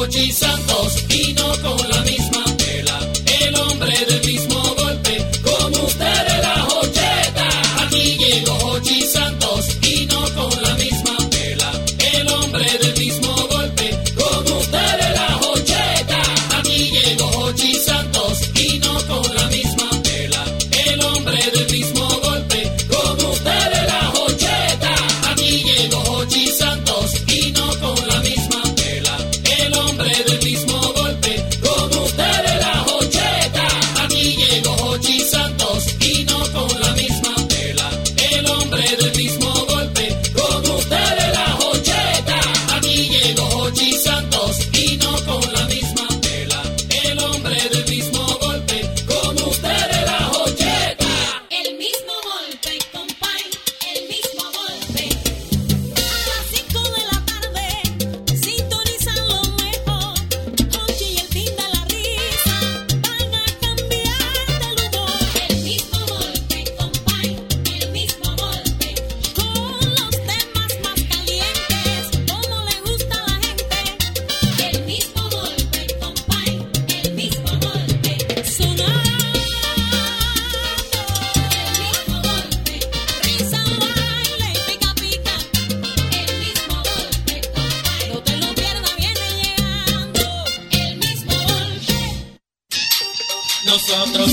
Hochi Santos y no con la misma tela. El hombre del mismo golpe, como usted de la jocheta. Aquí llegó Hochi Santos y no con la misma tela. El hombre del mismo golpe, como usted de la jocheta. Aquí llegó Hochi Santos y no con la misma tela. El hombre del mismo golpe, como usted de la jocheta. Aquí llegó Hochi Santos y no con la misma tela. El hombre del mismo golpe, como usted de la jocheta. Aquí llegó Hochi Santos y no con la misma tela. El hombre del mismo golpe, como usted de la jocheta. Aquí llegó Hochi Santos y no con la misma tela. El hombre del mismo golpe, como usted de la jocheta. El mismo golpe, compay, el mismo golpe. A las 5 de la tarde, sintonizan lo mejor. Hochi y el fin de la risa van a cambiar de humor. El mismo golpe, compay, el mismo golpe. Con los temas más calientes, como le gusta a la gente. El mismo golpe, compay, el mismo golpe. Sonora. El mismo golpe, risa, baile y pica pica. El mismo golpe, compay. No te lo pierdas, viene llegando. El mismo golpe. Nosotros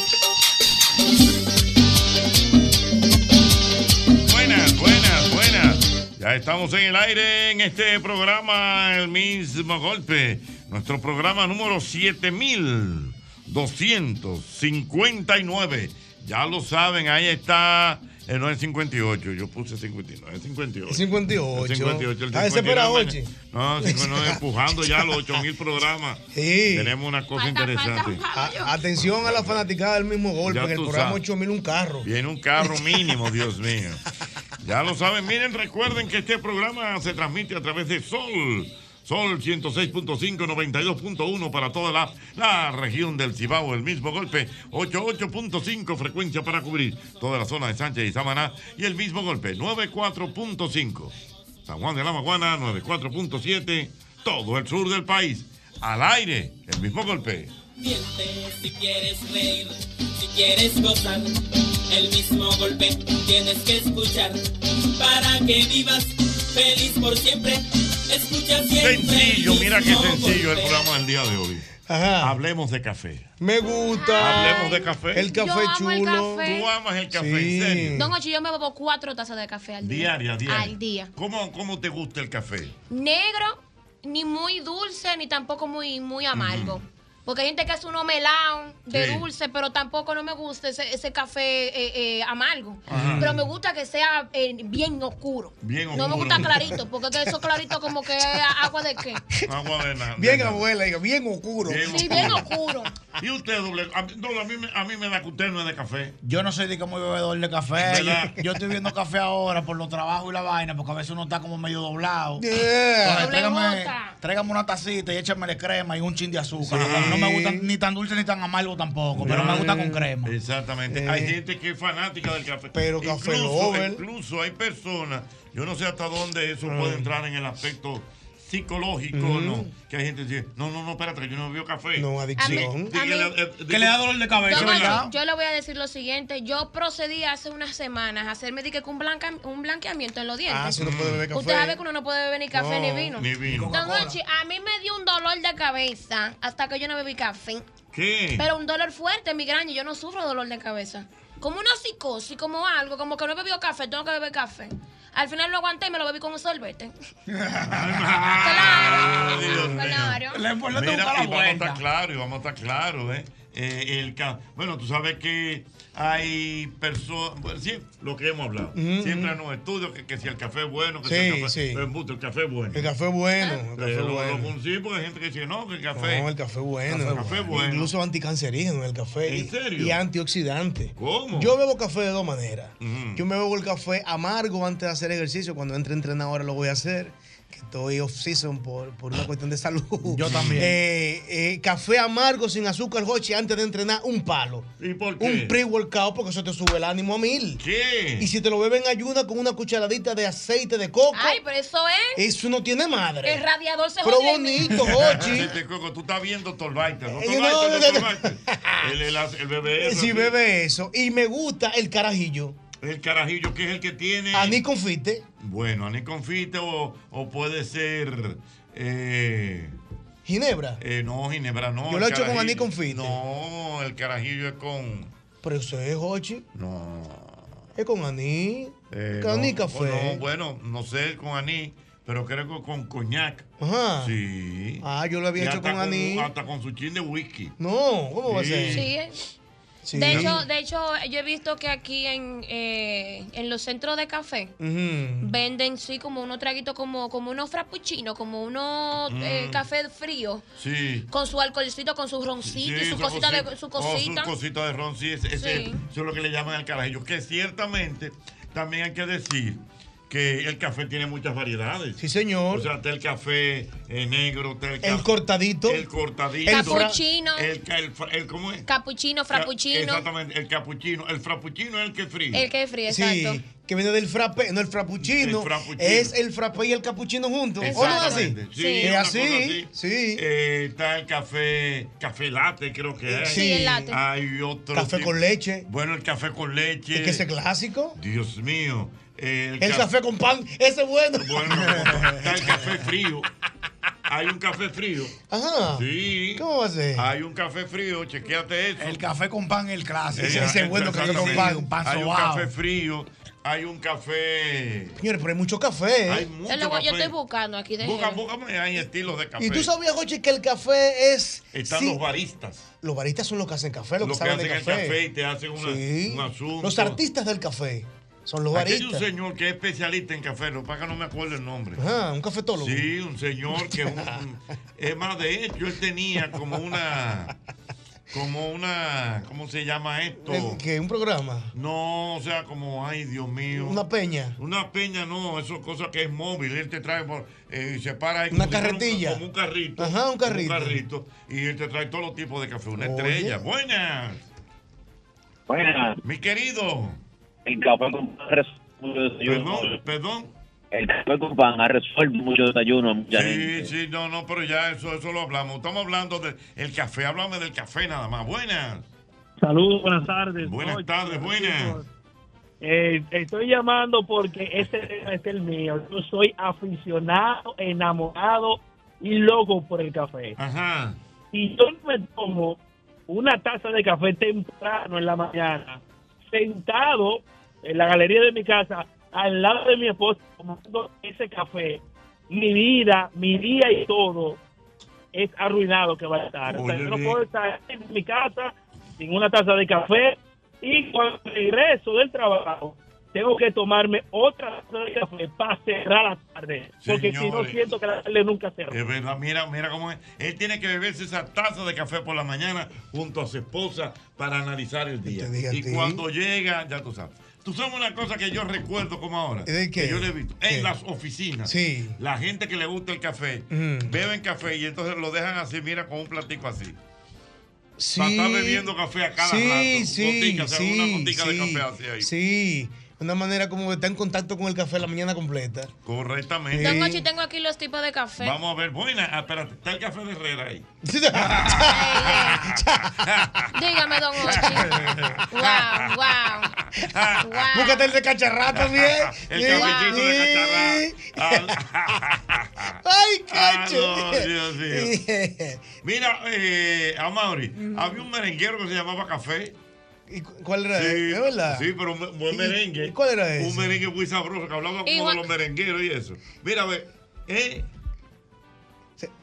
Buenas, buenas, buenas. Ya estamos en el aire en este programa El mismo golpe. Nuestro programa número 7259. Ya lo saben, ahí está. Eh, no es 58, yo puse 59, es 58. 58. Es 58. Está desesperado, Ochi. No, 59, empujando ya los 8000 programas. Sí. Tenemos una cosa interesante. A- atención a la fanaticada del mismo golpe. Ya En el tú programa sabes. 8000 un carro. Viene un carro mínimo, Dios mío. Ya lo saben, miren, recuerden que este programa se transmite a través de Sol. Sol 106.5, 92.1 para toda la, la región del Cibao, el mismo golpe. 88.5 frecuencia para cubrir toda la zona de Sánchez y Samaná y el mismo golpe. 94.5. San Juan de la Maguana, 94.7. Todo el sur del país. Al aire, el mismo golpe. Miente si quieres reír, si quieres gozar, el mismo golpe tienes que escuchar para que vivas feliz por siempre. Escucha siempre. Sencillo, el mira qué mismo sencillo el golpe. programa del día de hoy. Hablemos de café. Me gusta. Hablemos de café. El café Yo amo chulo. el café. Tú amas el café, Sí. en serio. Don Ocho, yo me bebo cuatro tazas de café al día. Mm. Diaria, diaria. Al día. ¿Cómo, ¿Cómo te gusta el café? Negro, ni muy dulce, ni tampoco muy, muy amargo. Porque hay gente que hace un melao de Sí. dulce, pero tampoco no me gusta ese, ese café eh, eh, amargo. Pero me gusta que sea eh, bien oscuro. Bien No oscuro. me gusta clarito, porque es que eso clarito como que es agua de qué. Agua de nada. Bien abuela, diga, bien oscuro. Sí, bien oscuro. ¿Y usted, doble? Eh, A, mí- doble, a, mí, me- a mí me da que usted no es de café. Yo no soy de que muy bebedor de café. ¿Verdad? Yo, yo estoy viendo café ahora por los trabajos y la vaina, porque a veces uno está como medio doblado. Yeah. Entonces, Doble tráigame, gota. tráigame una tacita y échamele crema y un chin de azúcar. Sí, no me gusta ni tan dulce ni tan amargo tampoco, pero me gusta con crema. Eh, Exactamente. Eh, Hay gente que es fanática del café. Pero café incluso, lover. incluso hay personas, yo no sé hasta dónde eso Ah. puede entrar en el aspecto psicológico, Ujú. ¿no? Que hay gente que dice, no, no, no, espérate, yo no bebo café. Mm. No, adicción. Di- A mí- di- a mí- eh, di- Que le da dolor de cabeza, No, Toma, ¿verdad? yo le voy a decir lo siguiente. Yo procedí hace unas semanas a hacerme dique con un, blanca- un blanqueamiento en los dientes. Ah, eso no puede beber café. Usted sabe que uno no puede beber ni café No, ni vino. ni vino. Don Hochi, a mí me dio un dolor de cabeza hasta que yo no bebí café. ¿Qué? Pero un dolor fuerte, migraña. Yo no sufro dolor de cabeza. Como una psicosis, como algo, como que no he bebido café, tengo que beber café. Al final lo aguanté y me lo bebí con un sorbete. Claro. Ah, Mira, y vamos a estar claro, y vamos a estar claro, ¿eh? Eh, el ca- bueno, tú sabes que hay personas, lo que hemos hablado, Ujú, siempre en los estudios que, que si el café es bueno, que Mm. Sí, si el café, sí. pero embuste, el café es bueno. El café es bueno, el café es Pero bueno. Eh, lo consigo porque hay gente que dice, no, que el café. No, el café es bueno. El café es bueno. Incluso anticancerígeno el café. ¿En y- serio? Y antioxidante. ¿Cómo? Yo bebo café de dos maneras. Ujú. Yo me bebo el café amargo antes de hacer ejercicio. Cuando entre a entrenar ahora lo voy a hacer. Que estoy off-season por, por una cuestión de salud. Yo también. café amargo sin azúcar, Jochi, antes de entrenar, un palo. ¿Y por qué? Un pre-workout porque eso te sube el ánimo a mil. ¿Qué? Y si te lo beben ayuna con una cucharadita de aceite de coco, Ay, pero eso es. eso no tiene madre. El radiador se Pero jodió ahí bonito, mismo. Jochi. Este coco, tú estás viendo Tolbaita, ¿no? Eh, Tolbaita, no, no, no, no. Tolbaita. El, el, el bebé. Si bebe eso. Y me gusta el carajillo. El carajillo que es el que tiene. Aní confite. Bueno, anís confite o, o puede ser. eh, Ginebra. eh, no, ginebra no. Yo el lo he hecho con carajillo- anís confite. No, el carajillo es con. Pero eso es Jochi. No. Es con aní. eh, Con no, aní No, café. bueno, no sé con anís, pero creo que con coñac. Ajá. Sí. Ah, yo lo había Y hecho hasta con anís. Hasta con su chin de whisky. No, ¿cómo va a Sí. ser? Sí, eh. Sí. De hecho, de hecho, yo he visto que aquí en, eh, en los centros de café Ujú. Mm. venden sí como unos traguitos, como, como unos frappuccinos, como unos eh, Mm. café frío, Sí. con su alcoholcito, con su roncito y Sí, su cosita, cosi- de, su cosita. O su cosita de ron, sí, ese- ese- Sí. eso es lo que le llaman al carajillo. Que ciertamente también hay que decir que el café tiene muchas variedades. Sí, señor. O sea, está el café eh, negro, está el, El café cortadito. el cortadito. El Capuchino. El, ca- el fra- el- ¿Cómo es? Capuchino, frappuccino, Exactamente, el capuchino. El frappuccino es el que es frío. el que es frío, Sí, exacto. que viene del frappe, no el frappuccino. El frappuccino. Es el frappe y el capuchino juntos. ¿O no es así? Exactamente. Sí, Es una así. cosa así. Eh, está el café, café latte, creo que es. Sí, el latte. Hay otro. Café tipo- con leche. Bueno, el café con leche. Es que ese clásico. Dios mío. eh, El ca- café con pan, ese es bueno. Está el café frío. Hay un café frío. Ajá. Sí. ¿Cómo va a ser? Hay un café frío, chequéate eso. El café con pan es el clásico. Eh, eh, exactamente. Un pan Hay un sobao. café frío. Hay un café. Señores, pero hay mucho café. ¿eh? Hay Yo, mucho lo voy- yo café. estoy buscando aquí. déjeme. pues, Busca, búscame, hay estilos de café. Y tú sabías, Jochi, que el café es. Están sí, los baristas. los baristas son los que hacen café, los, Los que que saben hacen de el café. café y te hacen una- Sí. un asunto. Los artistas del café son los Aquí hay un baristas. señor que es especialista en café, lo que pasa es que no me acuerdo el nombre. Ajá, un cafetólogo. Sí, un señor que un- un- es más de hecho, él tenía como una como una ¿cómo se llama esto? El- que un programa. No, o sea, como ay, Dios mío. Una peña. Una peña no, eso es cosa que es móvil, él te trae por- eh, y se para ahí Una si fuera un- carretilla. como un carrito. Ajá, un como carrito. y él te trae todos los tipos de café, una Oye. estrella. Buenas. Buenas, Mi querido. el café con pan resuelve mucho Perdón, desayuno. perdón. El café con pan ha resuelto mucho desayuno a mucha Sí, gente. sí, no, no, pero ya eso, eso lo hablamos. Estamos hablando del café, háblame del café nada más. Buenas. Saludos, buenas tardes. Buenas Oye, tardes, buenas. eh, estoy llamando porque este tema es el mío. Yo soy aficionado, enamorado y loco por el café. Ajá. Y yo no me tomo una taza de café temprano en la mañana, sentado en la galería de mi casa, al lado de mi esposa, tomando ese café. Mi vida, mi día y todo es arruinado que va a estar. O sea, Oye, yo no bien. puedo estar en mi casa sin una taza de café y cuando regreso del trabajo tengo que tomarme otra taza de café para cerrar la tarde. Porque si no Señores. siento que la tarde nunca cierra. Es verdad, mira, mira cómo es. Él tiene que beberse esa taza de café por la mañana junto a su esposa para analizar el día. te dije a Y ti. cuando llega, ya tú sabes. Tú sabes una cosa que yo recuerdo como ahora. ¿De qué? Que yo le he visto. ¿Qué? En las oficinas. Sí. La gente que le gusta el café, Mm. beben café y entonces lo dejan así, mira, con un platico así. Para estar bebiendo café a cada rato. sí, Dos sí, ticas, sí, una gotica de sí, café así ahí. sí. Una manera como de estar en contacto con el café la mañana completa. Correctamente. Don Ochi, tengo aquí los tipos de café. Vamos a ver, buena, ah, espérate, está el café de Herrera ahí. Dígame, don Ochi. wow, wow. Búscate el de cacharrata bien. El Sí, cafecito de sí. Ay, cacho. Ah, no, Dios mío. Mira, eh, a Mauri, había un merenguero que se llamaba Café. ¿Y cuál era sí, ese? ¿Es verdad? Sí, pero un buen ¿Y- merengue. y cuál era ese? Un merengue muy sabroso que hablaba Y como de Juan- los merengueros y eso. Mira, ve, ¿eh?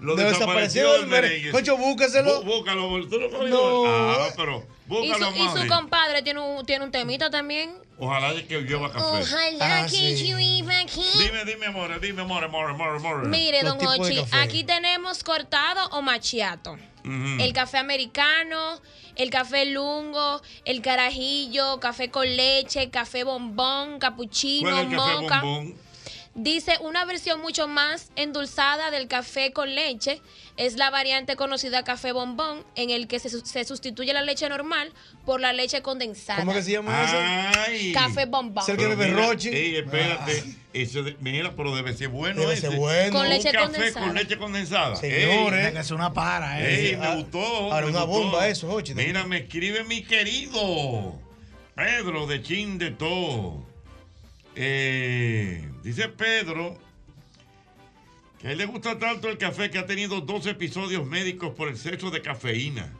Lo Desapareció el merengue. Concho, búscaselo. Bú- búscalo, tú lo puedes No. llevar. Ah, pero Y su, búscalo, y su Mauri. compadre tiene un, tiene un temita también. Ojalá que lleva café. Ah, Ojalá que yo iba aquí. Ah, Dime, dime, amor, dime, amor, amor, amor, amor. Mire, don Ochi, aquí tenemos cortado o machiato. Ujú. El café americano, el café lungo, el carajillo, café con leche, café bombón, ¿Cuál capuchino, es el café moca. bombón? Dice una versión mucho más endulzada del café con leche. Es la variante conocida café bombón, en el que se, su- se sustituye la leche normal por la leche condensada. ¿Cómo que se llama eso? Ay. Café bombón. Pero mira, Ey, espérate. Eso de- mira, pero debe ser bueno Debe ese. ser bueno. Un Con leche café condensada. con leche condensada. Señores. Ey, Que es una para, eh. ey, me gustó. Ahora me ah, una gustó. bomba eso, Jochi. Mira, me escribe mi querido Pedro de Chin de Todo. Eh, dice Pedro que a él le gusta tanto el café que ha tenido dos episodios médicos por exceso de cafeína.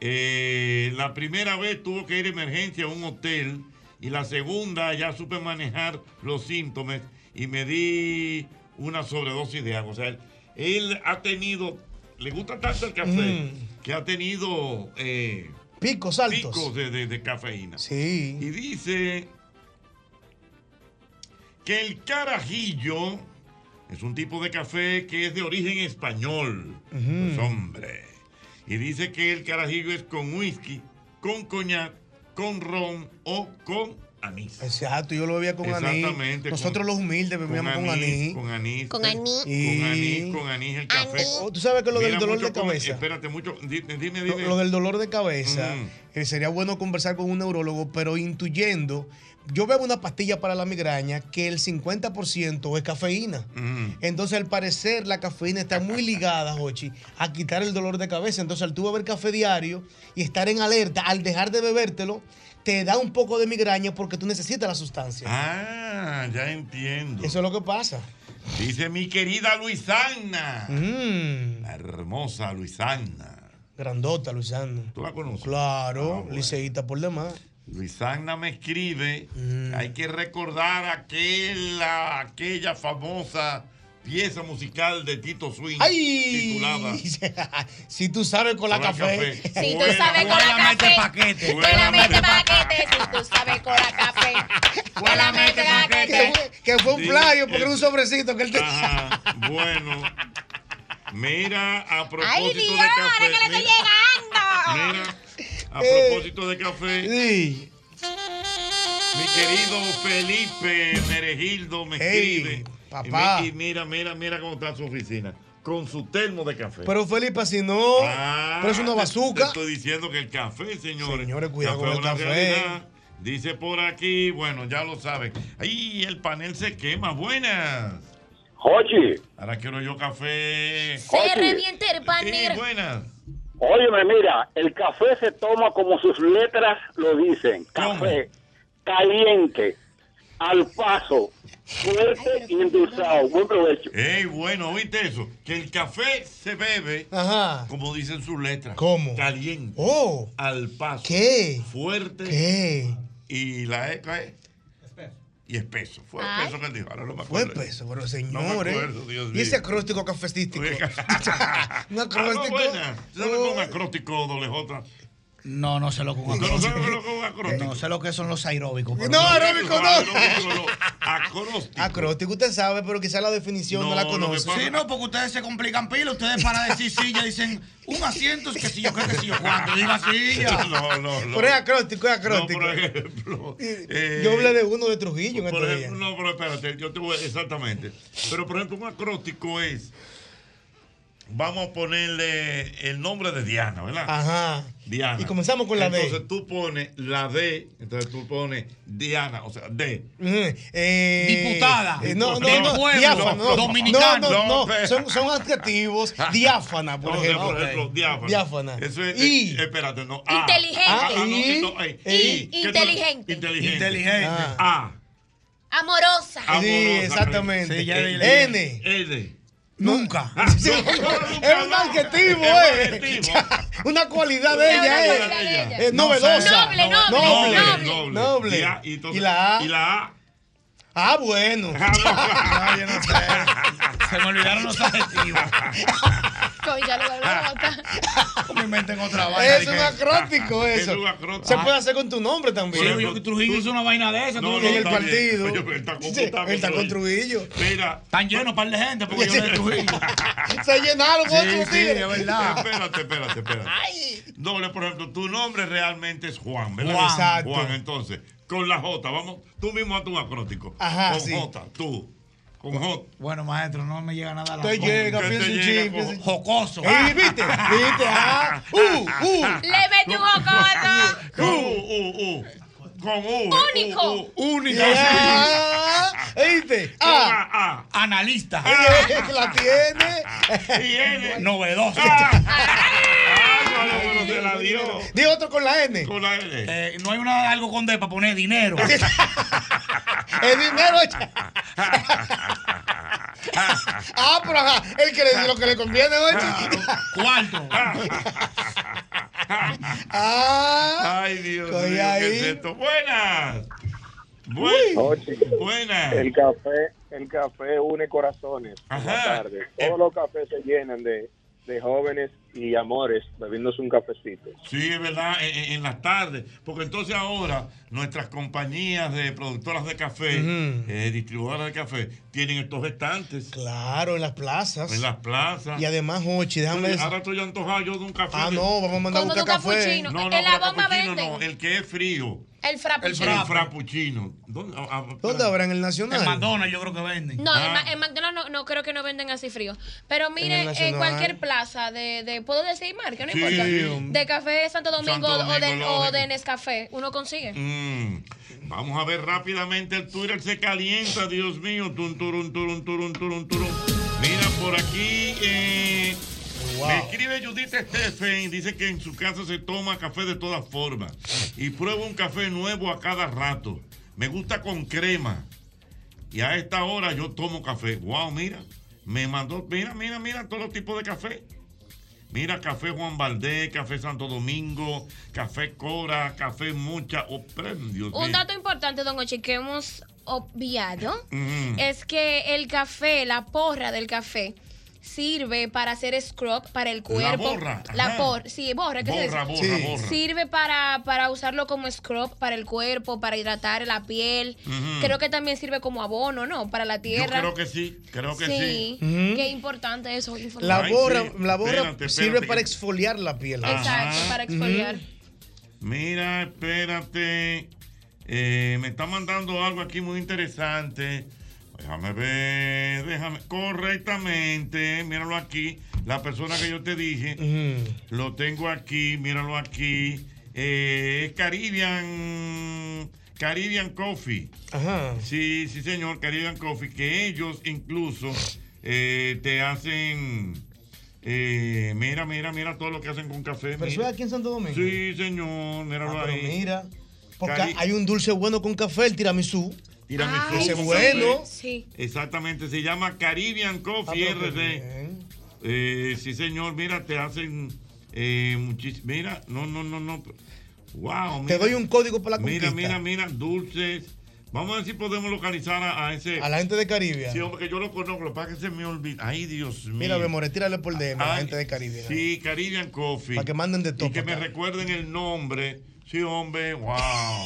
Eh, la primera vez tuvo que ir a emergencia a un hotel y la segunda ya supe manejar los síntomas y me di una sobredosis de agua. O sea, él, él ha tenido, le gusta tanto el café que ha tenido eh, picos altos. picos de, de- de cafeína. Sí. Y dice que el carajillo es un tipo de café que es de origen español. Ujú. Pues, hombre. Y dice que el carajillo es con whisky, con coñac, con ron o con anís. Exacto, yo lo bebía con anís. Exactamente, Nosotros los humildes bebíamos con anís. Con anís. Con anís. Con anís, con anís, el café. Oh, ¿Tú sabes que lo del Mira, dolor mucho de con- cabeza? Espérate, mucho. di- Dime, Lo, dime. lo del dolor de cabeza, Mm. eh, sería bueno conversar con un neurólogo, pero intuyendo, yo bebo una pastilla para la migraña que el 50% es cafeína. Mm. Entonces, al parecer, la cafeína está muy ligada, Jochi, a quitar el dolor de cabeza. Entonces, al tú beber café diario y estar en alerta, al dejar de bebértelo, te da un poco de migraña porque tú necesitas la sustancia. Ah, ya entiendo. Eso es lo que pasa. Dice mi querida Luisana. Mm. Mm. La hermosa Luisana. Grandota, Luisana. ¿Tú la conoces? Ah, Claro, liceísta por demás. Luisana me escribe. Mm. Hay que recordar aquella, aquella famosa pieza musical de Tito Swing ¡Ay! titulada. si tú sabes con la Con la café. café. Si tú Huela, sabes con la mete café. paquete. Huela, mete paquete, si tú sabes con la café. Huela, mete Que paquete. fue, que fue un Sí, playo porque era un eh, sobrecito que él te. Ajá, bueno. Mira, a propósito Ay, de Dios, ahora café. que le estoy mira, llegando. Eh. Mira, a propósito de café. Mi querido Felipe Meregildo me Ey, escribe. papá. Y, mi- y mira, mira, mira cómo está su oficina. Con su termo de café. Pero Felipe, así no. Ah, pero es una te- bazooka. Te estoy diciendo que el café, señores. Señores, cuidado café con el es una café. realidad. Dice por aquí, bueno, ya lo saben. Ahí el panel se quema. Buenas. Jochi. Ahora quiero yo café. Se revienta el Sí, panel. buenas. Óyeme, mira, el café se toma como sus letras lo dicen. Café caliente, al paso, fuerte y endulzado. Buen provecho. Ey, bueno, ¿oíste eso? Que el café se bebe, como dicen sus letras. ¿Cómo? Caliente. Oh. Al paso. ¿Qué? Fuerte. ¿Qué? Y la E, ¿cuál es? Y espeso. Fue espeso que él dijo. Ahora no me Ah. Fue acuerdo. peso, pero No me señores. acuerdo, Dios y mío. ese acróstico cafestístico. Un Ah, no, acróstico. Oh. buena. ¿Sabes con acróstico, doble J? No, no sé lo que es un ¿Tú no sabes acróstico. lo que es un acróstico? No sé lo que son los aeróbicos. pero- No, aeróbico no. Acróstico. Acróstico, usted sabe, pero quizás la definición no, la conoce. Sí, no, porque ustedes se complican pila. Ustedes para decir silla dicen un asiento es que si yo creo que si yo cuánto. Diga silla. No, no, no. Pero es acróstico, es acróstico. No, por ejemplo. eh, Yo hablé de uno de Trujillo en por estos días. ejemplo, no, pero espérate, yo te voy exactamente. Pero por ejemplo, un acróstico es Vamos a ponerle el nombre de Diana, ¿verdad? Ajá. Diana. Y comenzamos con la D. Entonces tú pones la D, entonces tú pones Diana, o sea, D. Mm, eh, Diputada. eh, no, no, Del no, pueblo. diáfana, no, Dominicana. No, no, no, No, son, son adjetivos. Diáfana, por No, ejemplo. por ejemplo, diáfana. Ah, Diáfana. Eso es. eh, espérate, no. A. Inteligente. Ah, ah, no, I. no, eh, I. I. ¿Qué tú- Inteligente. Inteligente. Ah. Inteligente. Ah. A. Amorosa. Amorosa. exactamente. Eh, Sí, ya leí. N. N. Nunca. Sí. es un adjetivo, Es un eh. Una cualidad de Una ella, eh. cualidad de ella. Eh, novedosa. Noble, noble, noble. noble. noble. Y a- y entonces- la A. y la A. Ah, bueno. Se me olvidaron los adjetivos. Me inventen otra vaina. Ah. Es un acrótico eso. Se puede hacer con tu nombre también. Sí, yo- Trujillo hizo una vaina de esa. No, no, en está bien. Oye, Sí, él está con Trujillo. Mira. Están llenos un par de gente porque yo soy de Trujillo. Se llenaron con Sí, otros sí, tigres. es verdad. Espérate, espérate, espérate. Doble, por ejemplo, tu nombre realmente es Juan, ¿verdad? Juan. Exacto. Juan, entonces, con la J, vamos, tú mismo a tu acróstico. Ajá, Con sí. J, tú. Con J. Bueno, maestro, no me llega nada a la Te llega, ¿Qué piensa te un llega, chin, piensa un- Jocoso. Ey, ¿viste? ¿Viste? Ah, uh, uh. Le metí un jocoso. Con U, uh, U, U. Con U. Único. U, U, único. Ya. ¿Oíste? Ah. Analista. Y la tiene. Novedoso. Ah, Ah, Di otro con la N. Con la N. Eh, no hay una, algo con D para poner dinero. El dinero. Ah, pero ajá, el que le lo que le conviene, oye. Cuarto. Ah. Ay, Dios Estoy mío, ahí. ¿qué es esto? Buenas. Buenas. El café, el café une corazones. Buenas tardes. Eh. Todos los cafés se llenan de, de jóvenes y amores bebiéndose un cafecito. Sí, es verdad, en, en- en las tardes. Porque entonces ahora nuestras compañías de productoras de café, eh, distribuidoras de café, tienen estos estantes Claro, en las plazas. en las plazas. Y además, Hochi, déjame Oye, ver. Ahora estoy antojado yo de un café. Ah, no, vamos a mandar a buscar Como de un café. capuchino. No, no, En la pero bomba cappuccino venden. no, el que es frío. El frappe. El frappuccino. ¿Dónde, ah, ah, ¿Dónde habrá en el Nacional? En McDonald's yo creo que venden. No, en Ah. Ma- en McDonald's no, no creo que no venden así frío. Pero En mire, el en, Nacional. cualquier plaza de, de- ¿puedo decir marca? No Sí, importa. sí. De café Santo Domingo, Santo o, de, Domingo, o lógico. de Nescafé, uno consigue. Mm, Vamos a ver rápidamente el Twitter se calienta, Dios mío. Tun, turun, turun, turun, turun, turun. Mira, por aquí eh, Wow. me escribe Judith Stephen. Dice que en su casa se toma café de todas formas y prueba un café nuevo a cada rato. Me gusta con crema. Y a esta hora yo tomo café. Wow, mira. Me mandó, mira, mira, mira todos los tipos de café. Mira, Café Juan Valdés, Café Santo Domingo, Café Cora, Café Mucha. Oh, pre- Dios mío. Un dato importante, don Ochi, que hemos obviado Mm. es que el café, la porra del café, sirve para hacer scrub para el cuerpo. borra, La ajá. por, sí, borra, ¿qué se Borra, dice? borra, Sí. borra. Sirve para, para usarlo como scrub para el cuerpo, para hidratar la piel. Ujú. Creo que también sirve como abono, ¿no? Para la Yo tierra. creo que sí, creo que sí. Qué importante eso. informar. La Ay, borra, sí. la borra Espérate, sirve espérate. para exfoliar la piel. Exacto, para exfoliar. Mira, espérate. Eh, me está mandando algo aquí muy interesante. Déjame ver, déjame. Correctamente, míralo aquí. La persona que yo te dije, lo tengo aquí, míralo aquí. Eh, es Caribbean, Caribbean Coffee. Ajá. Sí, sí, señor, Caribbean Coffee, que ellos incluso eh, te hacen. eh, mira, mira, mira todo lo que hacen con café. Pero mira. eso es aquí en Santo Domingo. Sí, señor, míralo Ah, pero ahí. mira, Porque Cari- hay un dulce bueno con café, el tiramisú. Tiramisú Ese con bueno. café. Exactamente, se llama Caribbean Ah, Coffee RD. Eh, sí, señor, mira, te hacen eh, muchis- Mira, no, no, no, no. Wow, Te mira. doy un código para la Mira, conquista. mira, mira, dulces. Vamos a ver si podemos localizar a, a ese. A la gente de Caribe. Sí, hombre, que yo lo conozco, lo que pasa es que se me olvida. Ay, Dios mío. Mira, Memo, retírale por DM a la Ay, gente de Caribe. Sí, Caribbean Coffee. Para que manden de Y todo. que me recuerden el nombre. Sí, hombre, wow.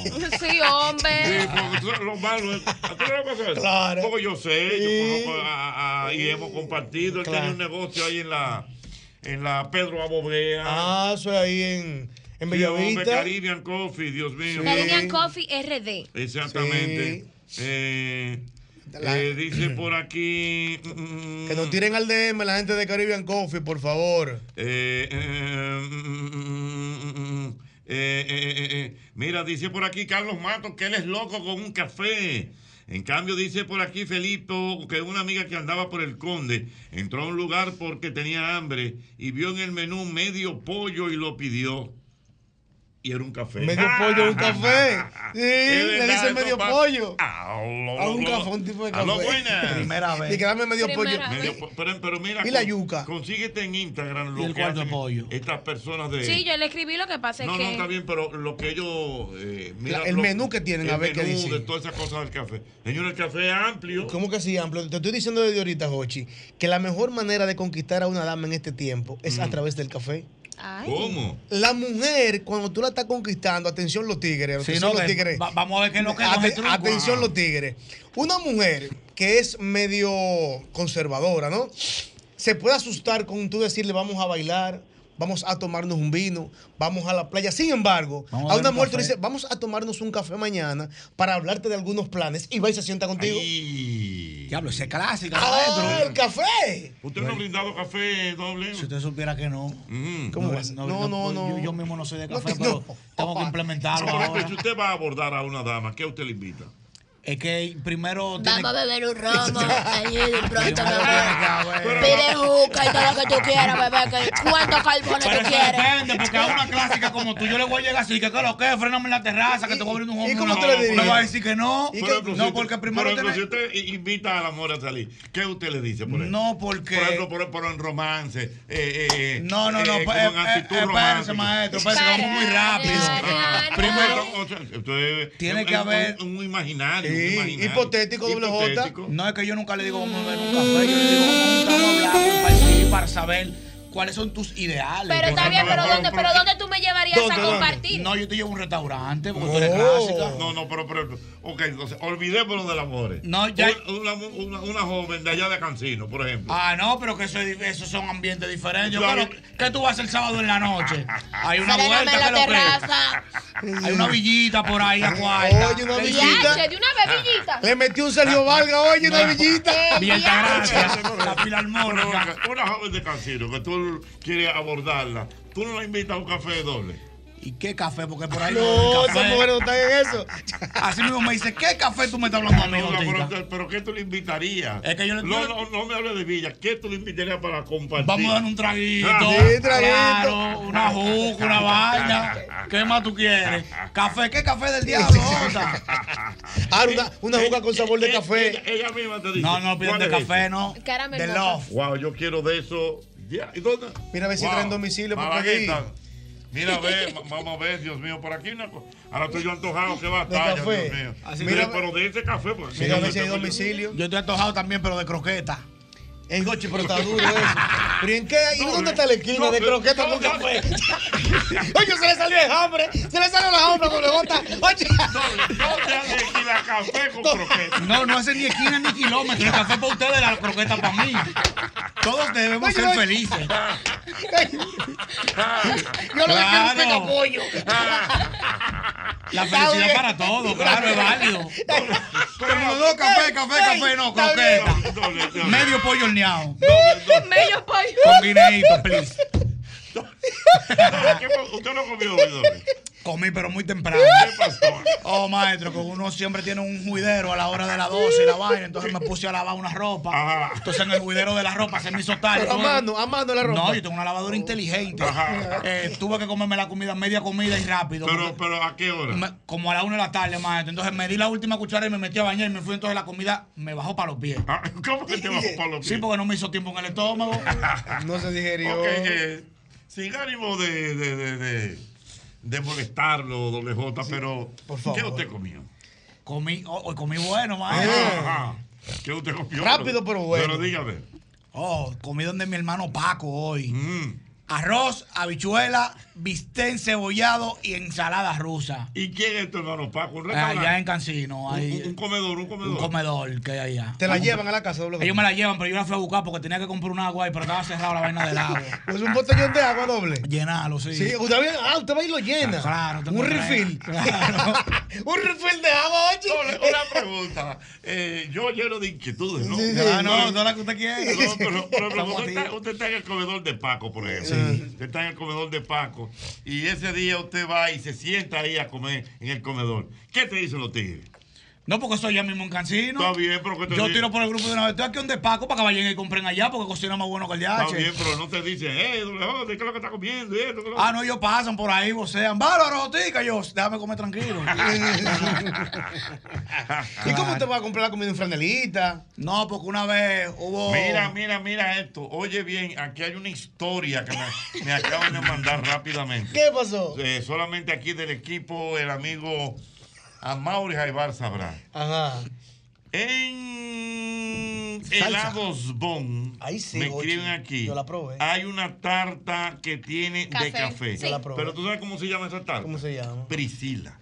Sí, hombre. Sí, porque tú sabes, lo malo es. ¿a ti no le pasa eso? Claro. Porque yo sé, yo conozco a- a- a- y hemos compartido. Él Claro. tenía un negocio ahí en la, en la Pedro Abobea. Ah, eso es ahí en, en Sí, hombre, Bellavista. Caribbean Coffee, Dios mío. Caribbean Coffee RD. Exactamente. Eh, Eh, dice por aquí. mm, Que nos tiren al DM la gente de Caribbean Coffee, por favor. eh, eh, mm, mm, eh, eh, eh, eh. Mira, dice por aquí Carlos Matos que él es loco con un café. En cambio, dice por aquí Felito que una amiga que andaba por el Conde entró a un lugar porque tenía hambre y vio en el menú medio pollo y lo pidió. Y era un café. Medio pollo un café. Sí, Es le verdad, dicen esto medio pa- pollo. A A un café, un tipo de A lo café. buena. Primera vez. Y que dame medio pollo. Primera Medio vez. po- pero, pero mira. Y la con- yuca. Consíguete en Instagram lo el que cuarto hacen estas personas de. Sí, yo le escribí lo que pasa es no, que. no, está bien, pero lo que ellos. eh, mira, La- el lo- menú que tienen, el a ver qué menú dice. de todas esas cosas del café. Señor, el café es amplio. ¿Cómo que sí, amplio? Te estoy diciendo desde ahorita, Jochi, que la mejor manera de conquistar a una dama en este tiempo es a través del café. Mm. ¿Cómo? La mujer, cuando tú la estás conquistando, atención los tigres, Sí, atención no, los que tigres. va- vamos a ver qué es lo que nos Ate- truco. Atención Ah. los tigres. Una mujer que es medio conservadora, ¿no? Se puede asustar con tú decirle vamos a bailar, vamos a tomarnos un vino, vamos a la playa. Sin embargo, Vamos a a ver una un mujer tú le café. dices vamos a tomarnos un café mañana para hablarte de algunos planes y va y se sienta contigo. Diablo, ese es clásico. ¡Ah, el café! ¿Usted no ha brindado café doble? Mm. Si usted supiera que no. ¿Cómo no, es? No, No, no, no, Yo, yo mismo no soy de café, pero tengo que implementarlo Por ejemplo, ahora. si usted va a abordar a una dama, ¿qué usted le invita? Es que primero. Vamos a beber un romo. Ahí de pronto, Pero- bebé. Pide juca y todo lo que tú quieras, bebé. Que cuántos carbones Pero tú eso quieres. depende, porque a una clásica como tú, yo le voy a llegar así, que que lo que, frename en la terraza, que te voy a abrir un hombre. cómo no, tú le dirías? no, va a decir que no. Por ejemplo, si no, usted- porque primero por ejemplo, tenés- si usted i- invita a la mujer a salir, ¿qué usted le dice por eso? No, porque. Por ejemplo, por, por un romance. eh, eh, eh, No, no, no, eh, eh, con eh, actitud eh, espérese, romántica. maestro, espérese, que vamos muy rápido. Ah, Ya, Primero, ya. o sea, usted- Tiene es que un- haber- Un, un imaginario, un Sí, imaginario. hipotético, doble J. Hipotético. No, es que yo nunca le digo vamos a beber un café, yo le digo vamos a juntarnos a hablar, compartir, para saber cuáles son tus ideales. Pero está bien, pero ¿dónde, pero ¿dónde tú me llevarías a compartir? No, yo te llevo a un restaurante, porque No. tú eres Oh. clásica. No, no, pero, pero ok, entonces, olvidémonos del amor. No, ya- Una, una- una- una joven de allá de Cancino, por ejemplo. Ah, no, pero que eso, es dif- esos son ambientes diferentes. Yo, Claro. claro, ¿qué tú vas a hacer el sábado en la noche? Hay una Frename vuelta en la que lo presta. terraza. Hay una villita por ahí a cuarta. Oye, una Sí. Ah, villita. Yache, de una bebillita. Le metí un Sergio Valga, oye, una villita. Eh, la filarmónica. Una joven de Cancino que tú quieres abordarla, tú no la invitas a un café doble. ¿Y qué café? Porque por ahí No, el esas mujeres no están en eso. Así mismo me dice, ¿qué café tú me estás hablando a mí, No, no, Jotica? pero, pero ¿qué tú le invitarías? Es que yo le- no, no, no me hables de Villa. ¿Qué tú le invitarías para compartir? Vamos a dar un traguito. Ah, Claro, una juca, una vaina. ¿Qué más tú quieres? Café, ¿qué café del diablo? Jota? Eh, Ahora, Ah, una, una juca con sabor de Ella, café. ella misma te dice. No, no, pidan ¿cuál de es café, ese? no. Caramel De mocha. love. Wow, yo quiero de eso. Ya, ¿Y dónde? Mira a ver si Wow. traen domicilio por aquí. Malagueta. Mira, a ver, ma- vamos a ver, Dios mío, por aquí una co- Ahora estoy yo antojado, qué batalla, café. Dios mío. Así Mira, que- pero de ese café, pues, porque Mira a ver si hay domicilio. Yo estoy antojado también, pero de croqueta. En Gochi, pero está duro eso. ¿Pero en qué? ¿Y eh, dónde está la esquina de croqueta con café? Oye, se le salió el hambre. Se le salió la hambre con la gota. Oye. la café con croqueta. No, no hace ni esquina ni kilómetro. El café para ustedes, la croqueta para mí. Todos debemos ser felices. Yo lo que quiero es Claro. un pollo. La Está felicidad bien. para todos, claro, es válido. Pero no, no, Ey, café, café, ey, café, no, está croqueta. Medio pollo horneado. Medio pollo. Con guineíto, please. ¿Usted no comió hoy, doble? Comí, pero muy temprano. Oh, maestro, que uno siempre tiene un juidero a la hora de las 12 y la vaina. Entonces me puse a lavar una ropa. Entonces en el juidero de la ropa se me hizo tarde. Pero a mano, a mano la ropa. No, yo tengo una lavadora inteligente. Ajá. Eh, tuve que comerme la comida, media comida y rápido. Pero, porque- pero ¿a qué hora? me- como a la una de la tarde, maestro. Entonces me di la última cuchara y me metí a bañar y me fui. Entonces la comida me bajó para los pies. Ah, ¿Cómo que te bajó para los Sí, porque no me hizo tiempo en el estómago. No se digerió. Ok, eh, sin ánimo de, de, de, de, de molestarlo, doble J, pero ¿qué usted comió? Ah, Comí, oh, hoy comí bueno, maestro. Ajá, ajá. ¿Qué usted comió? Rápido, pero bueno. Pero dígame. Oh, comí donde mi hermano Paco hoy. Mm. Arroz, habichuela, bistec cebollado y ensalada rusa. ¿Y quién es tu hermano Paco? ¿Un restaurante? Allá en Cancino. ahí- Un- un comedor, un comedor. Un comedor que hay allá. Te la llevan a la casa, doble. Ellos me la llevan, pero yo la fui a buscar porque tenía que comprar un agua ahí, pero estaba cerrada la vaina del agua. Pues un botellón de agua doble. Llenalo, sí. Sí, usted, va- ah, usted va y lo llena. Claro, Un refill. un refill de agua, oye. Sole, una pregunta. Eh, yo lleno de inquietudes, ¿no? Sí, sí. Ah, no, no la que usted quiere. No, pero, por ejemplo, Estamos usted, a está, usted está en el comedor de Paco, por ejemplo. Usted está en el comedor de Paco y ese día usted va y se sienta ahí a comer en el comedor. ¿Qué te dicen los tigres? No, porque soy yo mismo en Cancino. Está bien, pero ¿qué te Yo digo? tiro por el grupo de una vez. Estoy aquí donde Paco para que vayan y compren allá porque cocina más bueno que el Está DH. bien, pero no te dicen, eh, doble J, ¿qué es lo que está comiendo? Y esto, qué es lo que- Ah, no, ellos pasan por ahí, vocean. Bárbaro, jotica, yo. Déjame comer tranquilo. ¿Y cómo te vas a comprar la comida en franelita? No, porque una vez hubo. Mira, mira, mira esto. Oye bien, aquí hay una historia que me, me acaban de mandar rápidamente. ¿Qué pasó? Eh, solamente aquí del equipo, el amigo Amaury Jaibar sabrá. Ajá. En Salsa. helados Bon, me escriben aquí. Yo la probé. Hay una tarta que tiene Café, de café. sí. Yo la probé. Pero tú sabes cómo se llama esa tarta. ¿Cómo se llama? Priscila.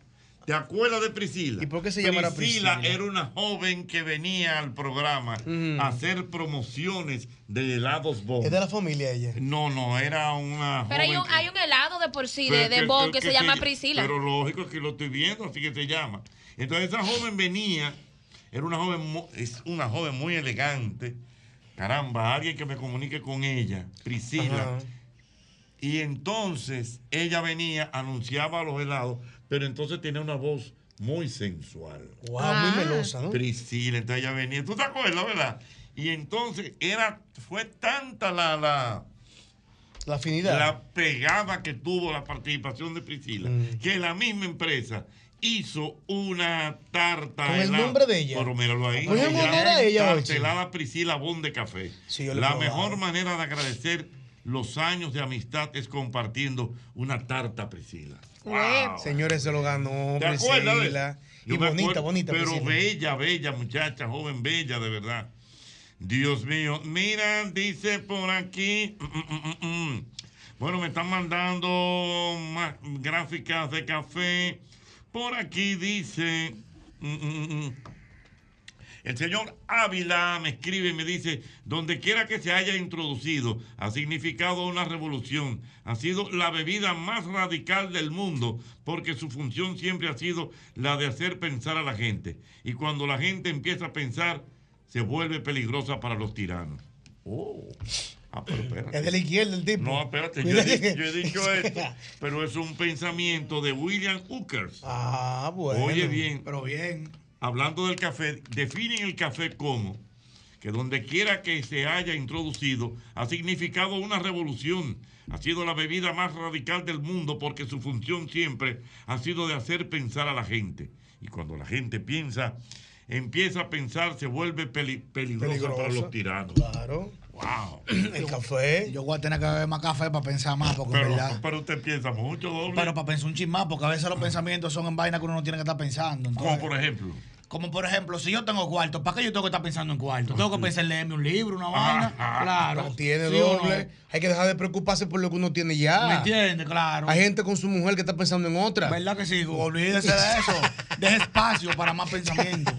¿Te acuerdas de Priscila? ¿Y por qué se llamará Priscila? era una joven que venía al programa Mm. a hacer promociones de helados Bon. Es de la familia ella. No, no, era una. Pero hay joven un, que- hay un helado de por sí, de, pero de Bon, que, se llama ll- Priscila. Pero lógico es que lo estoy viendo, así que se llama. Entonces esa joven venía, era una joven, mu- es una joven muy elegante. Caramba, alguien que me comunique con ella, Priscila. Ajá. Y entonces ella venía, anunciaba los helados, pero entonces tenía una voz muy sensual. Wow, Ah. muy melosa, ¿no? Priscila, entonces ella venía. ¿Tú te acuerdas, verdad? Y entonces era, fue tanta la- la La afinidad. la pegada que tuvo la participación de Priscila, Mm. que la misma empresa hizo una tarta. ¿Con el helada. nombre de ella? Pero míralo ahí. Pues Se el nombre llama era ella, Tarta Ochi. helada Priscila Bon de Café. yo lo he la probado. mejor manera de agradecer los años de amistad es compartiendo una tarta, Priscila. Wow. Señores, se lo ganó ¿Te acuerdas de Priscila. Yo Y me bonita, acuerdo, bonita Pero Priscila. bella, bella muchacha, joven, bella, de verdad. Dios mío. Mira, dice por aquí. mm, mm, mm, mm. Bueno, me están mandando más gráficas de café. Por aquí dice. mm, mm, mm. El señor Ávila me escribe y me dice, donde quiera que se haya introducido, ha significado una revolución. Ha sido la bebida más radical del mundo porque su función siempre ha sido la de hacer pensar a la gente. Y cuando la gente empieza a pensar, se vuelve peligrosa para los tiranos. Oh. Ah, pero espérate. Es de la izquierda el tipo. No, espérate, yo he, di- yo he dicho esto, pero es un pensamiento de William Hookers. Ah, bueno. Oye bien. Pero bien. Hablando del café, definen el café como que donde quiera que se haya introducido ha significado una revolución. Ha sido la bebida más radical del mundo porque su función siempre ha sido de hacer pensar a la gente. Y cuando la gente piensa, empieza a pensar, se vuelve peli- peligrosa, para Peligrosa. los tiranos. Claro. Wow. El café. Yo voy a tener que beber más café para pensar más, porque en Pero, verdad. pero usted piensa mucho doble. Pero para pensar un chin más, porque a veces los pensamientos son en vaina que uno no tiene que estar pensando. entonces- como por ejemplo. Como por ejemplo, si yo tengo cuarto, ¿para qué yo tengo que estar pensando en cuarto? Tengo que pensar en leerme un libro, una vaina. claro. No tiene ¿Sí o no? doble. Hay que dejar de preocuparse por lo que uno tiene ya. ¿Me entiendes? Claro. Hay gente con su mujer que está pensando en otra. ¿Verdad que sí? Olvídese de eso. Deje espacio para más pensamiento.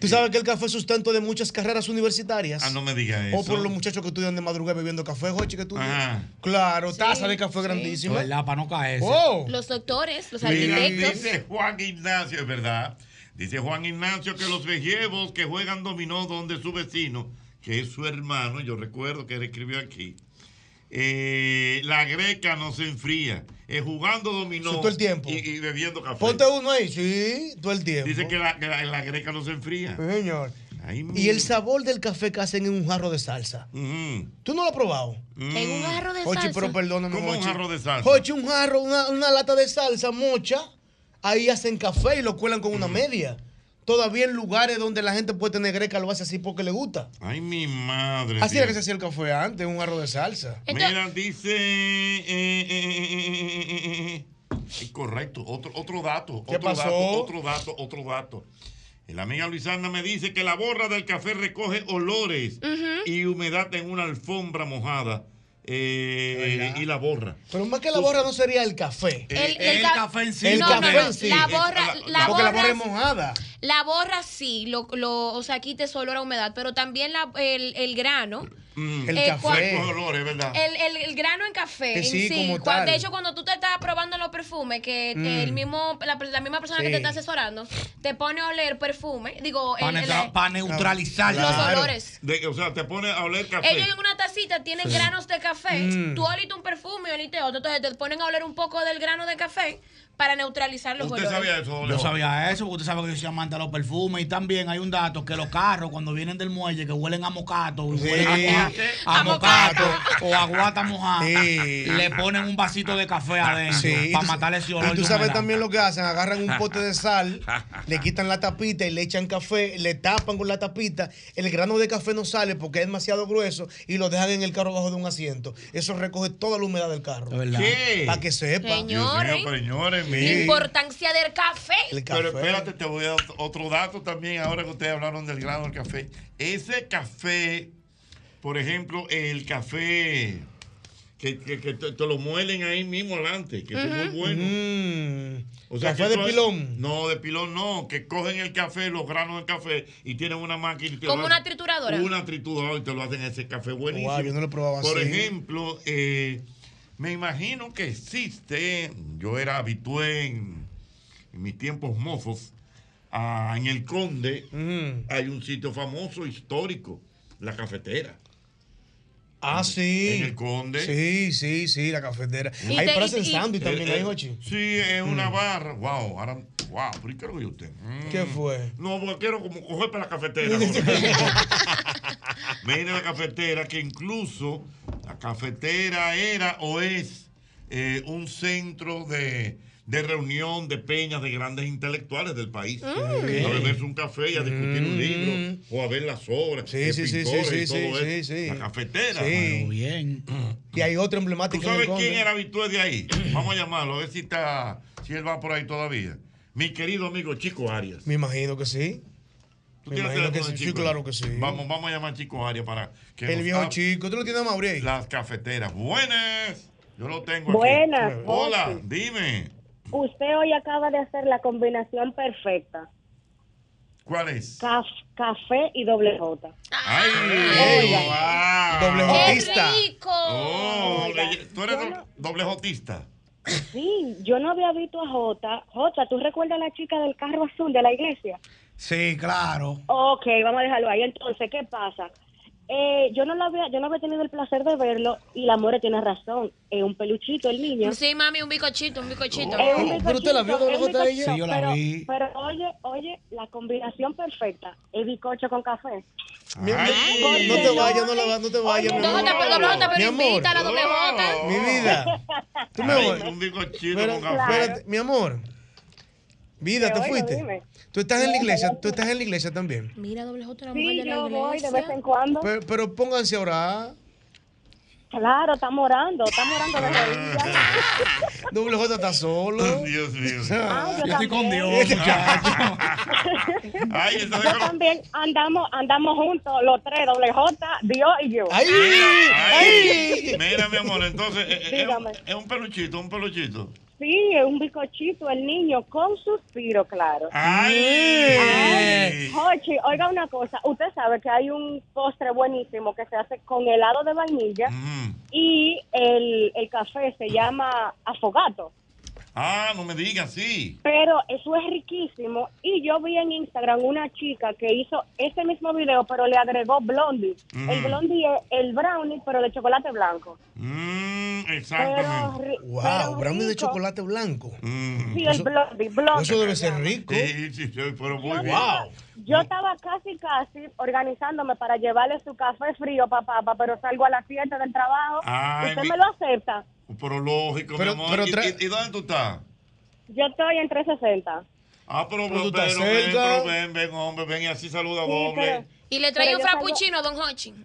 Tú sabes que el café es sustento de muchas carreras universitarias. Ah, no me diga O por eso. los muchachos que estudian de madrugada bebiendo café, Jochi, que tú. Ajá. Claro, Sí, taza de café sí. grandísima. ¿Verdad? Para no caerse. Oh. Los doctores, los Mira, arquitectos. dice Juan Ignacio, es verdad. Dice Juan Ignacio que los vejevos que juegan dominó donde su vecino, que es su hermano, yo recuerdo que él escribió aquí, eh, la greca no se enfría, es jugando dominó Sí, todo el tiempo. Y, y bebiendo café. Ponte uno ahí, sí, todo el tiempo. Dice que la, que la- la greca no se enfría. Sí, señor. Ay, Y mira. el sabor del café que hacen en un jarro de salsa. Ujú. ¿Tú no lo has probado? En un jarro de Jochi, salsa. pero perdóname. ¿Cómo un Jochi. jarro de salsa? Jochi, un jarro, una, una lata de salsa, mocha. Ahí hacen café y lo cuelan con una media. Todavía en lugares donde la gente puede tener greca lo hace así porque le gusta. Ay, mi madre. Así era que se Dios. hacía el café antes, un jarro de salsa. Mira, dice. eh, eh, eh, eh, eh, eh, Correcto, otro, otro dato. ¿Qué otro pasó? Dato, otro dato, otro dato. La amiga Luisana me dice que la borra del café recoge olores y humedad en una alfombra mojada eh, y la borra. Pero más que la borra no sería el café. El- el El ca- café en sí. El No, café no, no, en sí. la borra- la Porque la borra- borra es mojada. La borra sí, lo, lo, o sea, quita ese olor a humedad, pero también la, el, el grano Mm. El Eh, cuan- café. El, el- el grano en café. Que en sí, sí, como Cuan- tal. De hecho, cuando tú te estás probando los perfumes, que te- Mm. el mismo, la, la misma persona que Sí. te está asesorando te pone a oler perfume. Digo, el- eh, Para, el- neutra- para neutralizar Los olores. De- o sea, te pone a oler café. ellos en una tacita tienen Sí. granos de café. Mm. Tú oliste un perfume y oliste otro. Entonces te ponen a oler un poco del grano de café para neutralizar los olores. Yo sabía eso, porque usted sabe que yo soy amante de los perfumes. Y también hay un dato que los carros, cuando vienen del muelle, que huelen a mocato, y Sí. huelen a, a A mocato mocato. o a guata mojada, Sí. le ponen un vasito de café adentro Sí. para matar ese olor. Y tú de sabes humedad. también lo que hacen, agarran un pote de sal, le quitan la tapita y le echan café, le tapan con la tapita, el grano de café no sale porque es demasiado grueso y lo dejan en el carro bajo de un asiento. Eso recoge toda la humedad del carro. ¿Qué? Para que sepa. Señores. Dios mío, señores, miren. Importancia del café. Pero espérate, te voy a dar otro dato también ahora que ustedes hablaron del grano del café. Ese café, por ejemplo, el café que, que- que te, te lo muelen ahí mismo adelante, que es muy Ujú. bueno. ¿Café que de eso es- pilón? No, de pilón no, que cogen el café, los granos del café y tienen una máquina. y te lo Como hacen- una trituradora. Una trituradora y te lo hacen ese café buenísimo. Guau, Oh, yo no lo he probado Por así. ejemplo, eh, me imagino que existe, yo era habitué en, en mis tiempos mozos, a- en el Conde Mm. hay un sitio famoso, histórico, la cafetera. Ah, sí. En el Conde. Sí, sí, sí, la cafetera. Y Ahí te- parecen y- y- sándwich también, Eh, ahí, eh, Jochi. Mm. Sí, es una barra. Wow, ahora, wow, pero ¿y ¿qué lo usted? ¿Qué fue? Mm. No, porque quiero como coger para la cafetera. Mira la cafetera, que incluso la cafetera era o es eh, un centro de, de reunión de peñas de grandes intelectuales del país. Mm. A beberse un café y a discutir un libro o a ver las obras. Sí, de sí, sí, pintores sí, y todo sí, eso. sí, sí. La cafetera. Sí. bien. Y hay otro ¿Tú emblemático. en el sabes quién Conde. era habitué de ahí? Vamos a llamarlo, a ver si está, si él va por ahí todavía. Mi querido amigo Chico Arias. Me imagino que sí. ¿Tú Me tienes imagino que teléfono sí. de Sí, Chico? claro que sí. Vamos, vamos a llamar a Chico Arias para que El nos viejo hable chico. ¿Tú lo tienes, Mauri? Las cafeteras. Buenas. Yo lo tengo Buenas, aquí. Hola, Jorge. dime. Usted hoy acaba de hacer la combinación perfecta. ¿Cuál es? Caf- café y doble J. ¡Ay! Oiga. wow. Doble ¡Qué jotista. rico! Oh, Oiga, le- tú eres doble- doble jotista. Sí, yo no había visto a J. J, ¿tú recuerdas a la chica del carro azul de la iglesia? Sí, claro. Ok, vamos a dejarlo ahí. Entonces, ¿qué pasa? Eh, yo no lo había, yo no había tenido el placer de verlo y la More tiene razón. Es un peluchito el niño. Sí, mami, un bicochito, un bicochito. Es un bizcochito, es un bizcochito, Sí, yo la pero- vi. Pero oye, oye, la combinación perfecta es bizcocho con café. Mi- mi- Ay, no te Dios. vayas, no, la, va- no te vayas. mi Doble amor. J, pero doble J, mi pero amor, invítala, doble J. Mi vida. Tú me Ay, oyes. Un bizcochito Espérate, con café. espérate, mi amor. Vida, Te ¿te oigo, fuiste? dime. Tú estás en la Sí, iglesia, yo- tú estás en la iglesia también. Mira, doble J, la Sí, mujer de la yo voy de iglesia. vez en cuando. Pero, pero pónganse a orar. Claro, estamos orando, estamos orando de rodillas. Doble J está solo. Dios mío. Ah, yo Yo estoy con también. Ah, Yo también andamos, andamos juntos, los tres, doble J, Dios y yo. ¡Ay! Ay, Mira, mi amor, entonces eh, eh, es, un, Dígame. es un peluchito, un peluchito. Sí, es un bizcochito el niño con suspiro, claro. ¡Ay! Jochi, oiga una cosa, usted sabe que hay un postre buenísimo que se hace con helado de vainilla y el, el café se llama afogato, Ah, no me digas, sí. pero eso es riquísimo y yo vi en Instagram una chica que hizo ese mismo video pero le agregó blondie. El Mm. blondie es el brownie pero de chocolate blanco. Mm, Pero, exactamente. Mm. ri- Wow, pero brownie de rico. chocolate blanco. Sí, el blondie, blondie. Eso debe ser rico. Sí, sí, sí, pero muy Yo bien. estaba- Yo estaba casi, casi organizándome para llevarle su café frío, papá, papá, pero salgo a las 7 del trabajo. Ay, ¿Usted mi- me lo acepta? Pero lógico, Pero- mi amor. pero ¿Y- tra- ¿Y, y dónde tú estás? Yo estoy en 360. Ah, pero, Pero tú pero, estás pero ven, cerca. pero ven, ven, hombre, ven y así saluda Sí, doble. Y le trae Pero un yo salgo- frappuccino, don Hochin.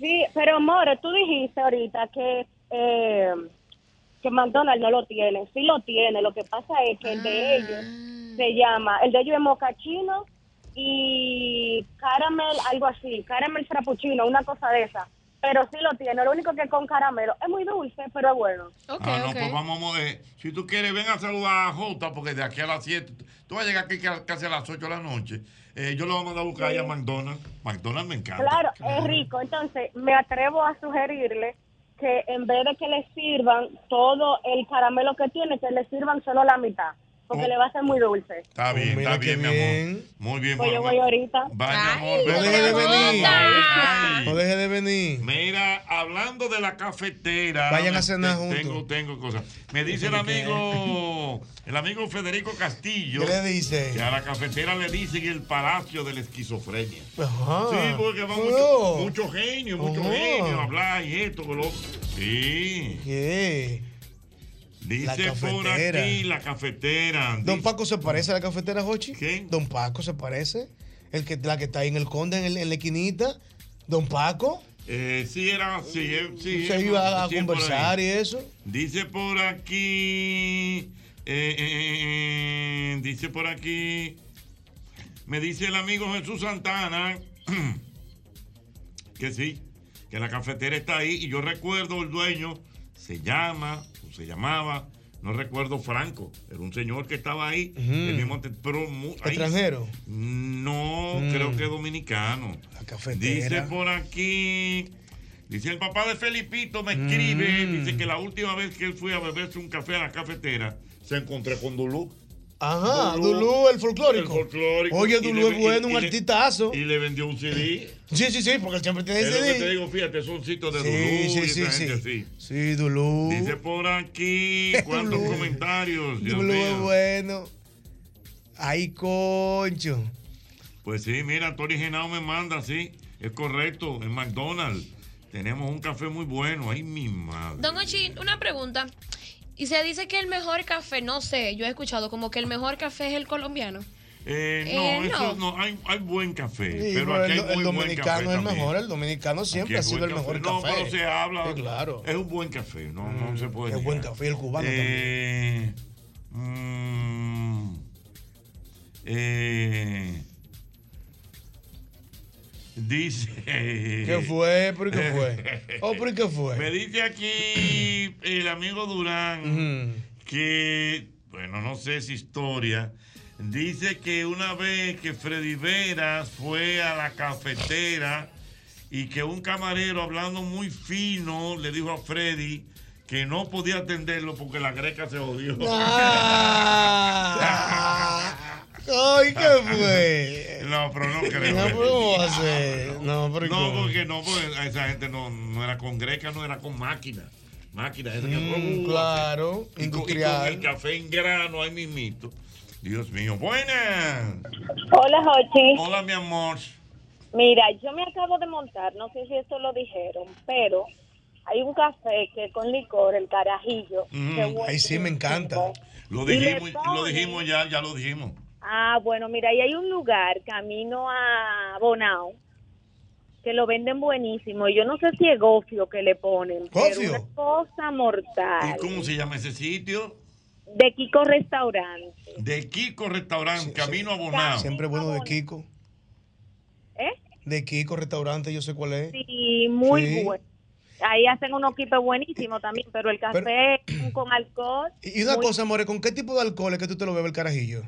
Sí, pero More, tú dijiste ahorita que, eh, que McDonald's no lo tiene. Sí lo tiene, lo que pasa es que el de ellos se llama, el de ellos es mocachino y caramel, algo así, caramel frappuccino, una cosa de esa. Pero sí lo tiene, lo único que con caramelo. Es muy dulce, pero es bueno. ah, no, pues vamos a mover. Si tú quieres, ven a saludar a Jota, porque de aquí a las 7 Tú vas a llegar aquí ca- casi a las 8 de la noche. Eh, yo lo voy a mandar a buscar ahí a McDonald's. McDonald's me encanta. Claro, es rico. Entonces, me atrevo a sugerirle que en vez de que le sirvan todo el caramelo que tiene, que le sirvan solo la mitad, porque Oh. le va a ser muy dulce. Está bien, está Oh, bien, mi amor. Muy bien, Pues yo bueno, voy ahorita. Vaya, amor, no vete deje de para acá. venir. Ay, No deje de venir. Mira, hablando de la cafetera. Vayan a te- cenar te- Tengo, tengo cosas. Me dice el amigo, el amigo Federico Castillo. ¿Qué le dice? Que a la cafetera le dicen el palacio de la esquizofrenia. Ajá. Sí, porque va Oh. mucho, mucho genio, mucho Ajá. genio, hablar y esto, con lo otro. Sí. La Dice por cafetera. aquí la cafetera. Don Paco se parece a la cafetera Jochi. Don Paco se parece. El que, la que está ahí en el conde, en, el- en la esquinita. Don Paco. Eh, sí, era sí, eh, sí, se eh, iba a sí, por conversar ahí. y eso. Dice por aquí. eh, eh, eh, dice por aquí. Me dice el amigo Jesús Santana que sí, que la cafetera está ahí. Y yo recuerdo el dueño, se llama, o se llamaba, no recuerdo Franco. Era un señor que estaba ahí. el mismo te- pero mu- ahí- Extranjero. no, Mm. creo que dominicano. Dice por aquí. Dice el papá de Felipito me escribe. Mm. Dice que la última vez que él fue a beberse un café a la cafetera, se encontré con Dulú. Ajá, Dulú, Dulú, el folclórico. el folclórico. Oye, Y le Dulú ve- es bueno, y- un y le- artistazo. Y le vendió un CD. Sí, sí, sí, porque él siempre tiene Es lo que te ese digo, fíjate, son sitios de Sí, Dulú sí, y sí, esa sí. gente así. Sí, Dulú. Dice por aquí, ¿cuántos comentarios? Dios Dulú es mío. bueno. Ay, concho. Pues sí, mira, Tony Genao me manda, sí, es correcto, en McDonald's. Tenemos un café muy bueno, ay mi madre. Don Ochi, una pregunta. Y se dice que el mejor café, no sé, yo he escuchado como que el mejor café es el colombiano. Eh, no, Eh, eso no. no, hay, hay buen café, Sí, pero pero aquí hay el, el muy buen café dominicano es el también. mejor, el dominicano Aquí siempre hay ha sido buen el mejor No, café. pero se habla, Sí, claro. Mm, es un buen café, no, no se puede Es buen negar. café, el cubano Eh, mm, eh, dice... ¿Qué fue? ¿Por qué fue? ¿O por qué fue? Me dice aquí el amigo Durán que, bueno, no sé si historia, dice que una vez que Freddy Veras fue a la cafetera y que un camarero hablando muy fino le dijo a Freddy que no podía atenderlo porque la greca se odió. Ah. Ay, ¿qué fue? No, pero no creo. No, pero ¿cómo va a ser? No, pero No, ¿cómo? porque no, porque a esa gente no, no era con greca, no era con máquina. Máquina, esa que- Mm, Uh, claro, y con- y con el industrial. café en grano, ahí mismito. Dios mío, buenas. Hola, Jochi. Hola, mi amor. Mira, yo me acabo de montar, no sé si esto lo dijeron, pero hay un café que con licor, el carajillo, que huele- Ay, Mm, sí, me encanta. Lo Y le dijimos, lo dijimos ya, ya lo dijimos. Ah, bueno, mira, y hay un lugar camino a Bonao que lo venden buenísimo. Y yo no sé si es gofio que le ponen. ¿Gofio? Pero una cosa mortal. ¿Y cómo se llama ese sitio? De Kiko Restaurante. De Kiko Restaurante, Camino a Bonao. Siempre bueno de Kiko. Ah, ¿Eh? De Kiko, restaurante, yo sé cuál es. Sí, muy Sí. bueno. Ahí hacen unos quipes buenísimos también, pero el café con alcohol. Y una muy- cosa, More, ¿con qué tipo de alcohol es que tú te lo bebes el carajillo?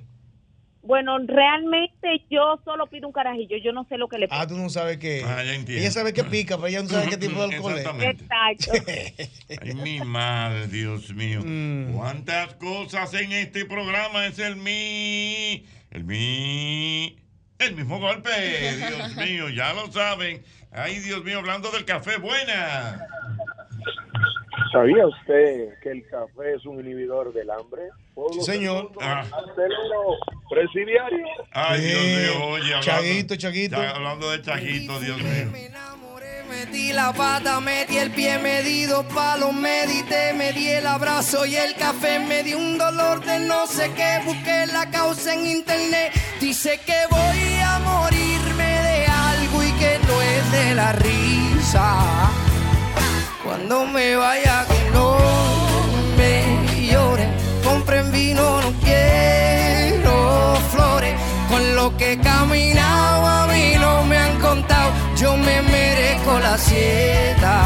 Bueno, realmente yo solo pido un carajillo, yo no sé lo que le Ah, tú no sabes qué. Ah, ya entiendo. Ella sabe qué pica, pero ella no sabe qué tipo de alcohol es. Exactamente. Exacto. Ay, mi madre, Dios mío. Mm. ¿Cuántas cosas en este programa es el mi? El mi. El mismo golpe. Dios mío, ya lo saben. Ay, Dios mío, hablando del café, buena. ¿Sabía usted que el café es un inhibidor del hambre? Sí, señor. Presidiario. Ah. Ay, Dios mío, oye. hablando- Chaguito, Chaguito. Ya Hablando de Chaguito, Dios mío. Metí la pata, metí el pie, me di dos palos, medité, me di el abrazo y el café, me di un dolor de no sé qué, busqué la causa en internet, dice que voy a morirme de algo y que no es de la risa. Cuando me vaya que no me llore, compren vino, no quiero flores. Con lo que he caminado a mí no me han contado, yo me merezco la sieta.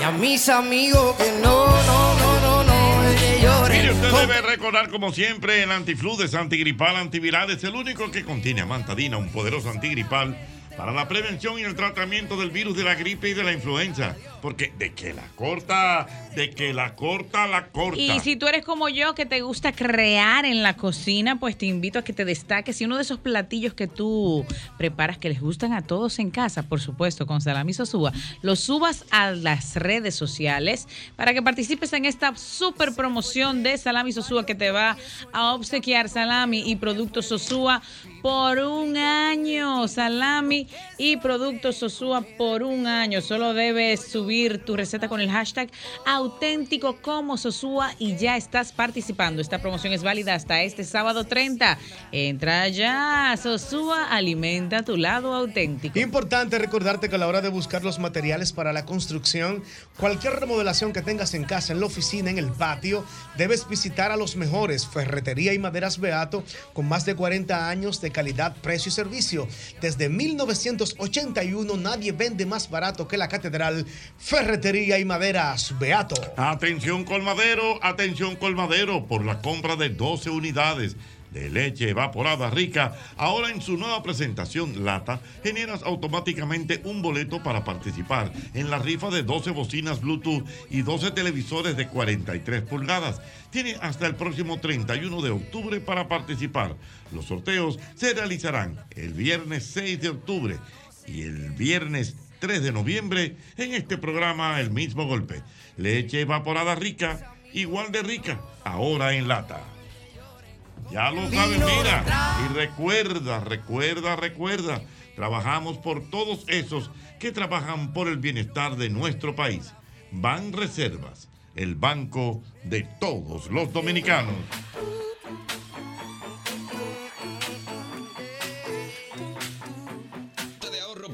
Y a mis amigos que no, no, no, no, no, me lloren. Y usted debe recordar, como siempre, el antifludes, antigripal, antiviral. Es el único que contiene amantadina, un poderoso antigripal para la prevención y el tratamiento del virus de la gripe y de la influenza. Porque de que la corta, de que la corta, la corta. Y si tú eres como yo, que te gusta crear en la cocina, pues te invito a que te destaques. Y uno de esos platillos que tú preparas que les gustan a todos en casa, por supuesto, con salami sosúa, los subas a las redes sociales para que participes en esta super promoción de salami sosúa que te va a obsequiar salami y productos sosúa por un año. Salami y productos sosúa por un año. Solo debes subir tu receta con el hashtag auténtico como Sosúa y ya estás participando. Esta promoción es válida hasta este sábado 30. Entra ya, Sosúa, alimenta tu lado auténtico. Importante recordarte que a la hora de buscar los materiales para la construcción, cualquier remodelación que tengas en casa, en la oficina, en el patio, debes visitar a los mejores, Ferretería y Maderas Beato, con más de 40 años de calidad, precio y servicio. Desde 1981 nadie vende más barato que la catedral Ferretería y Maderas Beato. Atención colmadero, atención colmadero por la compra de 12 unidades de leche evaporada rica. Ahora en su nueva presentación lata, generas automáticamente un boleto para participar en la rifa de 12 bocinas Bluetooth y 12 televisores de 43 pulgadas. Tiene hasta el próximo 31 de octubre para participar. Los sorteos se realizarán el viernes 6 de octubre y el viernes 3 de noviembre en este programa El mismo golpe. Leche evaporada rica, igual de rica, ahora en lata. Ya lo sabes, mira. Y recuerda, recuerda, recuerda. Trabajamos por todos esos que trabajan por el bienestar de nuestro país. Ban Reservas, el banco de todos los dominicanos.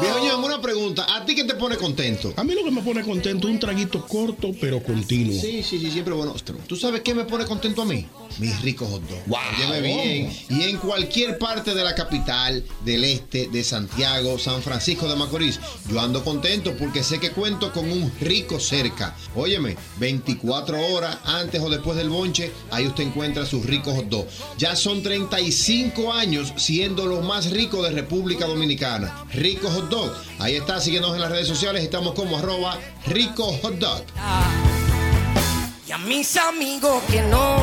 Viejo Ñongo, una pregunta. ¿A ti qué te pone contento? A mí lo que me pone contento es un traguito corto pero continuo. Sí, sí, sí, siempre bueno. ¿Tú sabes qué me pone contento a mí? Mis ricos hot dogs. Wow. Óyeme bien. Y en cualquier parte de la capital, del este, de Santiago, San Francisco de Macorís, yo ando contento porque sé que cuento con un rico cerca. Óyeme, 24 horas antes o después del bonche, ahí usted encuentra sus ricos hot dogs. Ya son 35 años siendo los más ricos de República Dominicana. Rico Hot Dog. Ahí está, síguenos en las redes sociales, estamos como arroba Rico Hot Dog. Y a mis amigos que no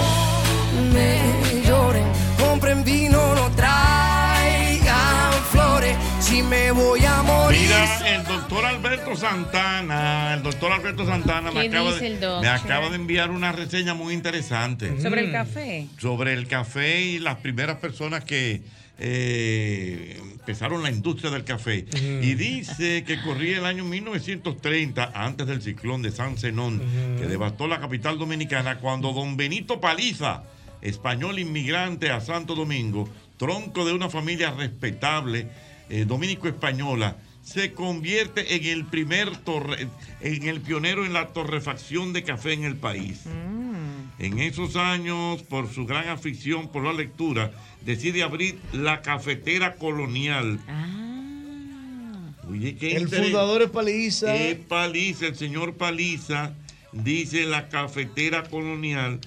me lloren, compren vino, no traigan flores, si me voy a morir. Mira, el doctor Alberto Santana, el doctor Alberto Santana me ¿Qué acaba, dice de, el doc? me acaba de enviar una reseña muy interesante. Sobre el Mm. café. Sobre el café y las primeras personas que eh, empezaron la industria del café. Y dice que corría el año 1930, antes del ciclón de San Zenón, que devastó la capital dominicana, cuando don Benito Paliza, español inmigrante a Santo Domingo, tronco de una familia respetable eh, dominico-española, se convierte en el primer torre, en el pionero en la torrefacción de café en el país. Mm. En esos años, por su gran afición por la lectura, decide abrir la cafetera colonial. Oye, qué El interes- Eh, fundador es Paliza. qué Paliza, el señor Paliza, dice la cafetera colonial,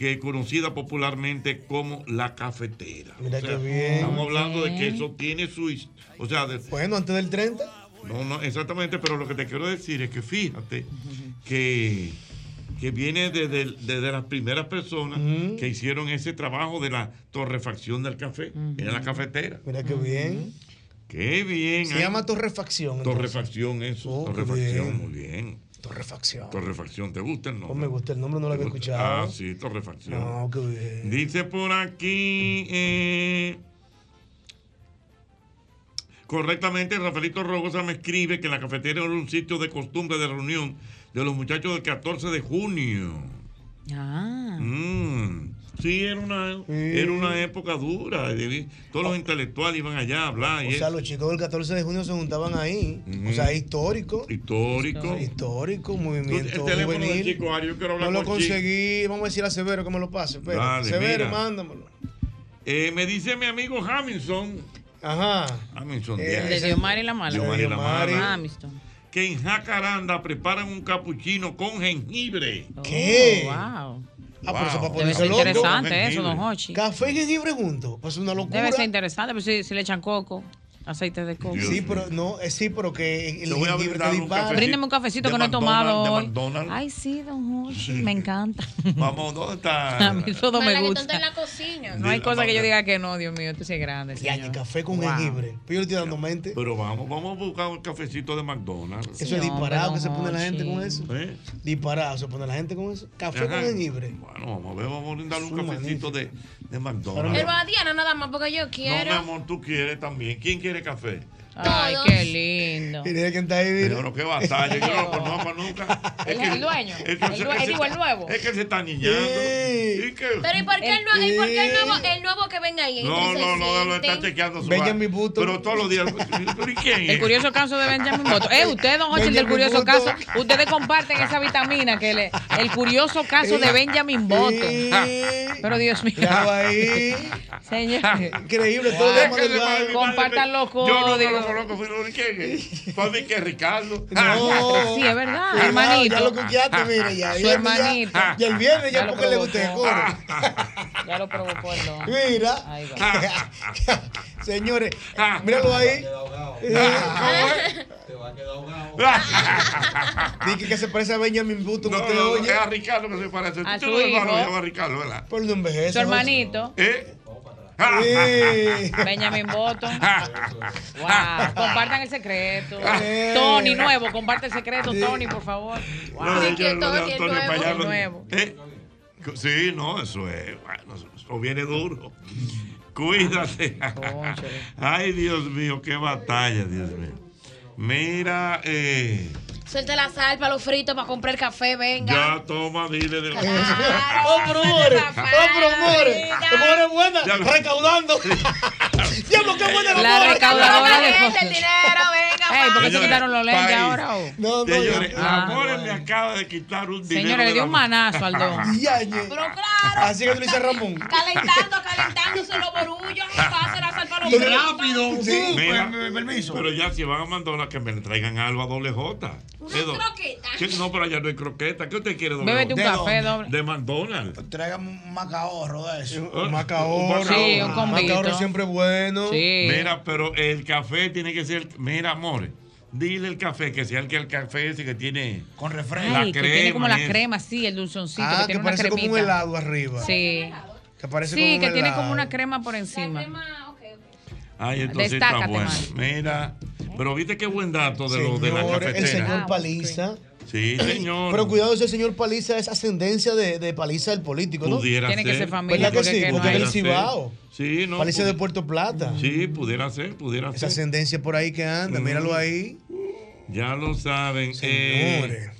que conocida popularmente como la cafetera. Mira O sea, qué bien. Estamos hablando de que Ok. eso tiene su... his- O sea, de- Bueno, antes del 30. no, no, exactamente, pero lo que te quiero decir es que fíjate que, que viene desde, el- desde las primeras personas que hicieron ese trabajo de la torrefacción del café en la cafetera. Mira qué bien. Qué bien. Se ay. llama torrefacción. entonces. torrefacción eso, Oh, qué bien. torrefacción, muy bien. Torrefacción. Torrefacción, ¿te gusta el Oh, nombre? me gusta el nombre, no lo había Ah, escuchado. sí, torrefacción. No, qué Ah, bien. Dice por aquí. eh, correctamente, Rafaelito Rogosa me escribe que la cafetera era un sitio de costumbre de reunión de los muchachos del 14 de junio. Ah. Mm, Sí, era una, era una época dura. eh, Todos los intelectuales iban allá a hablar. Ah, y O sea, los chicos del 14 de junio se juntaban ahí. O sea, histórico. Ah, Histórico. Histórico, movimiento. El teléfono del juvenil. chico Ari, yo quiero hablar No lo con Chico. conseguí. Vamos a decir a Severo que me lo pase. espera. Dale, Severo, mira. mándamelo. Eh, me dice mi amigo Hamilton. Ajá. Ah, Hamilton. Eh, Díaz. De Diomari la mala. Diomari la mala. Ah, Amiston. Que en Jacaranda preparan un capuchino con jengibre. ¿Qué? Oh, wow. Ah, pero eso para Debe ponerse ser loco. interesante eso, don Hochi. Café y jengibre juntos. Pues una locura. Debe ser interesante, pero si, si le echan coco, aceite de coco. Sí, pero no, eh, sí, pero que el Te voy a jengibre brindar te un dispara. cafecito. Bríndeme un cafecito De que no he McDonald's, tomado de hoy. McDonald's. Ay, sí, don Hochi, me encanta. Vamos, ¿dónde está? A mí todo me Malaguetón gusta. está en la cocina. No hay cosa que yo diga que no, Dios mío, tú sí es grande. Y hay café con Wow. jengibre. Pero yo le estoy dando mente. Pero vamos, vamos a buscar un cafecito de McDonald's. Eso es disparado que se pone la gente con eso. Disparado se pone la gente con eso. Café Ajá. con jengibre. Bueno, vamos a ver, vamos a brindarle un cafecito de, de McDonald's. Pero a Diana nada más porque yo No, mi quiero. amor, tú quieres también. ¿Quién quiere café? Ay, Todos. qué lindo. Mira quién está ahí, mira. Pero qué batalla, yo no lo conozco nunca. El, el dueño. Es que El, se- due- se digo, el está- nuevo. Es que se está niñando. ¿Y qué? Pero ¿y por qué el, nuevo, ¿y por qué el nuevo, el nuevo que ven ahí? No, no, no, lo está Entonces, chequeando su Benjamin Button. Pero todos los días. ¿Pero ¿Y quién El es? curioso caso de Benjamin Button. Eh, usted, don Jorge, el del Benjamin curioso Button. caso. Ustedes comparten esa vitamina que le. El curioso caso de Benjamin Button. Pero Dios mío. Señor. Increíble Wow. todo de Déjale, madrugada. Compartan los Yo no códigos. lo conozco, pero ¿y quién es? Para mí que es Ricardo. No. Sí, es verdad, Cuidado, hermanito. Ya lo cuqueaste, mira, ya. Su ya, hermanito. Ya, y el viernes Ya ya lo porque le gusta el provocó. coro. Ya lo provocó el don. Mira. Ahí Señores, míralo ahí. Dije que se parece a Benjamin Button. No, usted no, no, oye. es a Ricardo que se parece. A Tú su no lo hijo. conoces, a Ricardo, ¿verdad? Por no envejece. Su hermanito. ¿Eh? Benjamin Button. Wow. Compartan el secreto. Eh. Tony, nuevo. Comparte el secreto, Tony, por favor. Wow. No, yo lo de Antonio Payá El lo- nuevo. ¿Eh? Sí, no, eso es. Bueno, eso- eso viene duro. Cuídate. Ay, Dios mío, qué batalla, Dios mío. Mira, eh, Suelta la sal para los fritos, para comprar el café, venga. ya toma, dile de Oh, promore. Oh, promore. Promore es buena. Recaudando. Diablo, qué buena La promore. recaudadora de Gente, el dinero, venga. Ey, ¿por qué se Señores, quitaron los lentes país. ahora? o? Ah, No, Señores, Amores le acaba de quitar un dinero. Señores, le de dio la- un manazo al don. Ya, ya. Ah, Así que tú le dices Ramón. Calentando, calentándose los borullos. Pase la sal para los fritos. Rápido. Sí. Uh, pues, Mira, per- permiso. Pero ya si van a McDonald's que me le traigan algo a doble J. ¿De dónde? croqueta. ¿Qué? No, pero allá no hay croqueta. ¿Qué usted quiere doble Bébete un J? ¿De café dónde? doble. De McDonald's. Tráigame un macahorro de eso. Un Macaoro. Sí, un Ah, Macaoro convito. siempre bueno. Sí. Mira, pero el café tiene que ser. Mira, amores. Dile el café, que sea el que el café ese que tiene. Con refresco. la Ay, que tiene como la crema, crema, sí, el dulzoncito. Ah, que que tiene una parece como un cremita. helado arriba. Sí. Que parece como Sí, un que tiene helado. como una crema por encima. Ay, entonces está Destácate, bueno. Mario. Mira. Pero viste qué buen dato de, lo, de la Señores, cafetera. el Ah, señor Paliza. Sí, señor. Pero cuidado, ese señor Paliza es ascendencia de, de Paliza del político, ¿no? Pudiera Tiene que ser ¿Verdad familia, que porque sí? que no Porque hay- es del Cibao. Sí, no. Paliza pu- de Puerto Plata. Sí, Mm. pudiera ser, pudiera Esa ser. ascendencia por ahí que anda, míralo ahí. Ya lo saben. Señores. Eh,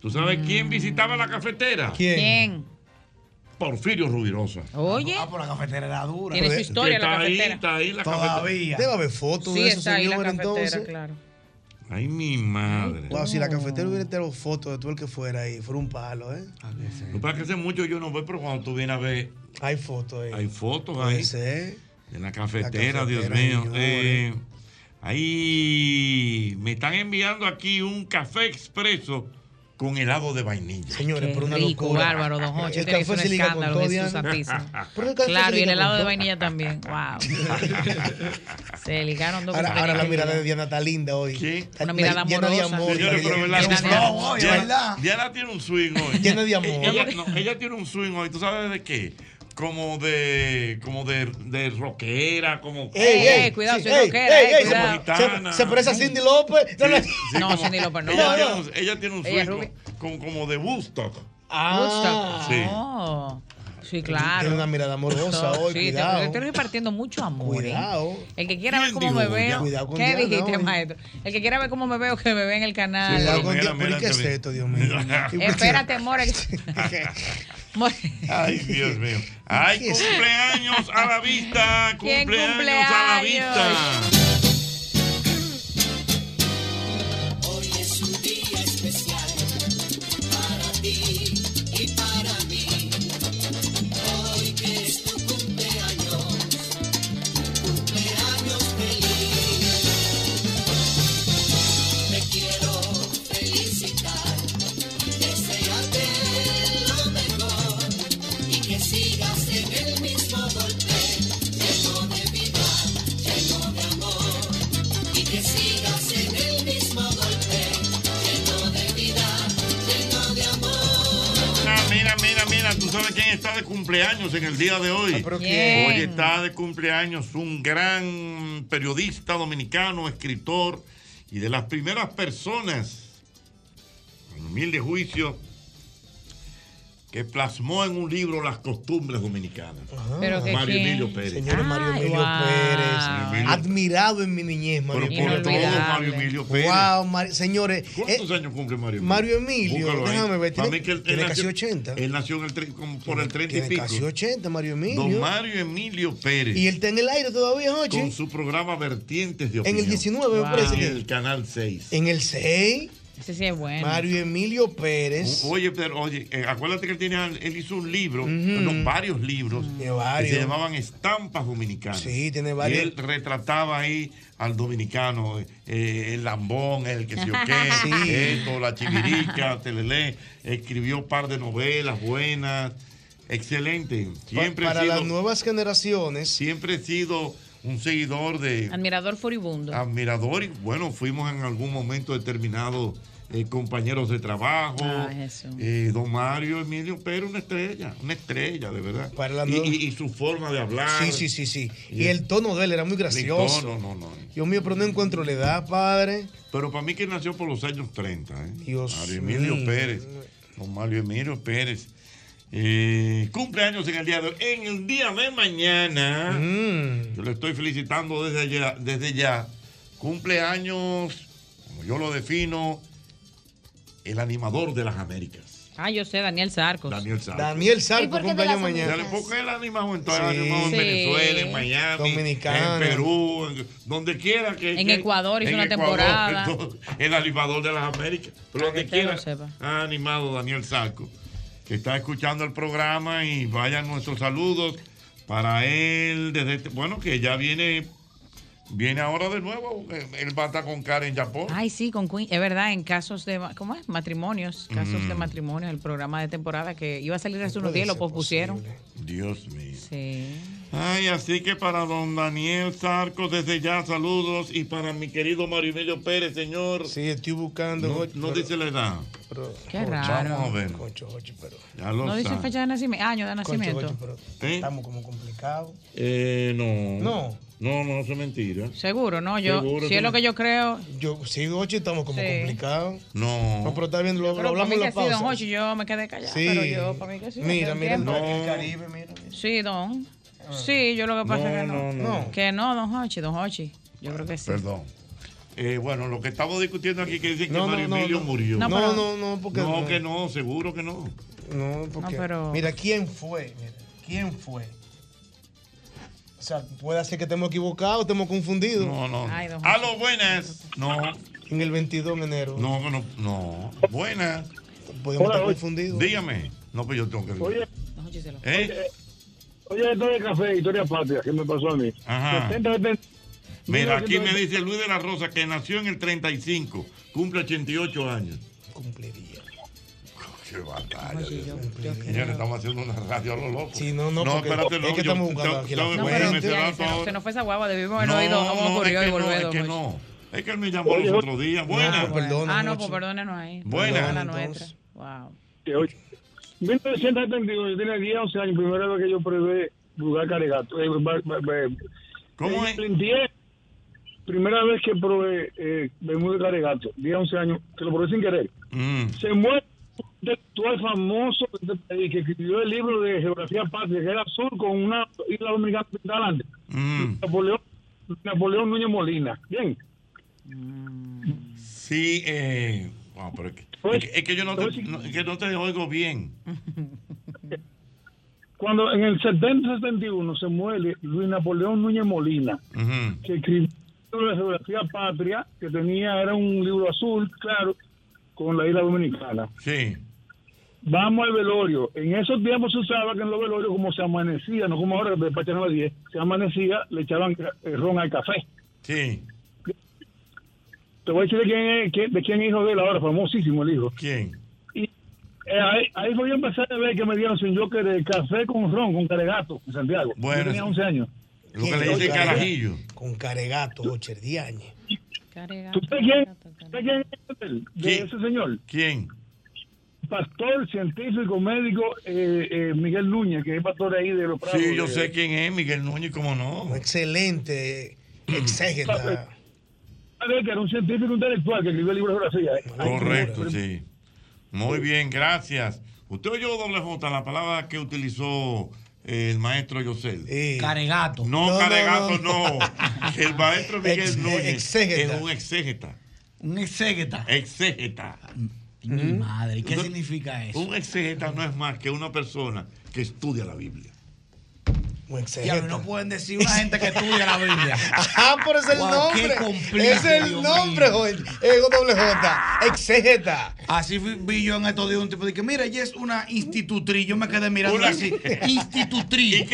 ¿Tú sabes quién visitaba la cafetera? ¿Quién? Porfirio Rubirosa. Oye, Ah, por la cafetera era dura. tiene su Que historia la está ahí, cafetera. está ahí la Todavía. Debe haber fotos Sí, de esos está ahí la señores cafetera, entonces. claro. cafetera. Ay, mi madre. Wow, si la cafetera hubiera tenido fotos de todo el que fuera ahí, fuera un palo, ¿eh? Lo que pasa es que hace mucho yo no voy, pero cuando tú vienes a ver, Hay fotos ahí. hay fotos ahí. Puede ser. De la cafetera, La cafetera, Dios mío. señores. Eh, ahí me están enviando aquí un café expreso con helado de vainilla. Señores, Qué por una rico, locura. bárbaro, don Jorge. El Tiene que café ser un se liga con escándalo, todo, Jesús Diana. santísimo. Pero el café se Claro, y el liga helado con de todo. vainilla también. Wow. Se ligaron dos Ahora, ahora la compañeras. mirada de Diana está linda hoy. ¿Qué? Está Una mirada llena de amorosa. amor. Señores, pero llena- ¿verdad? llena de No, amor. Diana, ¿verdad? Diana tiene un swing hoy. Llena de amor. Ella, no, ella tiene un swing hoy. ¿Tú sabes de qué? Como de, como de, de rockera, como. Ey, ey, Ey, cuidado, sí, soy rockera, ey, ey, se- cuidado. Gitana. Se, se parece a Cindy López. No, no. Sí, No, como- Cindy López, no. Ella, No, tiene no. un- ella tiene un Ella es swing rubia. como, como- como de Woodstock. Ah, Sí. Oh, sí, Tiene claro. una mirada amorosa Todo- hoy. sí, te- cuidado. Te, estoy repartiendo mucho amor. ¿eh? Cuidado. El que quiera ver ¿Quién cómo dijo me Goya? veo. Cuidado con ¿Qué Diana, dijiste, oye. maestro? El que quiera ver cómo me veo, que me vea en el canal. Cuidado Pero con mira, Dios. Pero ¿y mira, ¿qué es también. esto, Dios mío? Espérate, more. Ay, Dios mío. Ay, ¿Qué es? cumpleaños a la vista. ¿Quién Cumpleaños, a la cumpleaños? vista. Hoy es un día especial para ti y para mí. Hoy que es tu cumpleaños, cumpleaños feliz. Te quiero felicitar, desearte lo mejor y que sigas en el mismo golpe, lleno de vida, lleno de amor y que sigas en el mismo golpe, lleno de vida, lleno de amor. Ah, Mira, mira, mira, tú sabes quién está de cumpleaños en el día de Ah, hoy. ¿quién? Hoy está de cumpleaños un gran periodista dominicano, escritor y de las primeras personas, en humilde juicio, que plasmó en un libro las costumbres dominicanas. Pero que Mario quién. Emilio Pérez. Señores, Ah. Mario Emilio Pérez. Ah, Admirado en mi niñez, Mario Pero por todo Mario Emilio Pérez. Wow, Mar- señores. eh, ¿Cuántos años cumple Mario Emilio? Mario Emilio, Búscalo ahí. déjame ver, Para tiene- mí que él- él tiene nació- casi 80. Él nació en el tre- como por el 30 y Tiene pico. casi 80, Mario Emilio. Don Mario Emilio Pérez. Y él está en el aire todavía, Con Jochi. su programa Vertientes de En el Opinión. 19 me Wow. parece que- En el Canal 6. En el 6, Ese sí es bueno. Mario Emilio Pérez. O- Oye, pero oye, eh, acuérdate que él, tenía, él hizo un libro, no, varios libros, varios. que se llamaban Estampas Dominicanas. Sí, tiene varios. Y él retrataba ahí al dominicano, eh, eh, el lambón, el que se o qué, Sí. esto, la chivirica, telelé. Escribió un par de novelas buenas, excelente. Siempre Pa- para he sido, las nuevas generaciones. siempre he sido un seguidor de, Admirador furibundo. admirador y bueno, fuimos en algún momento determinado eh, compañeros de trabajo. Ah, Jesús. Eh, don Mario Emilio Pérez, una estrella, una estrella de verdad. y, nueva- y- y su forma de hablar. Sí, sí, sí, sí. Y el tono de él era muy gracioso. No, no, no. Dios mío, pero no encuentro la edad, padre. Pero para mí que nació por los años 30, ¿eh? Dios Mario Emilio mío. Pérez. Don Mario Emilio Pérez. Eh, cumpleaños en el día de hoy. En el día de mañana. Mm. Yo le estoy felicitando desde allá, desde ya. Cumpleaños, como yo lo defino, el animador de las Américas. Ah, yo sé, Daniel Sarcos. Daniel Sarcos. Daniel Sarcos, ¿Y por qué de cumpleaños las mañana. Dale, Américas? Porque él animado en todo, él Sí. animado en Sí. Venezuela, en Miami, Dominicana. en Perú, en- donde quiera que. En que- Ecuador hizo en una Ecuador, temporada. entonces, el animador de las Américas. Pero donde usted lo quiera sepa. ha animado Daniel Sarco, que está escuchando el programa y vayan nuestros saludos para él. desde este- Bueno, que ya viene. Viene ahora de nuevo, eh, él va a estar con Karen Japón. Ay, sí, con Queen. Es verdad, en casos de. ma- ¿Cómo es? Matrimonios. Casos Mm. de matrimonios. El programa de temporada que iba a salir hace unos puede días lo ser pospusieron. Dios mío. Sí. Ay, así que para don Daniel Sarco, desde ya saludos. Y para mi querido Mario Emilio Pérez, señor. Sí, estoy buscando. No, Jochi, no pero- dice la edad. Qué raro. Vamos a ver. Concho, Jochi, pero. Ya lo no dice sabe. fecha de nacimiento. Año de Concho, nacimiento. Jochi, pero Estamos como complicados. Eh, no. No. No, no, eso es mentira. Seguro, ¿no? Yo, Seguro si es que lo no. que yo creo. Yo, sí, Jochi, estamos como Sí. complicados. No. No, pero está bien, lo, lo Pero para hablamos mí en que la sí, don pausa. Hochi, yo me quedé callado. Sí. Pero yo, para mí que sí. me Mira, quedé mira, tiempo. no. El Ah. Caribe, mira. Sí, don. Sí, yo lo que pasa No, es que no. no, no. Que no, don Hochi, don Hochi. Yo creo que sí. Perdón. Eh, bueno, lo que estamos discutiendo aquí que dicen No, que no, Mario no, Emilio no. murió. No, No, pero- no, no, porque- No, que no, seguro que no. No, porque. Mira, ¿quién fue? Mira, ¿quién fue? O sea, puede ser que estemos equivocados, estemos confundidos. No, no. Ah, A lo buenas. No. En el 22 de enero. No, no, no. Buenas. Podemos estar confundidos. Dígame. No, pues yo tengo que. Oye. ¿Eh? Oye, esto de café, historia patria, ¿qué me pasó a mí? Ajá. 70, 70. Mira, aquí me dice Luis de la Rosa que nació en el 35, cumple 88 años. Cumpliría. Qué batalla. Dios mío. Señores, estamos haciendo una radio a lo loco. Sí, no, no, No, porque espérate, es no. que yo- estamos jugando yo- aquí la- yo me No, voy a pero meter Ya, la se, nos, se otra. nos fue esa guagua, debimos haberlo No, oído cómo no, es ocurrió que y no, volver, es don que Hochi. no. Es que él me llamó los otros días. Buenas. Ah, no, pues perdónenos ahí. Buena. Buena, Perdona nuestra. Wow. 1971, yo tenía 10, 11 años, primera vez que yo probé jugar caricato. eh, ba- ba- ba- ¿Cómo es? En 10, primera vez que probé eh, Bermuda de Caregato, 10, 11 años, que lo probé sin querer. Mm. Se muere un intelectual famoso de este país que escribió el libro de Geografía Patria, que era azul con una isla dominicana pintada adelante. Mm. Napoleón, Napoleón Núñez Molina. Bien. Sí, eh. wow, pero es, que, es que- es que yo no te, no- es que no te oigo bien. cuando en el 70-71 se muere Luis Napoleón Núñez Molina, que escribió la geografía patria, que tenía, era un libro azul, claro, con la isla dominicana. Sí. Vamos al velorio. En esos tiempos se usaba que en los velorios, como se amanecía, no como ahora que despachan a las 10, se amanecía, le echaban eh, ron al café. Sí. Te voy a decir de quién es, quién- de quién es hijo de él ahora, famosísimo el hijo. ¿Quién? Y eh, ahí, ahí fue que yo empecé a ver que me dieron sin yo que de café con ron, con caregato, en Santiago. Bueno. Yo tenía 11 años. Lo que le dice carajillo. Con caregato, Ocher Diañe. ¿Tú sabes quién, sabes quién es él, de ese señor? ¿Quién? Pastor, científico, médico, eh, eh, Miguel Núñez, que es pastor ahí de los Prados. Sí, yo de- sé quién es Miguel Núñez, cómo no. Excelente exégeta. Sabe Ah, que Era un científico intelectual que escribió el libro de geografía. eh. Correcto, sí. Muy bien, gracias. Usted oyó doble J, la palabra que utilizó eh, el maestro Yosel. Eh, Caregato. No, No, no, caregato, no. no. El maestro Miguel Ex- Núñez exégeta. es un exégeta. Un exégeta. Exégeta. Mi madre, ¿qué No. significa eso? Un exégeta no es más que una persona que estudia la Biblia. Diablo, no pueden decir una gente que estudia la Biblia. Ah, pero es el Guau, qué nombre. complejo, Es el Dios nombre, mío. Jorge. Es doble J. Exégeta. Así fui- vi yo en estos días un tipo de que mira, ella es una institutriz. Yo me quedé mirando Una- así. Institutriz.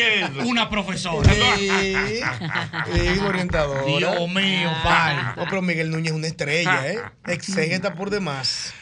Una profesora. Sí. Sí, orientador. Ah, Dios mío, padre. No, pero Miguel Núñez es una estrella, ¿eh? Exégeta por demás.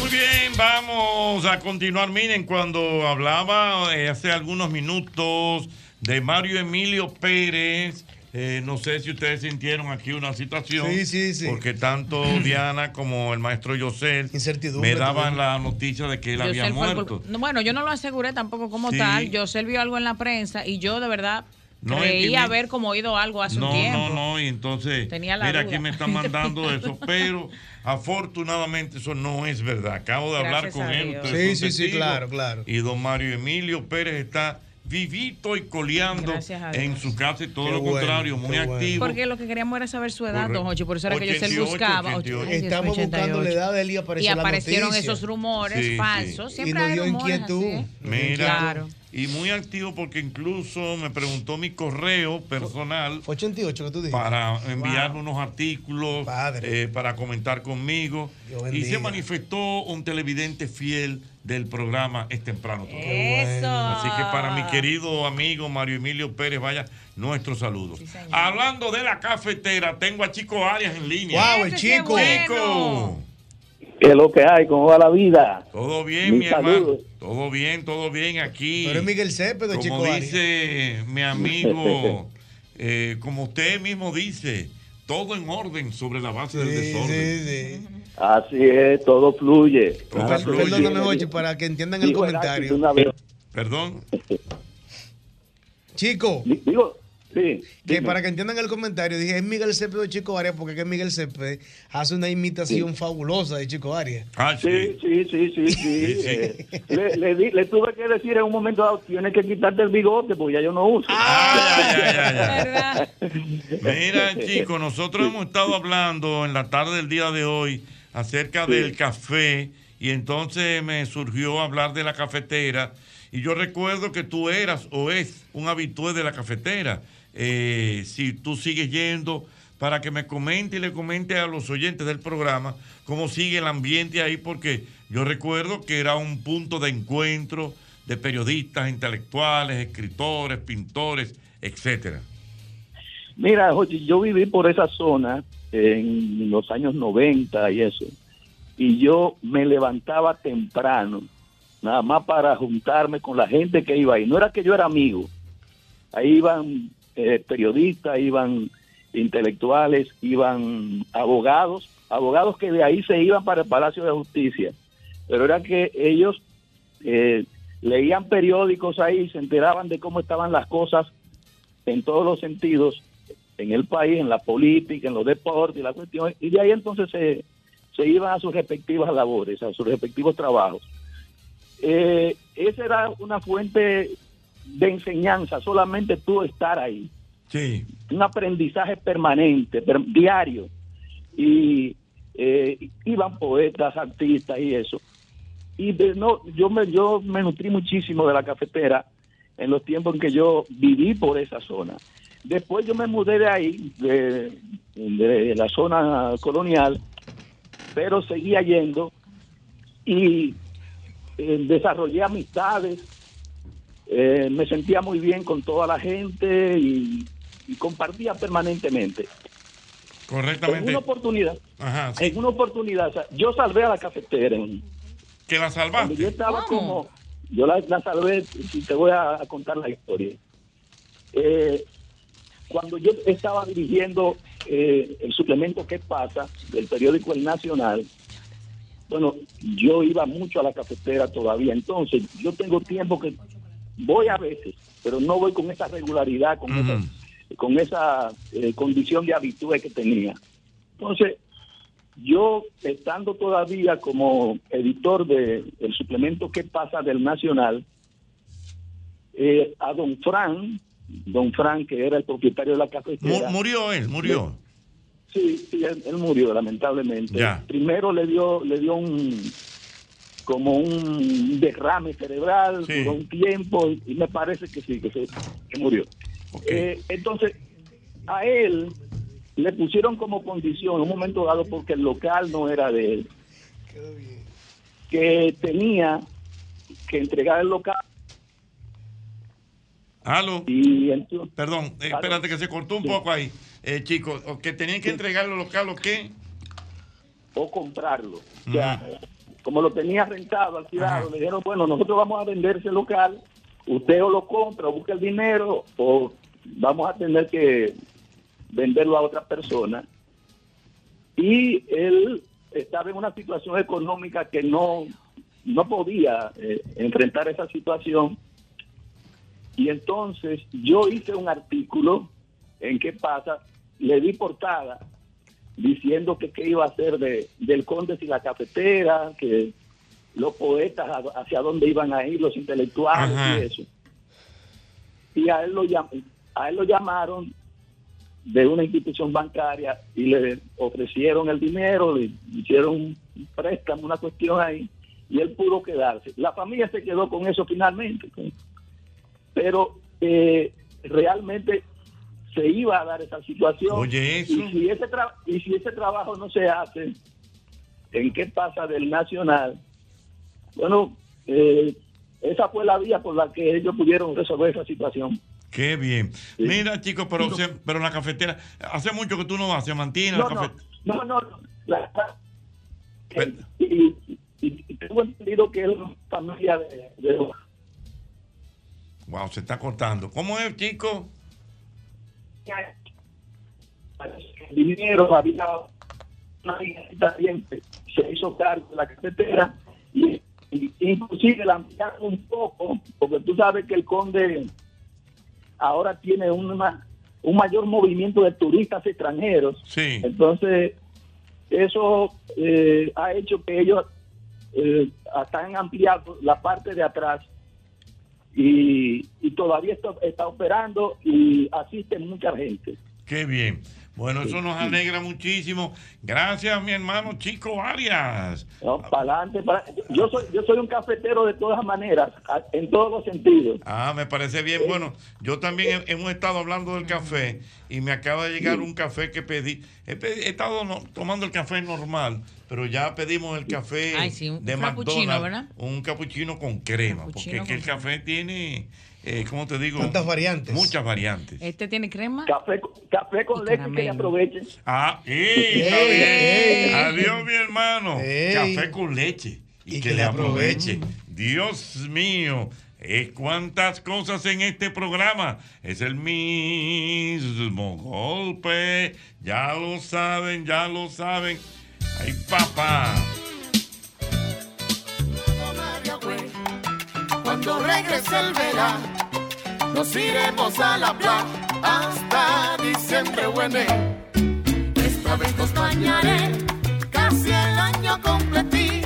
Muy bien, vamos a continuar. Miren, cuando hablaba eh, hace algunos minutos de Mario Emilio Pérez, eh, no sé si ustedes sintieron aquí una situación. Sí, sí, sí. Porque tanto Diana como el maestro Yosel Incertidumbre me daban también. la noticia de que él Yosel había fue el muerto. culp- No, bueno, yo no lo aseguré tampoco como Sí. tal. Yosel vio algo en la prensa y yo de verdad No, y- y creí mi- haber como oído algo hace No, un tiempo. no, no, y entonces, Tenía la mira, duda. aquí me están mandando eso, pero afortunadamente eso no es verdad. Acabo de hablar Gracias con a él. Dios. ustedes Sí, son sí, sí, testigos, claro, claro. Y don Mario Emilio Pérez está vivito y coleando Gracias a en Dios. su casa y todo Qué lo bueno, contrario, muy activo. Porque lo que queríamos era saber su edad, Correcto. don Jochi. Por eso era que Yosel 88, buscaba. 88. Ay, Dios, Estamos buscando la edad de él y apareció y la aparecieron noticia. esos rumores Sí, falsos. sí. Siempre Y nos hay dio rumores inquietud. así, ¿eh? Mira, Claro. y muy activo porque incluso me preguntó mi correo personal. 88 que tú dijiste. Para enviarme unos artículos, eh, para comentar conmigo. Dios Y se bendiga. manifestó un televidente fiel del programa Es Temprano. Todavía. Eso. Así que para mi querido amigo Mario Emilio Pérez, vaya, nuestros saludos. señor. Hablando de la cafetera, tengo a Chico Arias en línea. Guau, el Ese sí es chico. bueno. Chico. Que lo que hay, con va la vida? Todo bien, Mis mi hermano. saludos. Todo bien, todo bien aquí. Pero es Miguel Cépedes, Como Chico Arias. dice mi amigo, eh, como usted mismo dice, todo en orden sobre la base del desorden. Así es, todo fluye. Nada Per- fluye. Perdóname, Jochi, para que entiendan el Digo, era comentario. una vez. Perdón. Chico. Digo, sí. Que dime. para que entiendan el comentario, dije, es Miguel Cepeda de Chico Arias, porque es que Miguel Cepeda hace una imitación fabulosa de Chico Arias. Ah, Ah, sí, sí, sí, sí, sí. eh, le, le di- le tuve que decir en un momento dado, tienes que quitarte el bigote porque ya yo no uso. Mira, chicos, nosotros hemos estado hablando en la tarde del día de hoy acerca del café y entonces me surgió hablar de la cafetera y yo recuerdo que tú eras o es un habitué de la cafetera. Eh, si tú sigues yendo, para que me comente y le comente a los oyentes del programa cómo sigue el ambiente ahí, porque yo recuerdo que era un punto de encuentro de periodistas, intelectuales, escritores, pintores, etcétera. Mira, Jochi, yo viví por esa zona en los años 90 y eso. Y yo me levantaba temprano, nada más para juntarme con la gente que iba ahí. No era que yo era amigo. Ahí iban eh, periodistas, iban intelectuales, iban abogados, abogados que de ahí se iban para el Palacio de Justicia. Pero era que ellos eh, leían periódicos ahí, se enteraban de cómo estaban las cosas en todos los sentidos en el país, en la política, en los deportes y la cuestión, y de ahí entonces se, se iban a sus respectivas labores, a sus respectivos trabajos. Eh, esa era una fuente de enseñanza, solamente tú estar ahí. Sí. Un aprendizaje permanente, per- diario. Y eh, iban poetas, artistas y eso. y de- no, yo me, yo me nutrí muchísimo de la cafetera en los tiempos en que yo viví por esa zona. Después yo me mudé de ahí, de, de la zona colonial, pero seguía yendo y eh, desarrollé amistades, eh, me sentía muy bien con toda la gente y, y compartía permanentemente. En Correctamente. una oportunidad, Ajá. en una oportunidad, o sea, yo salvé a la cafetera en, Que la salvaste. yo estaba como. Yo la, la salvé, y te voy a, a contar la historia. Eh, cuando yo estaba dirigiendo eh, el suplemento ¿Qué pasa? del periódico El Nacional, bueno, yo iba mucho a la cafetera todavía. Entonces, yo tengo tiempo que voy a veces, pero no voy con esa regularidad, con esa, con esa eh, condición de habitud que tenía. Entonces, yo, estando todavía como editor del el suplemento que pasa del Nacional, eh, a don Fran, don Fran, que era el propietario de la cafetera. Mu- murió él, murió. Sí, sí, él, él murió, lamentablemente. Ya. Primero le dio, le dio un como un derrame cerebral, duró un tiempo, y me parece que sí, que, se, que murió. Eh, entonces, a él le pusieron como condición, en un momento dado, porque el local no era de él, que tenía que entregar el local. Aló. Y entonces, Perdón, eh, espérate que se cortó un poco ahí. Eh, chicos, o que tenían que entregar los locales o qué. O comprarlo. O sea, como lo tenía rentado, alquilado, le dijeron, bueno, nosotros vamos a vender ese local, usted o lo compra o busca el dinero o vamos a tener que venderlo a otra persona. Y él estaba en una situación económica que no, no podía eh, enfrentar esa situación. Y entonces yo hice un artículo en qué pasa, le di portada diciendo que qué iba a hacer de, del Conde y la cafetera, que los poetas a- hacia dónde iban a ir, los intelectuales y eso. Y a él lo llam- a él lo llamaron de una institución bancaria y le ofrecieron el dinero, le hicieron un préstamo, una cuestión ahí, y él pudo quedarse. La familia se quedó con eso finalmente, ¿sí? pero eh, realmente se iba a dar esa situación. Oye, eso. Y, si ese tra- y si ese trabajo no se hace, ¿en qué pasa del nacional? Bueno, eh, esa fue la vía por la que ellos pudieron resolver esa situación. Qué bien. Mira, chicos, pero, se- pero la cafetera. Hace mucho que tú no vas, se mantiene No, la no, cafetera. no, no. la- y, y- y tengo entendido que es una familia de, de- Wow, se está cortando. ¿Cómo es, chico? dinero, había una viejita diente, se hizo cargo de la cafetera y, y- inclusive la ampliaron un poco, porque tú sabes que el conde ahora tiene una, un mayor movimiento de turistas extranjeros. Sí. Entonces, eso eh, ha hecho que ellos eh, hasta han ampliado la parte de atrás y, y todavía está, está operando y asiste mucha gente. Qué bien. Bueno, eso nos alegra muchísimo. Gracias, mi hermano Chico Arias. para adelante, para... Yo soy, yo soy un cafetero de todas maneras, a- en todos los sentidos. Ah, me parece bien. Bueno, yo también he- hemos estado hablando del café y me acaba de llegar un café que pedí. He, pe- he estado no- tomando el café normal, pero ya pedimos el café Ay, sí, un de frappuccino, McDonald's, ¿verdad? Un capuchino con crema, porque es que el café tiene, eh, ¿cómo te digo? Muchas variantes. Muchas variantes. ¿Este tiene crema? Café, café con leche que aprovechen. Ah, ey, está Ey, bien. ey. Adiós, mi hermano. Ey. Café con leche. Y, que, le aproveche. Dios mío. Es cuántas cosas en este programa. Es el mismo golpe. Ya lo saben, ya lo saben. Ay, papá. Cuando regrese el verano, nos iremos a la playa hasta diciembre, buene. Esta vez nos bañaré casi el año completí.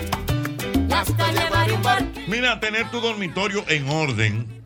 Hasta llevar un barco. Mira, tener tu dormitorio en orden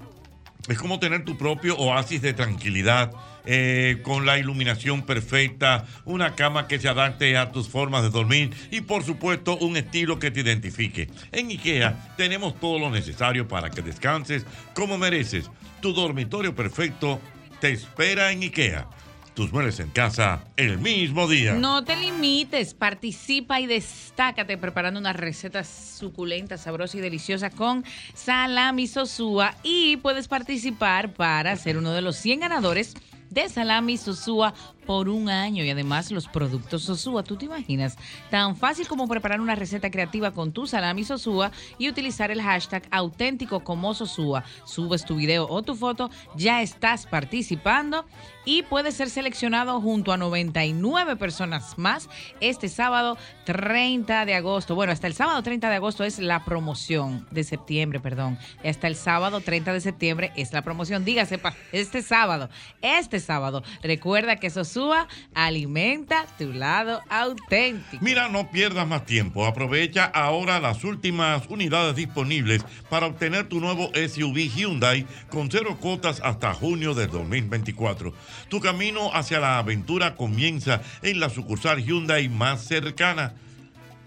es como tener tu propio oasis de tranquilidad. eh, con la iluminación perfecta, una cama que se adapte a tus formas de dormir y por supuesto un estilo que te identifique. En IKEA tenemos todo lo necesario para que descanses como mereces. Tu dormitorio perfecto te espera en IKEA. Tus muebles en casa el mismo día. No te limites, participa y destácate preparando una receta suculenta, sabrosa y deliciosa con salami sosúa y puedes participar para ser uno de los 100 ganadores de salami sosúa por un año y además los productos sosúa, tú te imaginas, tan fácil como preparar una receta creativa con tu salami sosúa y utilizar el hashtag auténtico como sosúa, subes tu video o tu foto, ya estás participando y puedes ser seleccionado junto a 99 personas más este sábado 30 de agosto. Bueno, hasta el sábado 30 de agosto es la promoción de septiembre, perdón. Hasta el sábado 30 de septiembre es la promoción. Dígase, pa- este sábado, este sábado. Recuerda que Sosúa alimenta tu lado auténtico. Mira, no pierdas más tiempo. Aprovecha ahora las últimas unidades disponibles para obtener tu nuevo SUV Hyundai con cero cuotas hasta junio de 2024. Tu camino hacia la aventura comienza en la sucursal Hyundai más cercana.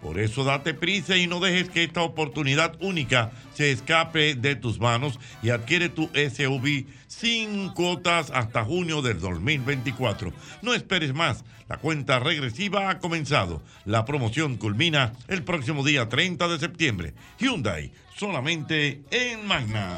Por eso date prisa y no dejes que esta oportunidad única se escape de tus manos y adquiere tu SUV sin cuotas hasta junio del 2024. No esperes más, la cuenta regresiva ha comenzado. La promoción culmina el próximo día 30 de septiembre. Hyundai, solamente en Magna.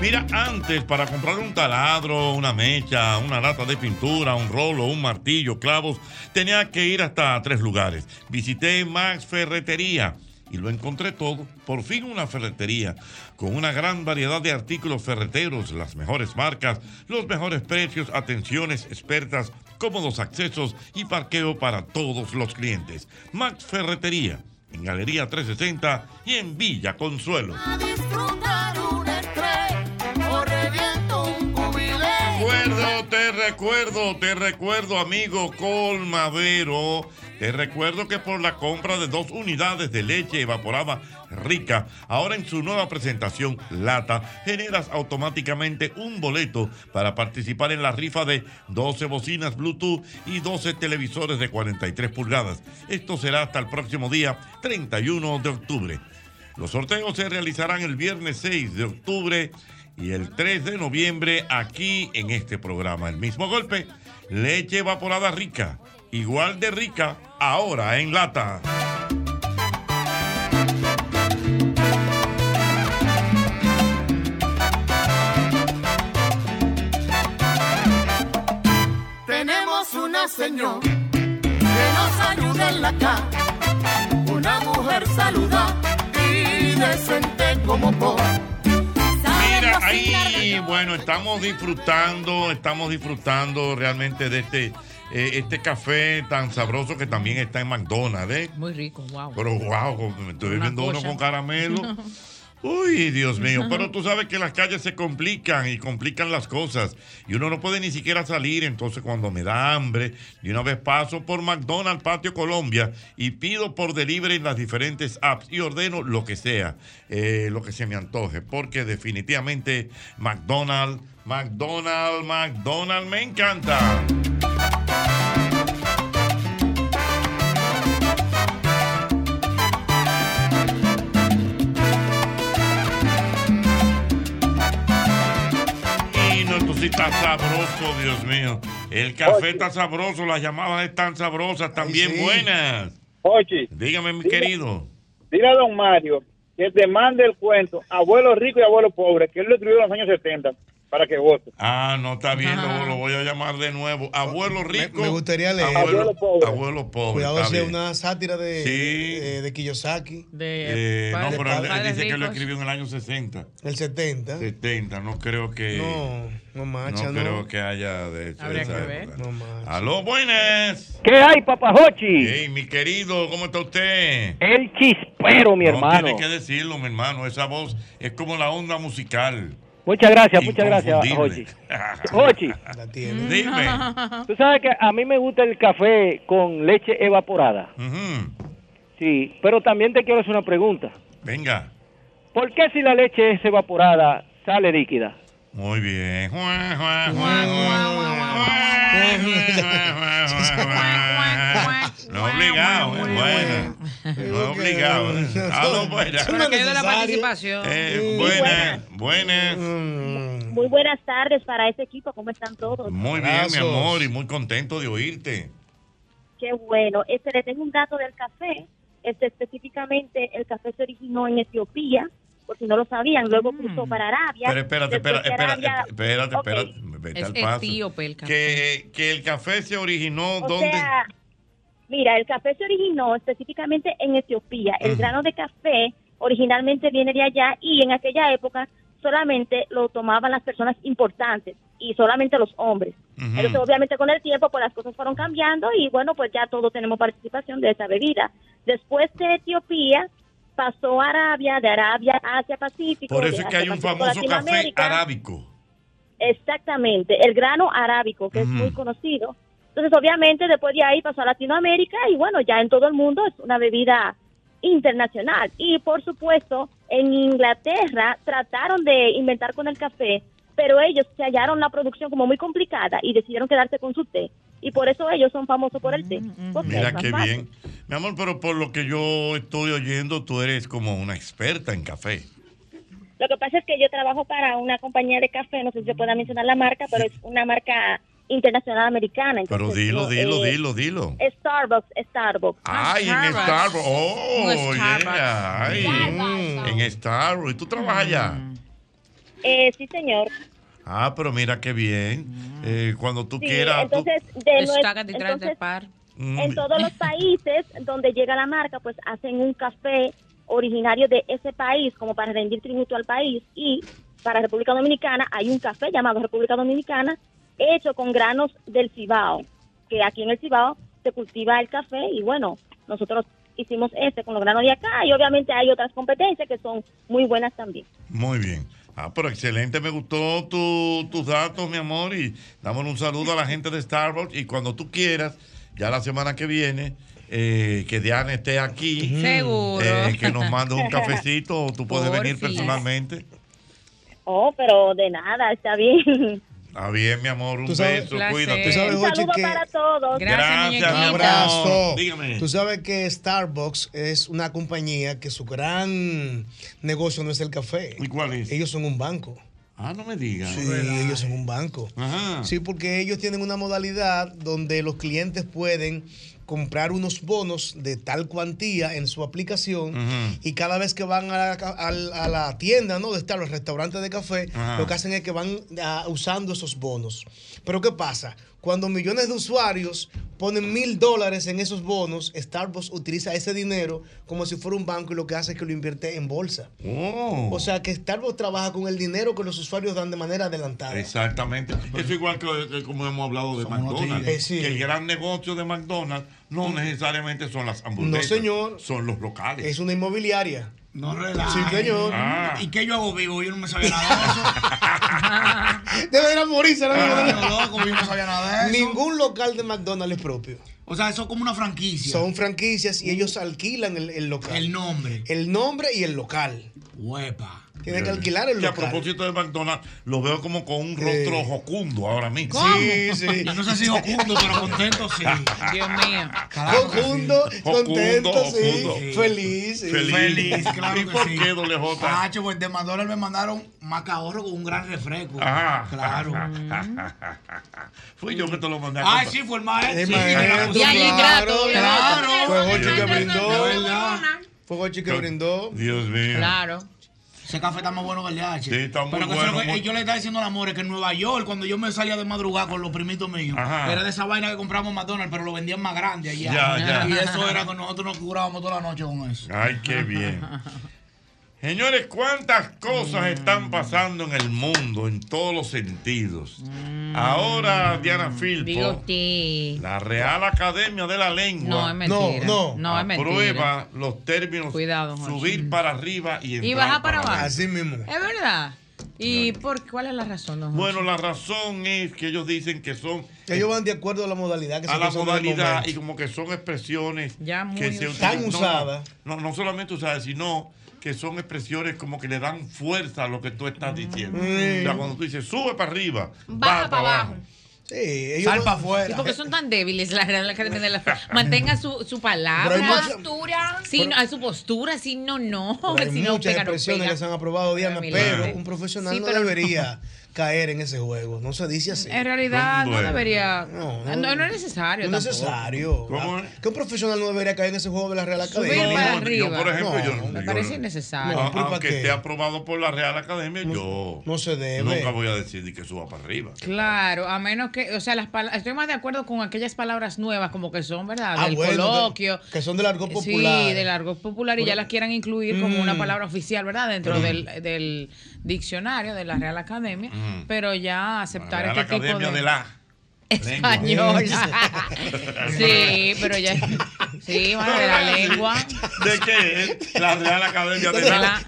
Mira, antes para comprar un taladro, una mecha, una lata de pintura, un rolo, un martillo, clavos, tenía que ir hasta tres lugares. Visité Max Ferretería y lo encontré todo. Por fin una ferretería con una gran variedad de artículos ferreteros, las mejores marcas, los mejores precios, atenciones expertas, cómodos accesos y parqueo para todos los clientes. Max Ferretería en Galería 360 y en Villa Consuelo. Disfrutar un estrés o reviento un Te recuerdo, te recuerdo, te recuerdo, amigo Colmadero. Te recuerdo que por la compra de dos unidades de leche evaporada rica, ahora en su nueva presentación lata, generas automáticamente un boleto para participar en la rifa de 12 bocinas Bluetooth y 12 televisores de 43 pulgadas. Esto será hasta el próximo día 31 de octubre. Los sorteos se realizarán el viernes 6 de octubre y el 3 de noviembre aquí en este programa. El mismo golpe, leche evaporada rica, igual de rica, ahora en lata. Tenemos una señora que nos ayuda en la casa, una mujer saluda y decente como por. Mira, ahí, bueno, estamos disfrutando, estamos disfrutando realmente de este, eh, este café tan sabroso que también está en McDonald's. ¿eh? Muy rico, wow. Pero wow, me estoy Una bebiendo uno cosa. con caramelo. Uy, Dios mío, pero tú sabes que las calles se complican y complican las cosas. Y uno no puede ni siquiera salir, entonces cuando me da hambre, de una vez paso por McDonald's Patio Colombia y pido por delivery en las diferentes apps y ordeno lo que sea, eh, lo que se me antoje, porque definitivamente McDonald's, McDonald's, McDonald's me encanta. Y no, esto sí está sabroso, Dios mío. El café está sabroso, las llamadas están sabrosas, también sí. buenas. Oye, Dígame, mi Dime. querido. dile a don Mario que te mande el cuento, abuelo rico y abuelo pobre, que él lo escribió en los años 70, para que vote. Ah, no está bien, lo, lo voy a llamar de nuevo. Abuelo rico. Oh, me gustaría leer. Abuelo Abuelo pobre. pobre. Abuelo pobre. Cuidado está si es bien. una sátira de, Sí. eh, de Kiyosaki. Eh, no, pero él- él, dice que lo escribió en el año 60. El 70. 70, no creo que. No, no macha, no. creo que haya de hecho. Habría esa que ver. época. Aló, buenas. ¿Qué hay, papajochi? Hey, mi querido, ¿cómo está usted? El chispero, mi No hermano. tiene que decirlo, mi hermano. Esa voz es como la onda musical. Muchas gracias, muchas gracias, Jochi. Inconfundible. Jochi. Dime. Tú sabes que a mí me gusta el café con leche evaporada. Sí, pero también te quiero hacer una pregunta. Venga. ¿Por qué si la leche es evaporada sale líquida? Muy bien. No es obligado, es buena. No es obligado. ¿eh? Aló, buenas. Pero que de la participación. Eh, buenas, buenas. Mm. Muy buenas tardes para ese equipo, ¿cómo están todos? Muy bien, mi amor, y muy contento de oírte. Qué bueno. Este, le tengo un dato del café. Este, específicamente, el café se originó en Etiopía, por si no lo sabían, luego cruzó para Arabia. Pero espérate, después espérate, de espérate, Arabia- espérate, Ok. espérate. Vete Es al paso. etíope el café. Que, que el pues, café se originó O donde. sea, mira, el café se originó específicamente en Etiopía. El Ujú. grano de café originalmente viene de allá y en aquella época solamente lo tomaban las personas importantes y solamente los hombres. Entonces, obviamente, con el tiempo, pues las cosas fueron cambiando y bueno, pues ya todos tenemos participación de esa bebida. Después de Etiopía, pasó a Arabia, de Arabia a Asia Pacífico. Por de eso es que Asia hay un Pacífico a famoso café Latinoamérica. arábico. Exactamente, el grano arábico, que es Ujú. muy conocido. Entonces, obviamente, después de ahí pasó a Latinoamérica y bueno, ya en todo el mundo es una bebida internacional. Y por supuesto, en Inglaterra trataron de inventar con el café, pero ellos se hallaron la producción como muy complicada y decidieron quedarse con su té. Y por eso ellos son famosos por el té. porque es Mm, Mira más qué fácil. bien. Mi amor, pero por lo que yo estoy oyendo, tú eres como una experta en café. Lo que pasa es que yo trabajo para una compañía de café, no sé si se pueda mencionar la marca, pero es una marca internacional americana. Pero Entonces, dilo, yo, dilo, eh, dilo, dilo. Starbucks, Starbucks. Ay, en Starbucks. Oh, yeah, ay. Mm, Starbucks. En Starbucks. ¿Y tú trabajas allá? Mm. Eh, sí, señor. Ah, pero mira qué bien. Eh, cuando tú Mm. Sí, quieras. tú- entonces, de Está nues- detrás del entonces, Mm, en todos los países donde llega la marca, pues hacen un café originario de ese país como para rendir tributo al país. Y para República Dominicana hay un café llamado República Dominicana hecho con granos del Cibao, que aquí en el Cibao se cultiva el café y bueno, nosotros hicimos este con los granos de acá y obviamente hay otras competencias que son muy buenas también. Muy bien. Ah, pero excelente, me gustó tu- tus datos, mi amor, y damos un saludo a la gente de Starbucks y cuando tú quieras, ya la semana que viene, eh, que Diana esté aquí, Seguro. eh, que nos mande un cafecito o tú puedes Por venir fin. personalmente. Oh, pero de nada, está bien. Está bien, mi amor, un Tú sabes- beso, Placer. cuídate. Tú sabes, Un saludo para todos. Gracias, mi Un amor. abrazo. Dígame. Tú sabes que Starbucks es una compañía que su gran negocio no es el café. ¿Y cuál es? Ellos son un banco. Ah, no me digas. Sí, ellos son un banco. Sí, porque ellos tienen una modalidad donde los clientes pueden comprar unos bonos de tal cuantía en su aplicación Ujú. y cada vez que van a la, ca- al- a la tienda, ¿no? De estar los restaurantes de café, Ajá. lo que hacen es que van ah, usando esos bonos. Pero ¿qué pasa? Cuando millones de usuarios ponen mil dólares en esos bonos, Starbucks utiliza ese dinero como si fuera un banco y lo que hace es que lo invierte en bolsa. Oh. O sea que Starbucks trabaja con el dinero que los usuarios dan de manera adelantada. Exactamente. Eso igual que, que como hemos hablado de McDonald's. tigres. Que el gran negocio de McDonald's no necesariamente son las hamburguesas. No, señor. Pues Son los locales. Es una inmobiliaria. No relaja. Sí, señor. Ah. ¿Y qué yo hago vivo? Yo no me sabía nada de eso. Debería morirse ahora mismo. Ah, No, loco, yo no sabía nada de eso. Ningún local de McDonald's es propio. O sea, eso es como una franquicia. Son franquicias y ellos alquilan el, el local. El nombre. El nombre y el local. Huepa. Tienen que alquilar el Eh, Que a local. propósito de McDonald's, lo veo como con un rostro jocundo ahora mismo. ¿Cómo? Sí, sí. Yo no sé si jocundo, pero contento sí. Dios mío. Jocundo, contento, sí. Feliz. Feliz. Feliz, claro ¿Y que por sí. qué, doble J? Ah, che, pues de McDonald's me mandaron macahorro con un gran refresco. Ajá. Ah, Claro. Ah. Fui yo que te lo mandé a Ay, comprar. sí, fue el maestro. El Sí, maestro, sí, sí. claro, claro. Fue Jochi que brindó. De verdad. Fue Jochi que brindó. Dios mío. Claro. Ese café está más bueno que el de H. Sí, está muy Pero que eso bueno, es lo que- muy- yo le estaba diciendo al amor es que en Nueva York, cuando yo me salía de madrugada con los primitos míos, Ajá. era de esa vaina que compramos en McDonald's, pero lo vendían más grande allá. Ya, ya. Y eso era que nosotros nos curábamos toda la noche con eso. Ay, qué bien. Señores, cuántas cosas están pasando en el mundo, en todos los sentidos. Mm. Ahora, Diana Diga Filpo, usted. la Real Academia de la No, Lengua es mentira. No, no. No, Ah, es mentira. aprueba los términos Cuidado, Jorge. subir para arriba y entrar Y baja para abajo. Así mismo. Es verdad. ¿Y por cuál es la razón, don Jorge? Bueno, la razón es que ellos dicen que son Ellos van de acuerdo a la modalidad que se a la usa en el modalidad momento. y como que son expresiones Ya muy que se usadas. Tan utilizan- no, usadas. No, no solamente usadas, sino que son expresiones como que le dan fuerza a lo que tú estás diciendo. Mm. O sea, cuando tú dices sube para arriba, Baja para abajo. Sí, ellos Sal no- para ¿Y por qué son tan débiles la Real Academia de la Mantenga su, su palabra. Pero hay mucha- postura. Sí, no, su postura, si no, no. Pero hay si no, muchas pega, no expresiones pega. que se han aprobado, Diana, Pero mira, pero sí. un profesional Sí, no pero no. debería caer en ese juego. No se dice así. En realidad, no Bueno. debería. No, No, no. no es necesario. No es tampoco. necesario. Que un profesional no debería caer en ese juego de la Real Subir Academia. para arriba. Yo, por ejemplo, No, yo, me yo- parece innecesario. Ah, No, ¿Pero para aunque qué? esté aprobado por la Real Academia, yo no se debe. nunca voy a decir que suba para arriba. Claro, a menos que, o sea, las pala- estoy más de acuerdo con aquellas palabras nuevas, como que son, ¿verdad? Ah, del bueno, coloquio. que son del argot Sí, popular. Mm. del argot popular y ya las quieran incluir como una palabra oficial, ¿verdad? Dentro del, del diccionario de la Real Academia, Mm. pero ya aceptar Real este tipo Academia de... de la Español. sí, pero ya... Sí, bueno, de la lengua. ¿De qué? La Real Academia de la.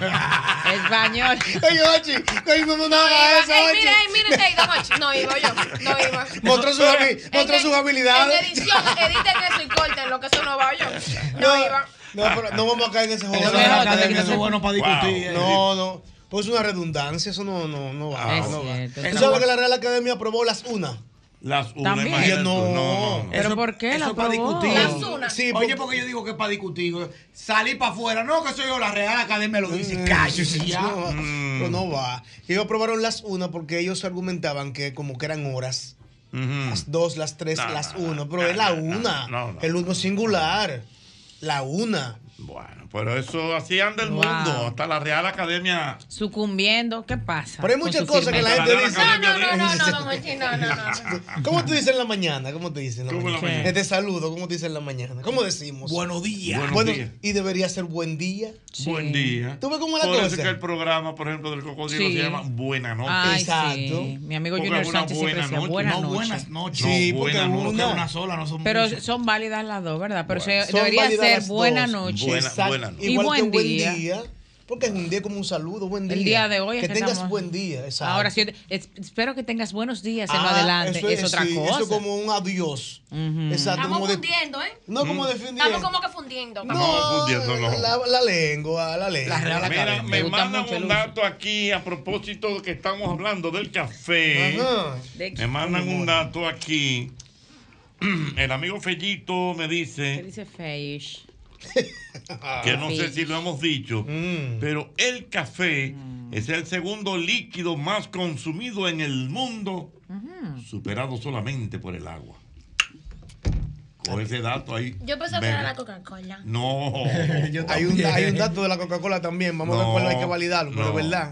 ah. Español. Oye, Ochi, que mi mamá no haga eso, Ay, Ochi. mira, ay, mira, te digo, Mochi. No iba yo, no iba. Mostró sus habi- mostró sus habilidades. En edición, editen eso y corten lo que eso no va yo. No, no, pero no vamos a caer en ese juego. Eso de la es Real academia, Academia. eso es bueno para discutir, eh. No, no. Pues es una redundancia, eso no, no, no va. Ah, no es va. cierto. ¿Tú sabes que la Real Academia aprobó las una? Las una, También. imagínate. No. no, no. Pero Eso- ¿por qué Eso la es para aprobó? discutir. Las unas. Sí, Oye, porque yo digo que es para discutir. Salí para afuera. No, que soy yo, la Real Academia lo Eh, dice. Cállese ya. Mm. No, va, pero no va. Ellos aprobaron las una porque ellos argumentaban que como que eran horas. Las dos, las tres, No, las no, uno. no, Pero no, es la no, no, una. no, no. el uno singular. La una. Bueno, pero eso así anda el Wow. mundo. Hasta la Real Academia. Sucumbiendo, ¿qué pasa? Pero hay con muchas su cosas que la firmeza? gente dice. don Jochi, no, no, no. ¿Cómo te dicen en la mañana? ¿Cómo te dicen en la ¿Cómo en la mañana? mañana? Eh, Te saludo, ¿cómo te dicen en la mañana? ¿Cómo decimos? Buenos días. Buenos Bueno, días. Y debería ser buen día. Buen día. ¿Tú ves cómo es la Por eso cosa? es que el programa, por ejemplo, del Cocodrilo Sí. se llama Buena Noche. Ay, sí. Mi amigo Porque Junior una Sánchez siempre buena decía noche. buena No, noche. buenas noches. Sí, No, porque buena uno- noche. una sola, no son Pero muchas. son válidas las dos, ¿verdad? Pero se- Son debería válidas ser las buena dos. noche. Buena- Exacto. buena noche. Igual Y buen que un buen día. día. Porque es un día como un saludo, buen día. El día de hoy es Que, que tengas estamos- buen día. Exacto. Ahora sí, es- espero que tengas buenos días en lo Ah, adelante. eso es, otra sí, cosa. Eso como un adiós. Exacto. Estamos como de- fundiendo, ¿eh? No, como defendiendo. Estamos como que fundiendo. No, fundiendo, no. La, la lengua, la lengua. Mira, me mandan un dato aquí a propósito de que estamos hablando del café. Ajá. ¿De qué? Me mandan un dato aquí. El amigo Fellito me ¿Qué dice dice Feish? que no sé Feish. si lo hemos dicho, pero el café Mm. es el segundo líquido más consumido en el mundo, superado solamente por el agua. Con ese dato ahí. Yo pensaba que era Venga. la Coca-Cola. No. hay, un, hay un dato de la Coca-Cola también. Vamos a ver No, cuál hay que validarlo. Pero es no. verdad.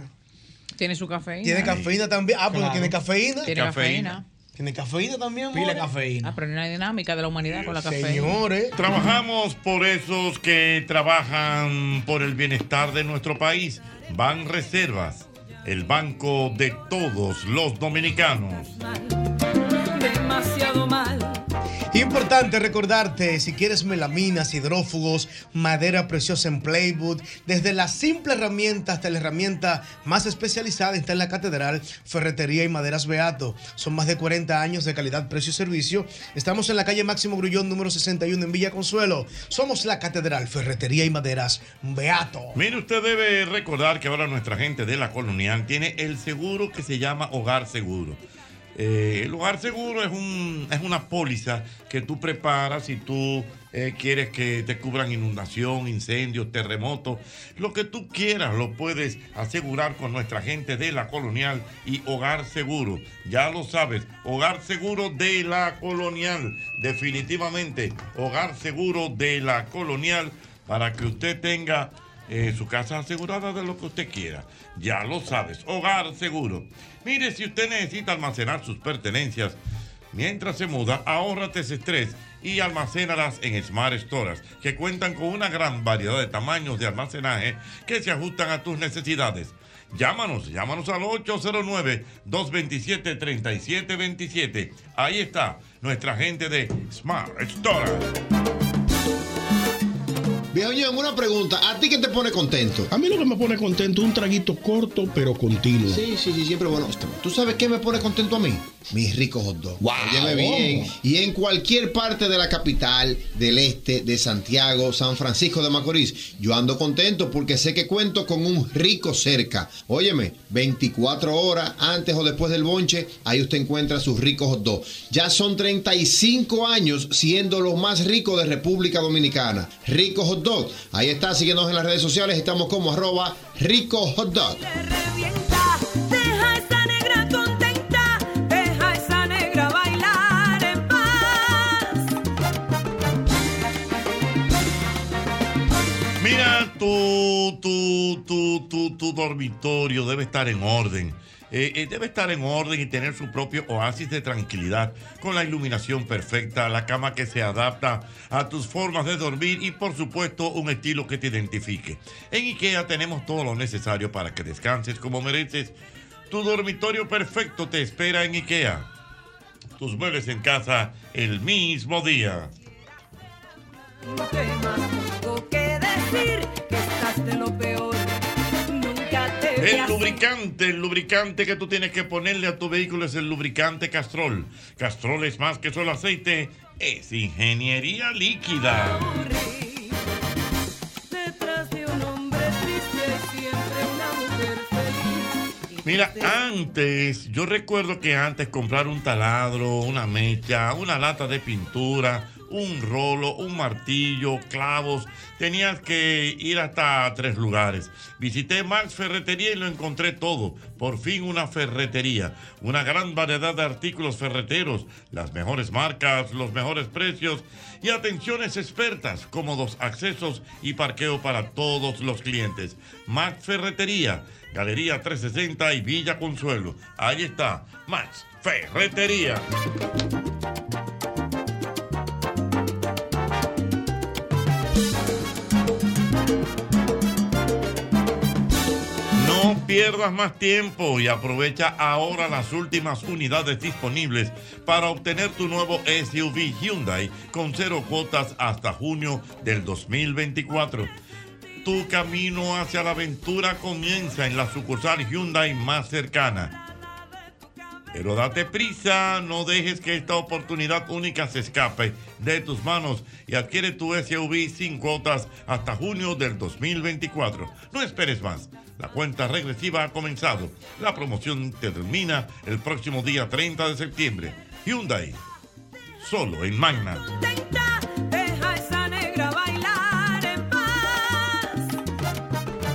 ¿Tiene su cafeína? Tiene cafeína también. Ah, pero Claro. tiene cafeína. Tiene cafeína. Tiene cafeína también. Pila de cafeína. Ah, pero hay una dinámica de la humanidad con la cafeína. Trabajamos por esos que trabajan por el bienestar de nuestro país. Ban Reservas, el banco de todos los dominicanos. Demasiado mal. Importante recordarte, si quieres melaminas, hidrófugos, madera preciosa en Playwood, desde la simple herramienta hasta la herramienta más especializada está en la Catedral Ferretería y Maderas Beato. Son más de 40 años de calidad, precio y servicio. Estamos en la calle Máximo Grullón número 61 en Villa Consuelo. Somos la Catedral Ferretería y Maderas Beato. Mire, usted debe recordar que ahora nuestra gente de la colonial tiene el seguro que se llama Hogar Seguro. Eh, el Hogar Seguro es, un, es una póliza que tú preparas si tú eh, quieres que te cubran inundación, incendios, terremotos. Lo que tú quieras lo puedes asegurar con nuestra gente de la colonial y Hogar Seguro. Ya lo sabes, Hogar Seguro de la colonial. Definitivamente, Hogar Seguro de la colonial para que usted tenga eh, su casa asegurada de lo que usted quiera. Ya lo sabes, hogar seguro. Mire, si usted necesita almacenar sus pertenencias mientras se muda, ahórrate ese estrés y almacénalas en Smart Storage, que cuentan con una gran variedad de tamaños de almacenaje que se ajustan a tus necesidades. Llámanos, llámanos al 809-227-3727. Ahí está nuestra gente de Smart Storage. Viejo Ñon, una pregunta. ¿A ti qué te pone contento? A mí lo que me pone contento es un traguito corto pero continuo. Sí, sí, sí, siempre bueno. ¿Tú sabes qué me pone contento a mí? Mis ricos hot dogs. Óyeme bien. Y en cualquier parte de la capital, del este, de Santiago, San Francisco de Macorís, yo ando contento porque sé que cuento con un rico cerca. Óyeme, 24 horas antes o después del bonche, ahí usted encuentra sus ricos hot dogs. Ya son 35 años siendo los más ricos de República Dominicana. Rico hot dog. Ahí está, síguenos en las redes sociales. Estamos como arroba rico hot dog. Deja esa negra contenta, deja esa negra bailar en Mira, tu, tu, tu, tu, tu dormitorio debe estar en orden. Eh, eh, debe estar en orden y tener su propio oasis de tranquilidad, con la iluminación perfecta, la cama que se adapta a tus formas de dormir y por supuesto un estilo que te identifique. En IKEA tenemos todo lo necesario para que descanses como mereces. Tu dormitorio perfecto te espera en IKEA. Tus muebles en casa el mismo día. Tengo que decir que estás de lo peor. Nunca te El lubricante, el lubricante que tú tienes que ponerle a tu vehículo es el lubricante Castrol. Castrol es más que solo aceite, es ingeniería líquida. detrás de un hombre triste, siempre una mujer Mira, antes, yo recuerdo que antes comprar un taladro, una mecha, una lata de pintura, un rolo, un martillo, clavos, tenías que ir hasta tres lugares. Visité Max Ferretería y lo encontré todo. Por fin una ferretería, una gran variedad de artículos ferreteros, las mejores marcas, los mejores precios y atenciones expertas, cómodos accesos y parqueo para todos los clientes. Max Ferretería, Galería 360 y Villa Consuelo. Ahí está, Max Ferretería. No pierdas más tiempo y aprovecha ahora las últimas unidades disponibles para obtener tu nuevo SUV Hyundai con cero cuotas hasta junio del 2024. Tu camino hacia la aventura comienza en la sucursal Hyundai más cercana. Pero date prisa, no dejes que esta oportunidad única se escape de tus manos y adquiere tu SUV sin cuotas hasta junio del 2024. No esperes más. La cuenta regresiva ha comenzado. La promoción termina el próximo día 30 de septiembre. Hyundai, solo en Magna. Deja esa negra bailar en paz.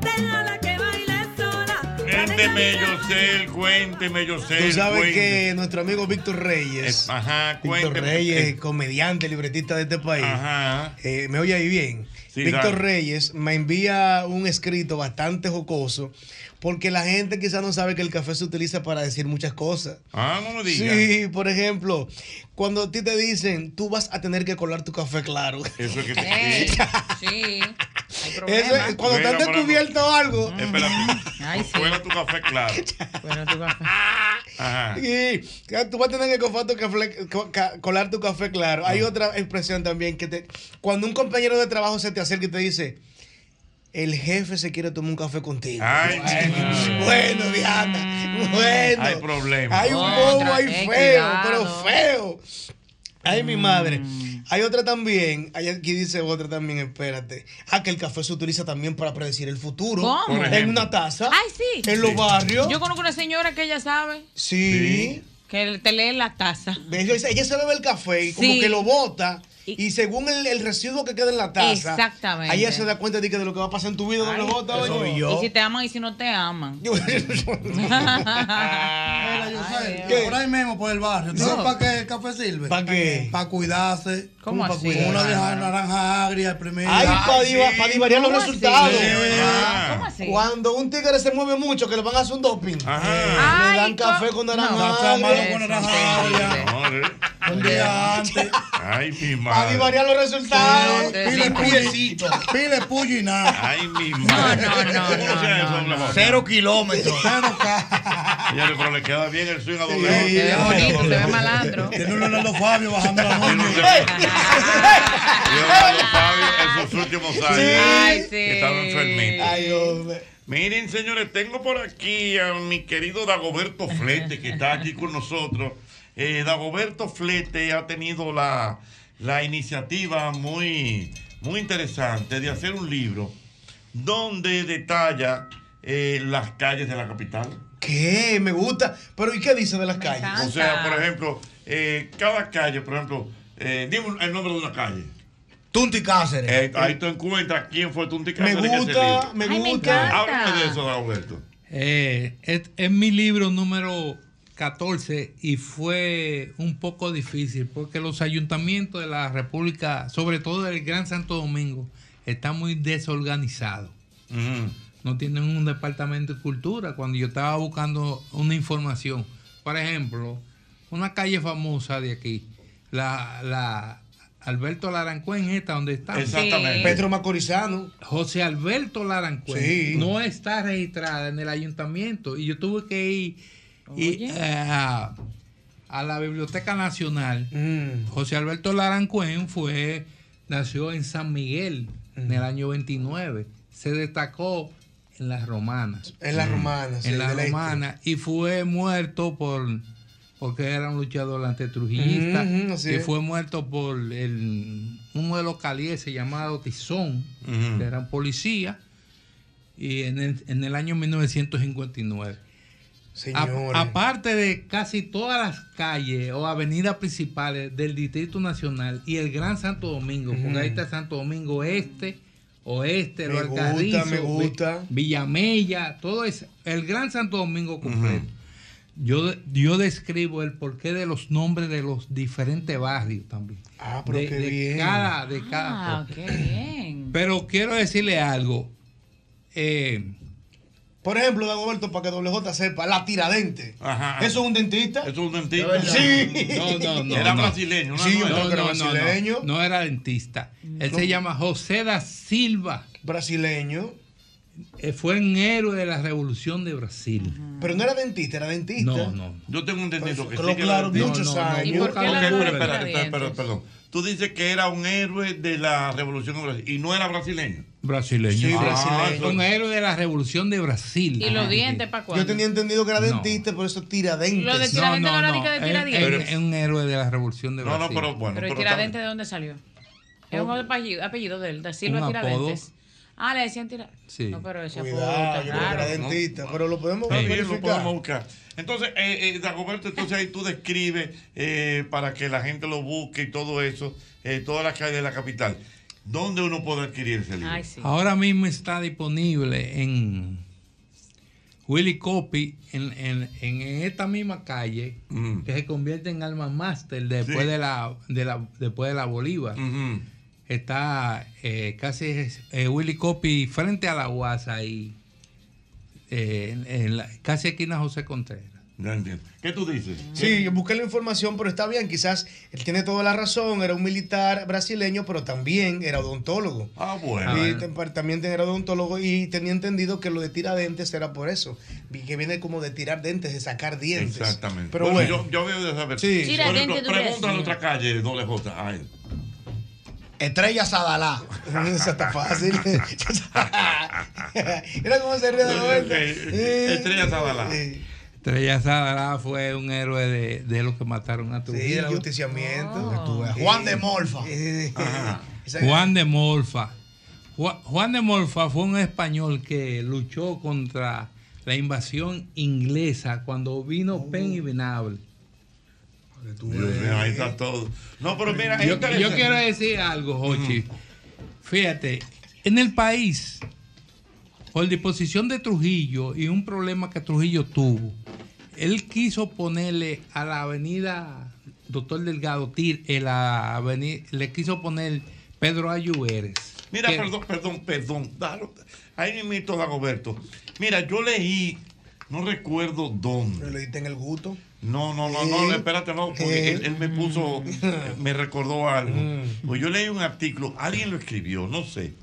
Déjala que baile sola. Cuénteme, Yosel, cuénteme, Yosel. Tú sabes cuénteme. que nuestro amigo Víctor Reyes, Ajá, Víctor cuénteme. Reyes, Eh, comediante, libretista de este país, Ajá. eh, me oye ahí bien. Sí, Víctor dale. Reyes me envía un escrito bastante jocoso porque la gente quizás no sabe que el café se utiliza para decir muchas cosas. Ah, no me digas. Sí, por ejemplo, cuando a ti te dicen, tú vas a tener que colar tu café claro. Eso que te... Eh, Sí. Eso es, cuando te Mira, han por ejemplo, descubierto algo. Cuela tu café claro. Ajá. Y ya tú vas a tener que colar tu café, co- ca- colar tu café claro. Hay otra expresión también que te, cuando un compañero de trabajo se te acerca y te dice, el jefe se quiere tomar un café contigo. bueno, bueno, Diana, bueno. Mm. Hay problemas. Hay un bobo ahí eh, feo, pero feo. Ay, mi madre. Hay otra también, hay aquí dice otra también, espérate. Ah, que el café se utiliza también para predecir el futuro. ¿Cómo? Por En ejemplo. una taza. Ay, sí. En los barrios. Yo conozco una señora que ella sabe Sí. que te lee la taza. Ella se bebe el café y como Sí. que lo bota. Y, según el, el residuo que queda en la taza, Exactamente. ahí ya se da cuenta de, que de lo que va a pasar en tu vida, doble bota, Ay, oye. Y si te aman y si no te aman. ¿Qué? Por ahí mismo, por el barrio. ¿Tú No. sabes para qué el café sirve? ¿Para qué? Para cuidarse. ¿Cómo así? Como Una deja- naranja agria primero. Ay, para diva- para divariar los resultados. ¿Cómo Ah, así? Cuando un tigre se mueve mucho, que le van a hacer un doping, le dan café con naranja. Café agria. malo con naranja agria. Un día antes. Ay, mi Para madre. divariar los resultados. Sí, Pile sí, puyecito. Pile puyo y nada. Ay, mi madre. No, no, no. ¿Cómo sea eso, doble J? Cero kilómetros. Cero Señores, pero le queda bien el swing a doble J. kilómetros. Se ve malandro. Tiene un Leonardo Fabio bajando la mano. Leonardo Fabio en sus últimos años. Ay, sí. Que estaba enfermito. Miren, señores, tengo por aquí a mi querido Dagoberto Flete, que está aquí con nosotros. Eh, Dagoberto Flete ha tenido la, la iniciativa muy, muy interesante de hacer un libro donde detalla eh, las calles de la capital. ¿Qué? Me gusta. Pero ¿y qué dice de las calles? O sea, por ejemplo, eh, cada calle, por ejemplo, eh, dime un- el nombre de una calle. Eh, Tunti Cáceres. ahí tú encuentras quién fue Tunti Me Cáceres. en ese gusta, libro. me Ay, me gusta. encanta. Háblame de eso, Dagoberto. Eh, es, es mi libro número 14 y fue un poco difícil porque los ayuntamientos de la República, sobre todo del Gran Santo Domingo, están muy desorganizados. No tienen un departamento de cultura. Cuando yo estaba buscando una información, por ejemplo, una calle famosa de aquí, la, la Alberto Larancuén, esta donde está. Exactamente. Sí. Pedro Macorizano. José Alberto Larancuén Sí. no está registrada en el ayuntamiento y yo tuve que ir y, eh, a, a la Biblioteca Nacional. Mm. José Alberto Larancuén fue, nació en San Miguel en Mm. el año 29. Se destacó en las romanas. En las romanas, sí, En las del este. romanas. Y fue muerto por porque era un luchador antitrujillista. Ujú, así y es. fue muerto por el, uno de los calieses llamado Tizón, que era un policía. Y en el, en el año 1959. A- Señores. aparte de casi todas las calles o avenidas principales del Distrito Nacional y el Gran Santo Domingo, porque ahí está Santo Domingo Este, Oeste, Me Los gusta, Alcarrizos, me Vi- gusta. Villamella, todo eso, el Gran Santo Domingo completo. Yo, yo describo el porqué de los nombres de los diferentes barrios también. Ah, pero de, qué de bien. Cada, de cada Ah, cosa. qué bien. Pero quiero decirle algo. Eh, Por ejemplo, Dagoberto, para que doble J sepa, la tiradente. ¿Eso es un dentista? ¿Eso es un dentista? Sí. No, no, no. Era no. brasileño, ¿no? Sí, No, yo creo que era no, no, no. brasileño. No, era dentista. Él No. se llama José da Silva. Eh, Brasileño. Fue un héroe de la revolución de Brasil. Pero no era dentista, era dentista. No, no. Yo tengo un entendido que Pero sí que claro, era- muchos No, no, no. años. ¿Y por qué Ok, la pero culpa? espérate, espérate, perdón, perdón. Tú dices que era un héroe de la revolución de Brasil y no era brasileño. Brasileño. Sí, Ah, brasileño. Un héroe de la revolución de Brasil. ¿Y los dientes para cuándo? Yo tenía entendido que era No. dentista, Este, por eso tiradentes. Lo de Tiradentes no era ni que de Tiradentes. Es- es un héroe de la revolución de No, no, Brasil. pero bueno, Pero ¿y Tiradentes de dónde salió? Es un apellido, apellido de él, da Silva Un Tiradentes. Ah, le decían Tiradentes. Sí. No, pero ese apodo Cuidado, está yo creo que era raro. dentista, pero lo podemos Está bien, lo verificar. podemos buscar. Entonces, eh, eh, Dagoberto, entonces ahí tú describes eh, para que la gente lo busque y todo eso, eh, todas las calles de la capital. ¿Dónde uno puede adquirir ese libro? Ahora mismo está disponible en Willy Copy, en, en- en esta misma calle, que se convierte en alma master después, Mm. Sí. Mm-hmm. de, la, de la- después de la Bolívar. Está eh, casi es- eh, Willy Copy frente a la Guasa ahí, eh, en- en la- casi esquina José Contreras. ¿Qué tú dices? Sí, yo busqué la información, pero está bien, quizás él tiene toda la razón, era un militar brasileño, pero también era odontólogo. Ah, bueno. Y Ah, bueno. tem- también era odontólogo y tenía entendido que lo de tirar dentes era por eso, vi que viene como de tirar dentes, de sacar dientes. Exactamente. Pero Bueno, bueno, Yo, yo veo de saber. Sí, sí. Por ejemplo, Tiradentes, tú pregunta en decías. otra calle, doble J. Ay. Estrella Sadalá. Esa está fácil. Mira cómo se ríe de vuelta. Eh, Estrella Sadalá. Estrella Sadalá fue un héroe de, de los que mataron a Trujillo. Sí, del ajusticiamiento. Oh. Juan de Morfa. Juan de Morfa. Ju- Juan de Morfa fue un español que luchó contra la invasión inglesa cuando vino Penn y Venable. Dios mío, ahí está todo. No, pero mira, es yo, yo interesante. quiero decir algo, Jochi. Fíjate, en el país, por disposición de Trujillo y un problema que Trujillo tuvo, él quiso ponerle a la avenida Doctor Delgado Tir, eh, la aveni- le quiso poner Pedro Ayuberes. Mira, Que- perdón, perdón, perdón. Dalo- Ahí mismo, Dagoberto. Mira, yo leí, no recuerdo dónde. ¿Le diste en el gusto? No, no, no, ¿Eh? no, espérate, no, porque ¿Eh? él, él me puso, Mm. me recordó algo. Pues yo leí un artículo, alguien lo escribió, no sé,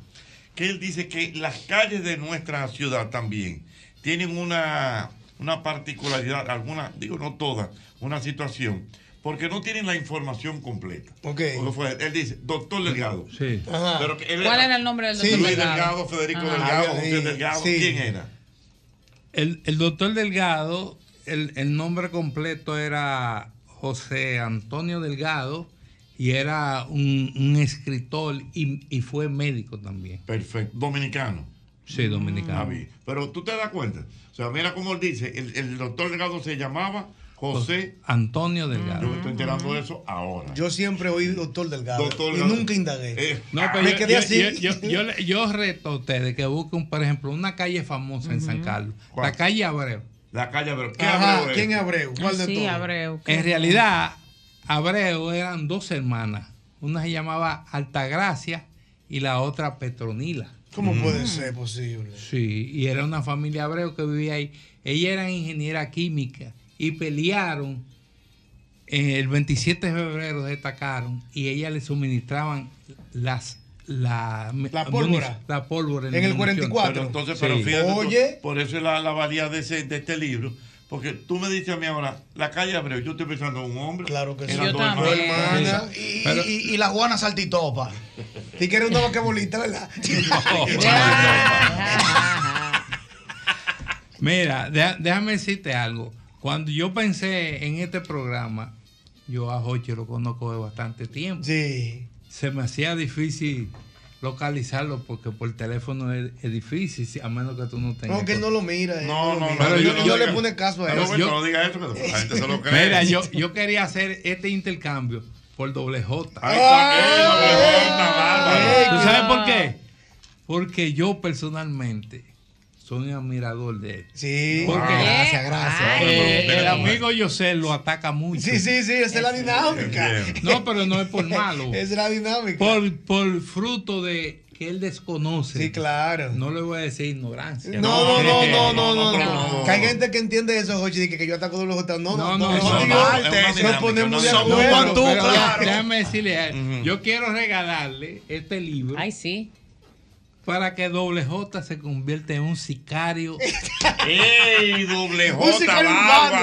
que él dice que las calles de nuestra ciudad también tienen una, una particularidad, algunas, digo no todas, una situación, porque no tienen la información completa. Ok. Porque fue- él dice, doctor Delgado. Sí. Ajá. Pero que él ¿Cuál era el nombre del Sí, doctor Luis Delgado, Federico Delgado, Ah, José sí, Delgado, sí. ¿quién era? El, el doctor Delgado, el, el nombre completo era José Antonio Delgado y era un, un escritor y, y fue médico también. Perfecto. Dominicano. Sí, dominicano. Ah, bien. Pero tú te das cuenta. O sea, mira cómo él dice, el, el doctor Delgado se llamaba José. Antonio Delgado. Yo me estoy enterando de eso ahora. Yo siempre oí doctor Delgado. Doctor y Delgado. nunca indagué. No, pero Ah, Me yo, quedé yo- así. yo- yo- yo le- yo reto a ustedes que busquen, por ejemplo, una calle famosa en San Carlos, la calle Abreu. La calle Abreu. ¿Qué Ajá, Abreu es? ¿quién es Abreu? ¿Cuál de Sí, todos? Abreu. En realidad, Abreu eran dos hermanas. Una se llamaba Altagracia y la otra Petronila. ¿Cómo puede ser posible? Sí, y era una familia Abreu que vivía ahí. Ella era ingeniera química y pelearon. eh, El 27 de febrero destacaron y ella le suministraban las la, pólvora. La pólvora En el munición. 44. Pero entonces, pero Sí. fíjate, tú, por eso es la, la valía de, ese, de este libro. Porque tú me dices a mí ahora, la calle Abreu, yo estoy pensando en un hombre. Claro que sí. Yo también. Hermana, Y, y- y la Juana Saltitopa. Si quieres una vaquebolita, ¿verdad? Mira, deja- déjame decirte algo. Cuando yo pensé en este programa, yo a Jochi lo conozco de bastante tiempo. Sí. Se me hacía difícil localizarlo porque por teléfono es, es difícil, si- a menos que tú no tengas. No, que él no lo mira. él No, lo no, mira. no, Pero yo yo, no yo le diga- pone caso a No, él. bueno, Yo- no diga eso, que la gente se lo cree. Mira, yo, yo quería hacer este intercambio por doble J. ¿Tú sabes por qué? Porque yo personalmente soy un admirador de él. Sí. Porque Gracias, gracias. Eh, Ay. el amigo José lo ataca mucho. Sí, sí, sí, esa es la dinámica. No, pero no es por malo. Esa es la dinámica. Por, por fruto de que él desconoce. Sí, claro. No le voy a decir ignorancia. No, no, no, no, no, no, pero no. Que hay gente que entiende eso, Jochi, de que, que yo ataco doble J. No, no, no, no, no. no, No, no, es una Nos dinámica, ponemos de no, no, acuerdo. no, tú, pero- claro. Déjame decirle, a él, yo quiero regalarle este libro. Ay, sí. Para que Doble J se convierta en un sicario. ¡Ey, Doble Un sicario urbano.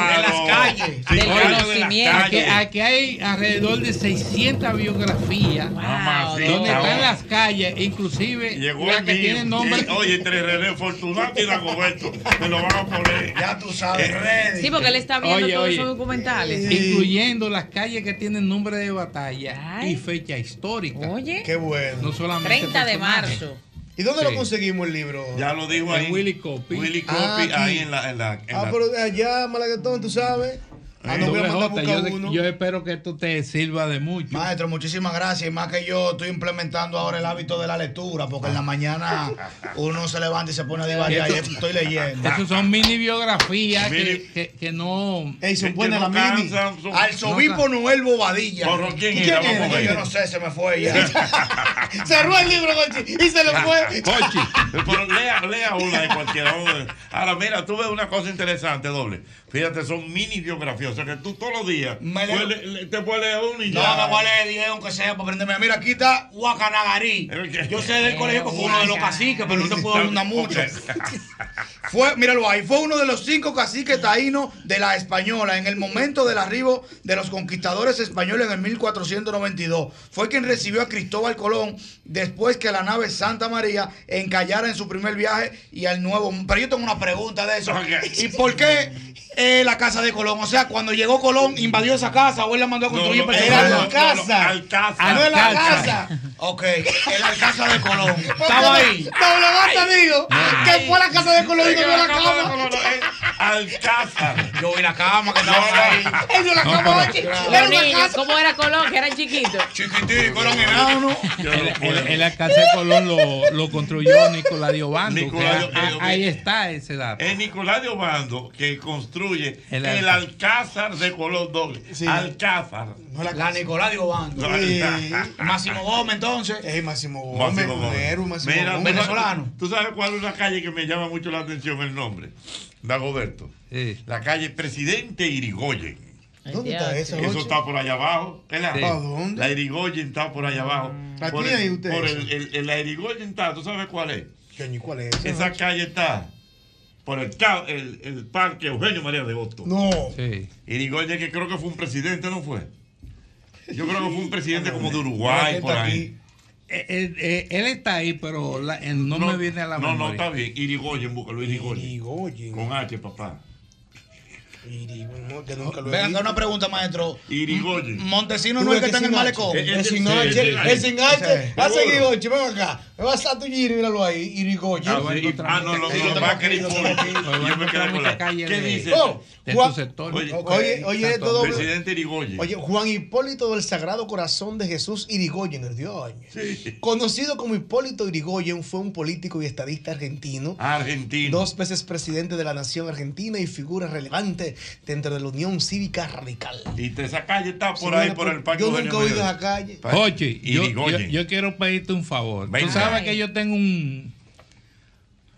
Sí, Del claro, de las conocimiento. calles. Aquí, aquí hay alrededor de 600 biografías Mamacita, donde están bueno. las calles, inclusive Llegó las el que mío. tienen nombre. Eh, Oye, entre René Fortunato y Dagoberto, me lo van a poner. Eh, Ya tú sabes, René. Sí, porque él está viendo Oye, todos oye. esos documentales. Incluyendo las calles que tienen nombre de batalla Ay. y fecha histórica. Oye. Qué bueno. No solamente 30 de personajes. marzo. ¿Y dónde Sí. lo conseguimos el libro? Ya lo dijo En ahí. Willy Copy. Willy Copy, Ah, aquí. ahí en la. En la, en Ah, la- pero allá, Malaguetón, tú sabes. Ah, no, voy Doble a mandar a J, buscar yo, uno. yo espero que esto te sirva de mucho. Maestro, muchísimas gracias. Y más que yo estoy implementando ahora el hábito de la lectura, porque en la mañana uno se levanta y se pone a divagar. Eso- Y estoy leyendo. Estos son mini biografías que, que, que no. son buenas las mini. Arzobispo Noel Bobadilla. Pero, ¿quién ¿Y era? Vamos a ver. Yo no sé, se me fue ya. Cerró el libro, Jochi, y se lo fue. Pero lea, lea una de cualquiera. vamos a ver. Ahora, mira, tú ves una cosa interesante, doble. Fíjate, son mini biografías. O sea que tú todos los días leo- puedes le- le- te puedes leer una y No, ya. me voy a leer 10, aunque sea, para aprenderme. Mira, aquí está Guacanagarí. Yo sé del colegio que fue uno de los caciques, pero no te puedo dar una mucho. Fue, míralo ahí, fue uno de los cinco caciques taínos de la española en el momento del arribo de los conquistadores españoles en el 1492. Fue quien recibió a Cristóbal Colón después que la nave Santa María encallara en su primer viaje y al nuevo. Pero yo tengo una pregunta de eso. ¿Y por qué eh, la casa de Colón? O sea, cuando llegó Colón, invadió esa casa o él la mandó a construir no, personal. era la casa. Ah, no es la Alcázar. casa. Ok, es la casa de Colón. Estaba ahí. Doble J digo que fue a la casa de Colón y no vio la cama. Alcázar. Yo vi la cama que estaba ahí. Eso la cama, oye. Era Los una niños, casa. ¿cómo era Colón? Que eran chiquitos. Chiquitico, eran enanos. El, el Alcázar Colón lo, lo construyó Nicolás Diobando. Nicolás que a- a- ah, ahí está ese dato. Es Nicolás de Obando que construye el, El Alcázar de color doble. Alcázar. La, Nicolás de Obando. Sí. Máximo Gómez, entonces. Es Máximo Máximo Gómez. Homero, Máximo Mira, Gómez. tú sabes- Venezolano. ¿Tú sabes cuál es una calle que me llama mucho la atención el nombre? Dagoberto. La calle Presidente Irigoyen. ¿Dónde está esa, Eso Jochi? está por allá abajo. ¿Es la, Sí. ¿Para dónde? la Irigoyen está por allá abajo. ¿La por tiene el, ahí usted por esa? el, el- el- la Irigoyen está, ¿tú sabes cuál es? Coño, ¿y ¿Cuál es esa? Esa calle está por el, ca- el, el parque Eugenio María de Boston. No. Irigoyen que creo que fue un presidente, ¿no fue? Yo creo que fue un presidente como de Uruguay, por ahí. Eh, eh, eh, él está ahí, pero la- eh, no, me viene a la No, no, memoria. está bien. Irigoyen, búscalo, Irigoyen. Con H, papá. Que nunca lo he Venga, visto. una pregunta, maestro. Irigoyen. Montesino Tú no es ves el que está en el sin malecón. H, El sin H, el sin H. Ha seguido, Ochi, ven acá. Me vas a tu giro, míralo ahí. Y Rigoyen. Ah, sí. Ah, no, lo lo va a querer por- Yo me quedé con la calle. ¿Qué de- dice? Oh, Juan- Oye, Oye, oye, esto doble- Presidente Irigoyen. Oye, Juan Hipólito del Sagrado Corazón de Jesús Irigoyen, el Dios. Conocido como Hipólito Irigoyen, fue un político y estadista argentino. Ah, Argentino. Dos veces presidente de la nación argentina y figura relevante dentro de la Unión Cívica Radical. Y te- esa calle está por Sí, ahí, bueno, por el pues, parque. yo Eugenio nunca he oído María. esa calle. Pa- Oye, yo, yo, Irigoyen. yo quiero pedirte un favor. Venga. Tú sabes Ay. que yo tengo un,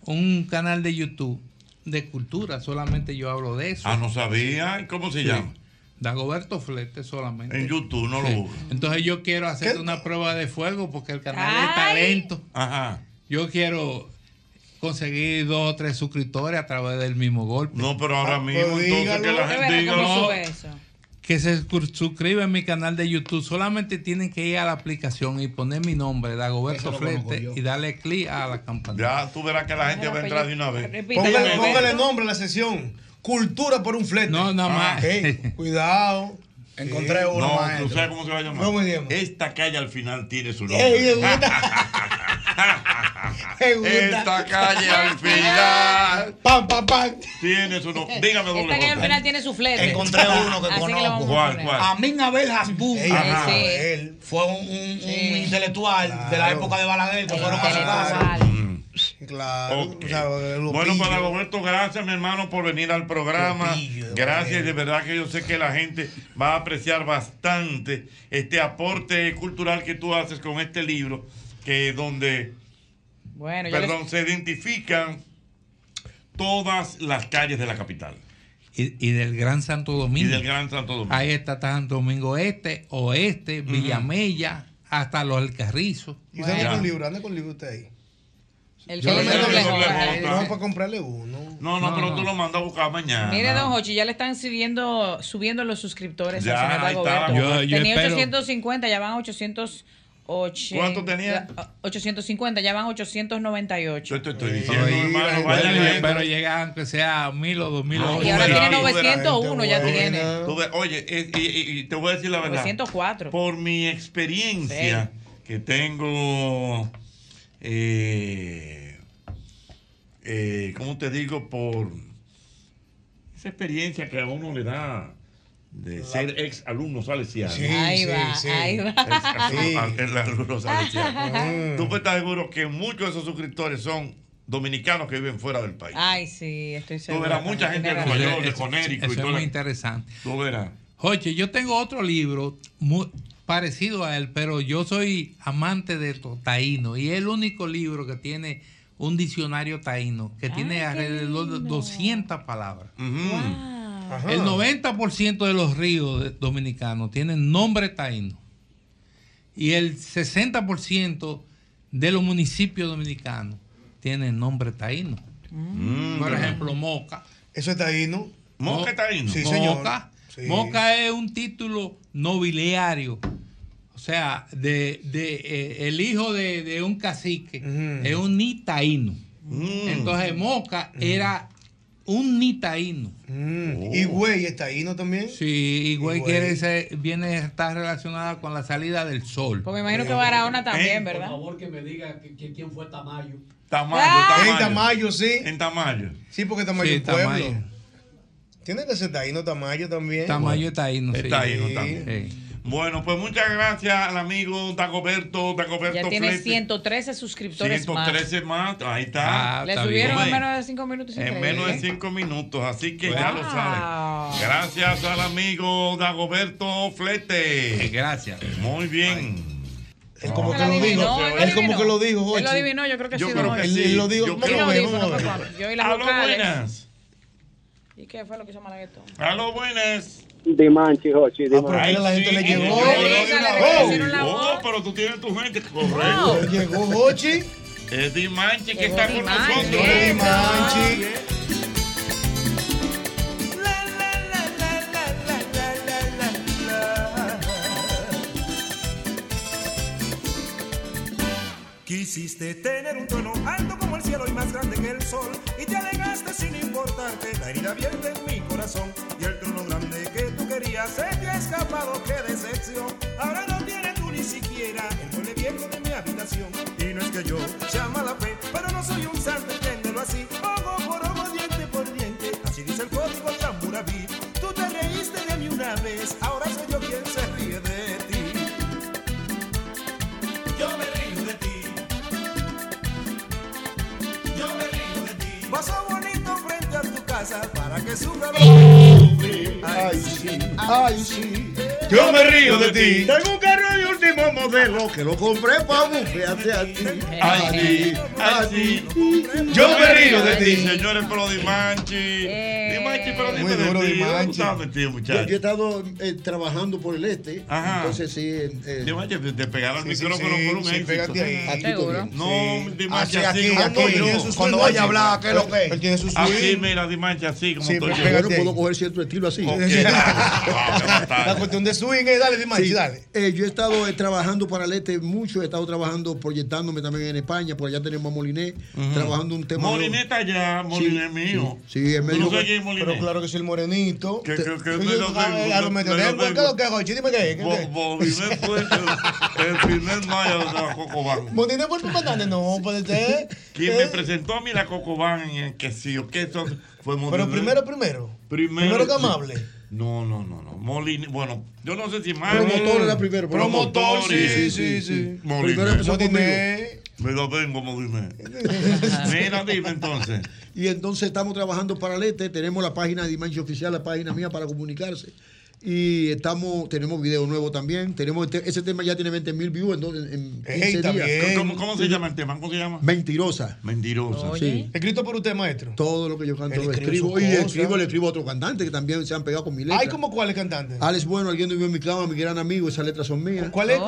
un canal de YouTube de cultura, solamente yo hablo de eso. Ah, no sabía. ¿Y ¿Cómo se Sí. llama? Dagoberto Flete solamente. En YouTube, no lo Sí. busca. Entonces yo quiero hacerte una prueba de fuego porque el canal es talento. Ajá. Yo quiero conseguir dos o tres suscriptores a través del mismo golpe. No, pero ahora mismo, pues, entonces, dígalo. que la gente diga, no, eso. que se cur- suscriban a mi canal de YouTube. Solamente tienen que ir a la aplicación y poner mi nombre, Dagoberto Flete, y darle clic a la campana. Ya tú verás que la gente va a entrar de una vez. Póngale, póngale nombre a la sesión. Cultura por un flete. No, nada más. Cuidado. Encontré uno, No, maestro. tú sabes cómo se va a llamar. No me llamo. Esta calle al final tiene su Ey, me nombre. gusta. Esta calle al final. Pam, pam, pam. Tiene su nombre. Dígame doble Esta Este que al J. final tiene su flete. Encontré uno que Así conozco. lo vamos a ¿Cuál, poner. cuál? Amin Abel Hasbun. Ey, Ajá. sí. Él fue un, un- un intelectual de la época de Balaguer. que fueron para su casa. Claro. Ok. Bueno, para Roberto, gracias, mi hermano, por venir al programa. Gracias, de verdad que yo sé que la gente va a apreciar bastante este aporte cultural que tú haces con este libro, que donde, Bueno, yo perdón, se identifican todas las calles de la capital Y, y del Gran Santo y Domingo. del Gran Santo Domingo. Ahí está Santo Domingo Este, Oeste, Villamella, hasta los Alcarrizos. Y usted anda con libro, anda con libro usted ahí. El Yo que le le doble doble J. J. No, para comprarle uno. No, no, pero tú lo mandas a buscar mañana. Mire, don Hochi, ya le están subiendo, subiendo los suscriptores Ya, al señor ahí está, Dagoberto. yo- yo tenía espero. 850, ya van 800. ¿Cuánto tenía? 850, ya van 898. Yo te estoy diciendo, Oye, hermano, bueno, vaya yo gente. espero llegar aunque sea a mil o dos mil. No, ocho. tú verás, tú verás. 901 ya Tú verás. tiene. Tú verás. Oye, es- y, y- y te voy a decir la verdad. 904. Por mi experiencia que tengo, eh, eh, ¿cómo te digo? Por esa experiencia que a uno le da de ser ex alumno salesiano. ahí va, ahí va. Ex- al- El alumno salesiano. Mm. Tú puedes estar seguro que muchos de esos suscriptores son dominicanos que viven fuera del país. Ay, sí, estoy Tú seguro. verás mucha gente de Nueva York, de Conérico eso y es todo. muy la- interesante. Tú verás. Oye, yo tengo otro libro muy parecido a él, pero yo soy amante de to- taíno y es el único libro que tiene un diccionario taíno que tiene alrededor de 200 palabras. El 90% de los ríos de- dominicanos tienen nombre taíno y el 60% de los municipios dominicanos tienen nombre taíno. Mm, Por ejemplo, Moca. Eso es taíno. Moca es taíno. Sí, señor. Moca. Sí. Moca es un título nobiliario. O sea, de, de, eh, el hijo de, de un cacique es un nitaíno. Mm. Entonces, Moca era un nitaíno. Oh. Y güey, es taíno también. Sí, y güey Higüey. quiere decir- viene está relacionada con la salida del sol. Pues me imagino que Eh, Barahona también, ¿verdad? Por favor, que me diga que- que quién fue Tamayo. Tamayo, En Tamayo. Tamayo, sí. En Tamayo. Sí, porque Tamayo es un pueblo. Tiene que ser taíno Tamayo también. Tamayo está ahí, no sé. Está ahí, no está. Bueno, pues muchas gracias al amigo Dagoberto, Dagoberto Ya tiene Flete. 113 suscriptores más. 113 más. Ahí Ah, está. Le subieron en menos de 5 minutos. En increíble, menos de ¿eh? 5 minutos, así que ya lo saben. Gracias al amigo Dagoberto Eh, Flete. Gracias. Muy bien. Es como que lo dijo. Es como que lo dijo, Él lo Jochi. adivinó, yo creo que Yo sí. creo don que Jorge. sí. Él Yo creo Él que lo sí. dijo, no Vamos fue a Pablo. ver. Yo y las Aló, vocales. buenas. ¿Y qué fue lo que hizo Malagueto? A lo buenas. De manchi, Jochi, Ah, de manchi. la gente le llegó. reconocieron la Oh, pero tú tienes tu gente. Correcto. Le llegó Hochi. Es Dimanche que Llegó está con Dimanche. nosotros. Llegó Dimanche. Quisiste tener un trono alto como el cielo y más grande que el sol Y te alegaste sin importarte la herida abierta en mi corazón Y el trono grande que tú querías se te ha escapado, qué decepción Ahora no tienes tú ni siquiera el mueble viejo de mi habitación Y no es que yo sea mala fe, pero no soy un santo, entiéndelo así Ojo por ojo, diente por diente, así dice el código Hammurabi Tú te reíste de mí una vez, ahora soy yo quien se ríe de ti Yo me río de ti yo me río de ti. Paso bonito frente a tu casa para que sufra lo que Ay, sí, ay, sí. Yo me río de ti. Tengo un carro de último modelo que lo compré para bufearte a ti. Así, así. Yo me río de ti. Señores, pero Dimanche. Dimanche, pero dime Muy duro, de ti. Dimanche. ¿Dónde estás metido, Yo, muchacho? yo he estado eh, trabajando por el este, Ajá. entonces sí. eh, Dimanche, te- te pegaron el Sí, sí, micrófono sí, por un sí, éxito. pégate ahí. A ti Seguro. también. No, Sí. Dimanche, Así, así, aquí, como aquí, estoy tiene yo. su Cuando swing, vaya a hablar, ¿qué es lo que? Él tiene su Así, swing. mira, Dimanche, así como Sí, estoy pero yo. pégate Yo no puedo ahí. coger cierto estilo así. La cuestión de swing es dale, Dimanche, Ah, Sí. dale. Eh, yo he estado eh, trabajando para el este mucho, he estado trabajando, proyectándome también en España, por allá tenemos a Moliné, trabajando un tema. Moliné está allá, Moliné mío. Sí, sí, él me Yo no dijo sé que- quién es Moliné. Pero claro que soy el morenito. Que- que- que- Yo- me lo- a- me- a lo me- medio me lo de- ¿Qué es lo que es, Jochi? Dime qué es, qué es. Moliné fue el, el primer mayo de la Cocobán. Morenito por tu patana, no puede ser. Quien me presentó a mí la Cocobán en el que sí o que eso fue Moliné. Pero primero, primero. primero, Primero que sí. amable. No, no, no, no. Moliné, bueno, yo no sé si más. Promotor era primero. Promotor, sí, sí, sí. Moliné. Primero empezó Moliné. Me lo vengo, Moliné. Mira, dime entonces. Y entonces estamos trabajando para el este, tenemos la página de Dimanche Oficial, la página mía para comunicarse. Y estamos, tenemos video nuevo también. Tenemos este- ese tema ya tiene 20 mil views entonces, en 15 días. ¿Cómo, cómo se llama el tema? ¿Cómo se llama? Mentirosa. Mentirosa. Sí. ¿Escrito por usted, maestro? Todo lo que yo canto Él lo escribe escribo. sus Y le cosas. escribo, le escribo a otros cantantes que también se han pegado con mi letra. ¿Hay como cuáles cantantes? Alex Bueno, alguien vivió en mi cama, mi gran amigo, esas letras son mías. ¿Cuál es?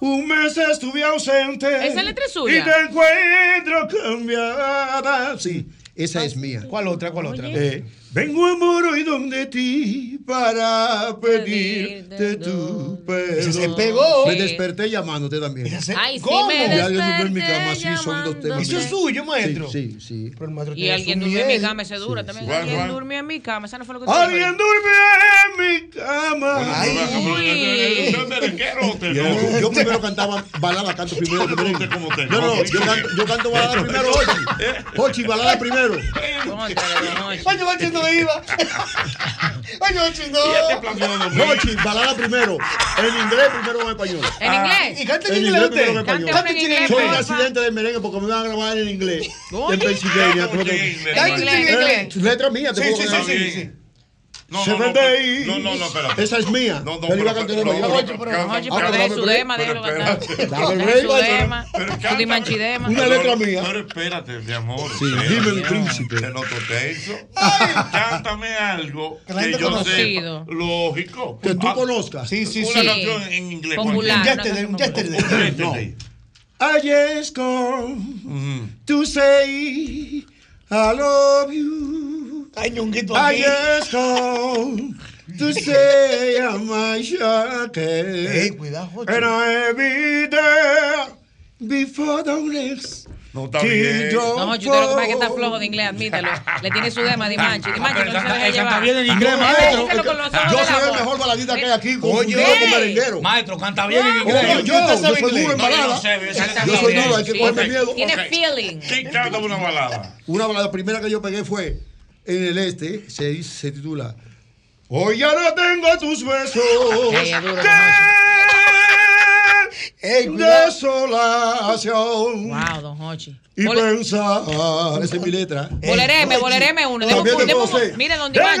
Un mes estuve ausente. Esa letra es suya. Y te encuentro cambiada. Sí, esa es mía. ¿Cuál otra? ¿Cuál otra? Eh, vengo amor hoy donde ti para pedirte tu perdón. se pegó. Me Sí. desperté llamándote también. Ay, sí, ¿Cómo? me Y alguien durmió en mi desperté cama, sí, son dos temas. ¿Eso míos. es suyo, maestro? Sí, sí. sí. Y alguien durmió en mi cama, ese dura también. sí. Alguien Juan, Juan. durmió en mi cama, esa no fue lo que tú Alguien dijiste. durmió en mi cama. Ay, uy. Yo, yo primero cantaba balada, canto primero. primero. No, no, yo canto, yo canto balada primero, Eh. Ochi. Ochi, balada primero. Oye, Jochi, no iba. Oye, Jochi, no. Ochi, balada primero. En inglés primero o en español. Ah. ¿En inglés? ¿Y canta en En inglés inglés primero usted? que en español. Cante una en inglés, Soy un porfa. accidente de merengue porque me van a grabar en inglés. Oye. En Pensilvania. creo que- En inglés, en Eh, inglés. Letra mía, te Sí, puedo sí, cantar. sí, sí, sí. No, Se no, me no, ve no, no, no, espérate. Esa es mía. No, no, Yo iba pero- a cantar pero- una pero- mañana. Oye, pero- Oye, Ah, pero dame de su break. dema, déjelo Pero cantar. espérate. De Dame su dema, break. su dimanchidema. Una letra mía. Pero espérate, mi amor. Sí, dime el príncipe. En otro texto. Cántame algo la que gente yo sé. conocido. Lógico. Que tú Ah, conozcas. Sí, Una canción en inglés. Popular, cualquiera. una Yesterday, canción Yesterday. I just come to say I love you. Ay, ñonguito I aquí. just come to say I'm my shaker. Hey, cuidado, Jochi. And I'll be there before the next. No está bien. No, Jochi, usted lo que pasa es que está flojo de inglés, admítelo. Le tiene su dema, Dimanche. Dimanche, no se Esa- deje esa llevar. está bien en inglés, Ah, No, maestro. déjelo con los ojos Yo del soy el amor. mejor baladista que hay aquí, Oye. confundido con merenguero. Maestro, canta bien en Oye, inglés. yo, yo soy duro en balada. Yo soy duro, hay que cogerme miedo. Tiene feeling. ¿Quién canta una balada? Una balada primera que yo pegué fue en el este se, dice- se titula Hoy ya no tengo tus besos. Ey, es duro, en desolación. Wow, don Hochi. Y pensar, esa es mi letra. Volereme, volereme uno. Deme un- También te deme puedo un- hacer. Mire, don Dimash. Ay,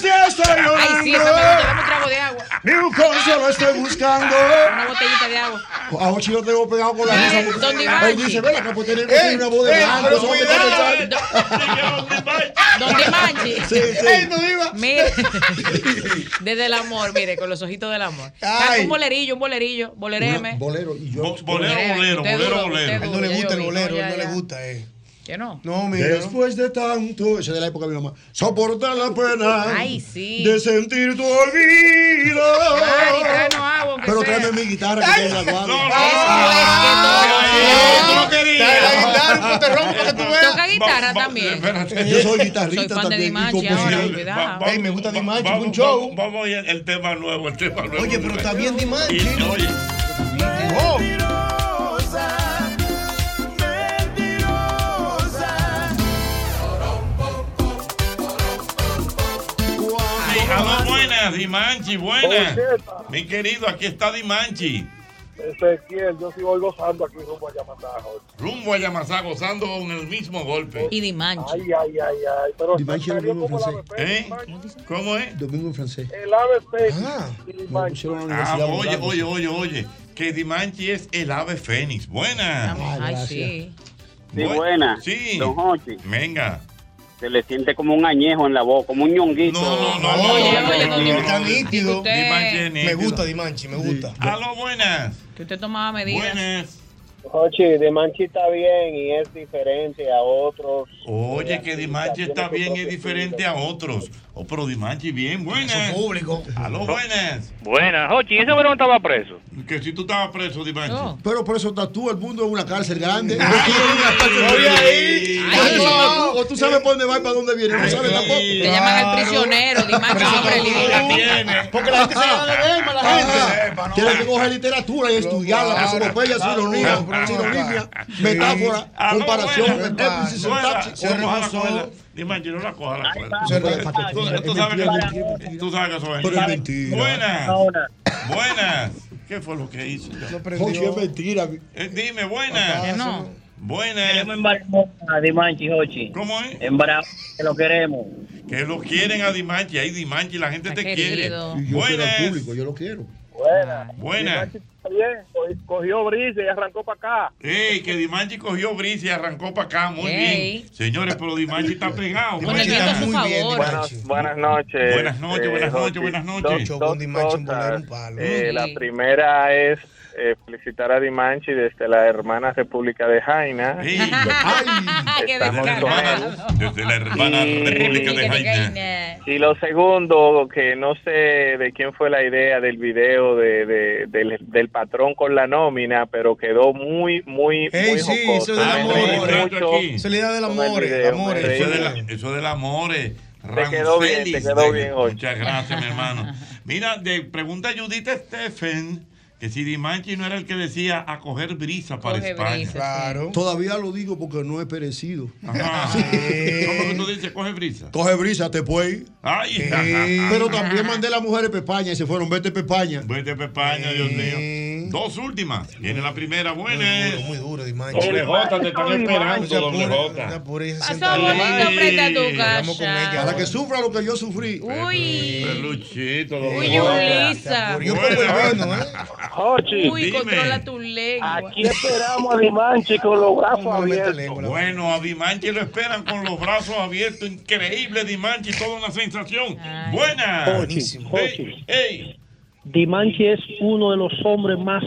sí, esa me gusta. Dame un trago de agua. Ni un consuelo estoy buscando. Una botellita de agua. A Ochi lo tengo pegado con la risa. porque- Don Dimash. Él dice, ven acá, pues tiene que tener una voz de ey, blanco. pero eso es lo que cuidado, está pensando". Don Eh, Dimachi. Sí, sí. Mire, desde el amor, mire, con los ojitos del amor. Canta Ay. un bolerillo, un bolerillo, bolereme. Bolero y yo. bolero, bolero, Usted bolero, duro, bolero. usted A él no duro, le ya gusta el yo vi, bolero, no, él ya, no le ya. Oh, gusta, eh. ¿Que no? No, mira. Después de tanto, esa es de la época de mi mamá, soportar la pena Ay, sí. de sentir tu olvido. Ay, tráenos agua, aunque Pero sea. tráeme mi guitarra que tengo en la guardia. Eso no quería. Toca guitarra también. Yo soy guitarrista Soy fan de también y Dimachi ahora, compositor. cuidado. Ey, me gusta Dimachi, Vamos, un show. Vamos, vamos oye, el tema nuevo, el tema nuevo. Oye, pero está bien Oh. Dimachi. Y- Oye, sí, aló, buenas, Dimanchi, buenas. Mi querido, aquí está Dimanchi. este Ezequiel, yo sí voy gozando aquí rumbo a Yamatá, Jorge. Rumbo a Yamasá, gozando con el mismo golpe. Ah, Y Dimanchi. Ay, ay, ay, ay. Pero Dimachi es domingo en francés. ¿Eh? ¿Cómo es? Domingo en francés. el ABC. Me pusieron Pues en la Ah, universidad. oye, bravo. oye, oye, oye. Que Dimanchi es el ave fénix. Buenas. Ay, sí. Sí, buena. Sí. Don Hochi. Venga. Se le siente como un añejo en la boca, como un ñonguito. No, no, no. Está nítido. usted- Dimanche es Me gusta Dimanchi, me gusta. Aló, buenas. Que usted tomaba medidas. Oye, de Manchi está bien y es diferente a otros. Oye, que Dimanchi está bien y diferente a otros. Oh, pero Dimanchi bien, buenas. público. Aló, buenas. Buenas, Hochi, ese bueno estaba preso. Que si tú estabas preso, Dimanchi. Pero por eso estás tú, el mundo es una cárcel grande. Oye, ahí. Ahí estabas tú, O tú sabes por dónde va y para dónde viene. No sabes tampoco. Te llaman el prisionero, Dimachi sobreviviente. Porque la gente se va de verme, la gente. Tiene que coger literatura y estudiarla, Claro. Ah, prosopopeya, sinonimia, Claro. Ah, sinonimia, metáfora, Aló, comparación, buenas. énfasis, Buenas. sintaxis. Ojo, a la cuerda. Dimanchi, no la coja la cuerda. Se relaja, te- Tú- es Tú sabes mentira, que tú sabes que eso es. Pero es mentira. Buenas. Buenas. ¿Qué fue lo que hizo? Jochi, es mentira. Eh, dime, buenas. Que no. Buenas. A Dimanchi, Hochi. ¿Cómo es? En Bravo, que lo queremos. Que lo quieren a Dimanchi. Ahí Dimanchi, la gente te querido. quiere. Yo quiero al Buenas. público, yo lo quiero. Buena. Buenas. Dimanche está bien, co- cogió brisa y arrancó para acá. Ey, que Dimanchi cogió brisa y arrancó para acá. Muy Ey. bien. Señores, pero Dimanchi está pegado. Con el Dimanchi está viento a su muy bien, favor. Dimanchi. Buenas noches. Buenas noches, buenas noches, buenas noches. Dos, dos cosas. Eh, La primera es eh, felicitar a Dimanchi desde la hermana República de Jaina. Estamos con él. Desde la hermana Sí. República de Haití. Y lo segundo, que no sé de quién fue la idea del video de, de- del, del patrón con la nómina, pero quedó muy, muy, muy jocoso. Me reí mucho Eso es la idea del con el amor. video, amor, me reí Eso, del- mucho. eso del amor. eh, Te quedó bien, te Ramselis, de- quedó bien, Muchas gracias, mi hermano. Mira, de, pregunta Judith Stephen que si Dimanchi no era el que decía a coger brisa para Coge España. brisa, sí. Claro. Todavía lo digo porque no he perecido. Ajá. ¿Cómo que tú dices coge brisa? Coge brisa, te puedes. Ay, Pero también mandé las mujeres para España y se fueron. Vete para España. Vete para España, Dios mío. Dos últimas. Viene la primera, buenas. Muy duro, Doble J, te están esperando, doble J. Pasó bonito frente a tu Hablamos con ella. casa. Para que sufra lo que yo sufrí. Uy. Peluchito, Uy, Yulisa. ¿eh? Jochi, Uy, controla tu lengua. Aquí esperamos a Dimanchi con los brazos abiertos. Bueno, a Dimanchi lo esperan con los brazos abiertos. Increíble, Dimanchi, toda una sensación. Buena. Buenísimo. Ey, ey. Dimanchi es uno de los hombres más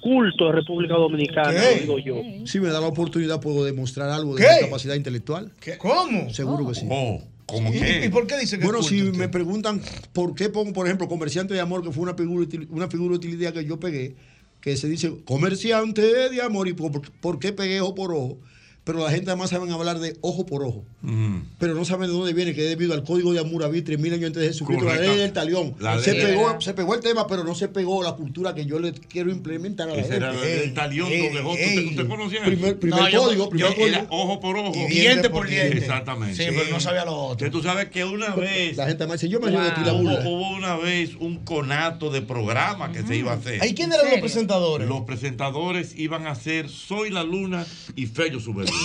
cultos de República Dominicana, ¿Qué? digo yo. Si me da la oportunidad, puedo demostrar algo de ¿Qué? mi capacidad intelectual. ¿Cómo? Seguro que sí. Oh, ¿cómo Sí. qué? ¿Y por qué dice que es Bueno, culto si me preguntan por qué pongo, por ejemplo, Comerciante de Amor, que fue una figura, util- una figura utilidad que yo pegué, que se dice Comerciante de Amor, y por, por qué pegué ojo por ojo. pero la gente además saben hablar de ojo por ojo. Mm. Pero no saben de dónde viene, que es debido al código de Hammurabi, 3.000 años antes de Jesucristo, la Correcto. ley del talión. La se, ley. pegó, se pegó el tema, pero no se pegó la cultura que yo le quiero implementar a la Ese gente. era el- el talión, ey, doble ojo. ¿Usted- ey. ¿Usted conocía eso? Primer- primer No, yo- código, primer yo- eh, era código. ojo por ojo. Y diente por diente. Exactamente. Sí, pero no sabía lo otro. Que tú sabes que una vez... La gente me dice, yo me río de ti, la hubo, burla. hubo una vez un conato de programa que se iba a hacer. ¿Ahí quién eran los presentadores? Los presentadores iban a ser Soy la Luna y Fello Superluna.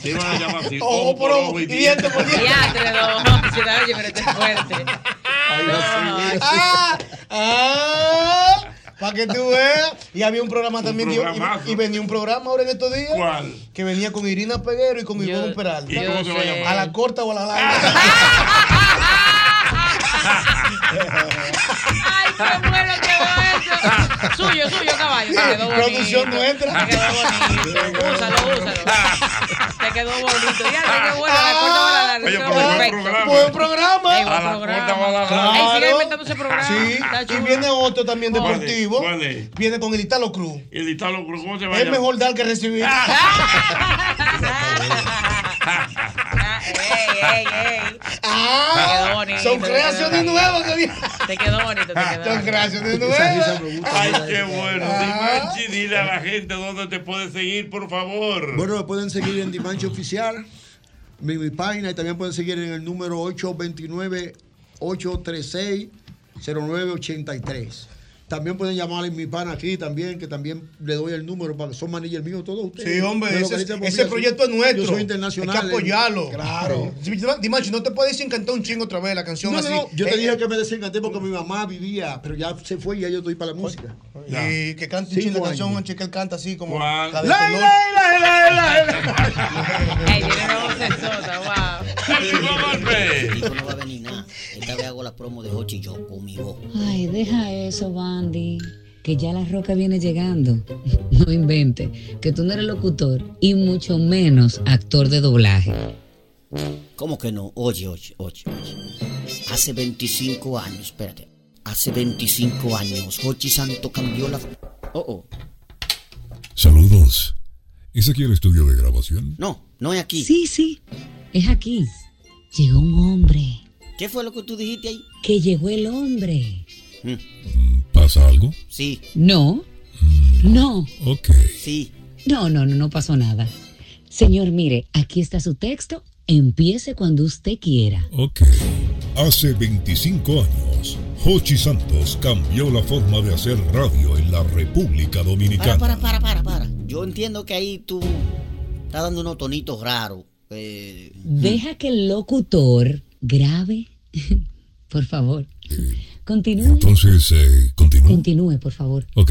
Se iban a llamar así. Ojo por ojo y diente por diente. Diatre, no, si no, oye, pero este es fuerte. Ah, ah, para que tú veas. Y había un programa también. que iba- programazo. y, y venía un programa ahora en estos días. ¿Cuál? Que venía con Irina Peguero y con Ivonne Peralta. ¿Y cómo se va a llamar? la corta o a la larga. Ay, qué bueno quedó eso. Suyo, suyo, caballo. Te Ah, quedó bonito. Producción nuestra. Te quedó bonito. Úsalo, úsalo. Te quedó bonito. Ya, qué bueno. La corta va a la Oye, larga. pero buen Perfecto. programa. Buen programa. Ey, buen A la programa. corta va la larga. Ey, sigue Claro. inventando ese programa. Sí, Está y chulo. viene otro también ¿Cuál es? deportivo. ¿Cuál es? Viene con el Italo Cruz. El Italo Cruz, ¿cómo se va a Es llamar? Ah. mejor dar que recibir. Ey, ey. Ah, Te quedó bonito, son te creaciones quedó nuevas que Te quedó bonito, te quedó Son creaciones Esa nuevas. Ay, qué bueno. Ah. Dimanche, dile a la gente dónde te puede seguir, por favor. Bueno, me pueden seguir en Dimanche Oficial, mi, mi página, y también pueden seguir en el número 829-836-0983. También pueden llamar a mi pana aquí también, que también le doy el número para que son manager mío todos ustedes. Sí, hombre, Me ese, localizan por ese mí, proyecto es yo nuestro. soy internacional. eh. Hay que apoyarlo. Claro. Dimacho, no te puedes encantar un chingo otra vez la canción No, no, así. no, yo te Eh, dije que me desencanté porque mi mamá vivía, pero ya se fue y ya yo estoy para la música. Y que cante un Cinco chingo la años. canción, un chico que canta así como. ¿Cuál? la de Lay, color. no va a venir nada. Esta vez hago la promo de Hochi yo con mi voz. Ay, deja eso, Bandy. Que ya la roca viene llegando. No invente. Que tú no eres locutor y mucho menos actor de doblaje. ¿Cómo que no? Oye, oye, oye, oye. Hace 25 años, espérate. Hace 25 años, Hochi Santo cambió la. Oh, oh. Saludos. ¿Es aquí el estudio de grabación? No, no es aquí. Sí, sí. Es aquí. Llegó un hombre. ¿Qué fue lo que tú dijiste ahí? Que llegó el hombre. ¿Pasa algo? Sí. No. No. Ok. Sí. No, no, no, no pasó nada. Señor, mire, aquí está su texto. Empiece cuando usted quiera. Ok. Hace 25 años, Hochi Santos cambió la forma de hacer radio en la República Para, Dominicana. para, para, para, para. Yo entiendo que ahí tú estás dando unos tonitos raros. Eh, Deja que el locutor grabe. Por favor. Continúe. Entonces, eh, continúa. Continúe, por favor. Ok.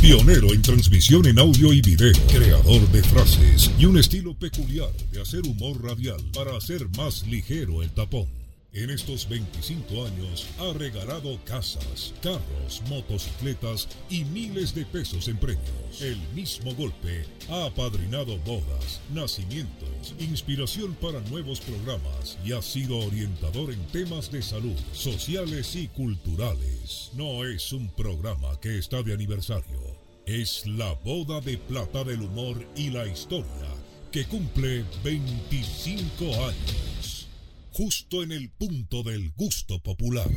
Pionero en transmisión en audio y video, creador de frases y un estilo peculiar de hacer humor radial para hacer más ligero el tapón. En estos 25 años ha regalado casas, carros, motocicletas y miles de pesos en premios. El mismo golpe ha apadrinado bodas, nacimientos, inspiración para nuevos programas y ha sido orientador en temas de salud, sociales y culturales. No es un programa que está de aniversario, es la boda de plata del humor y la historia que cumple 25 años, justo en el punto del gusto popular.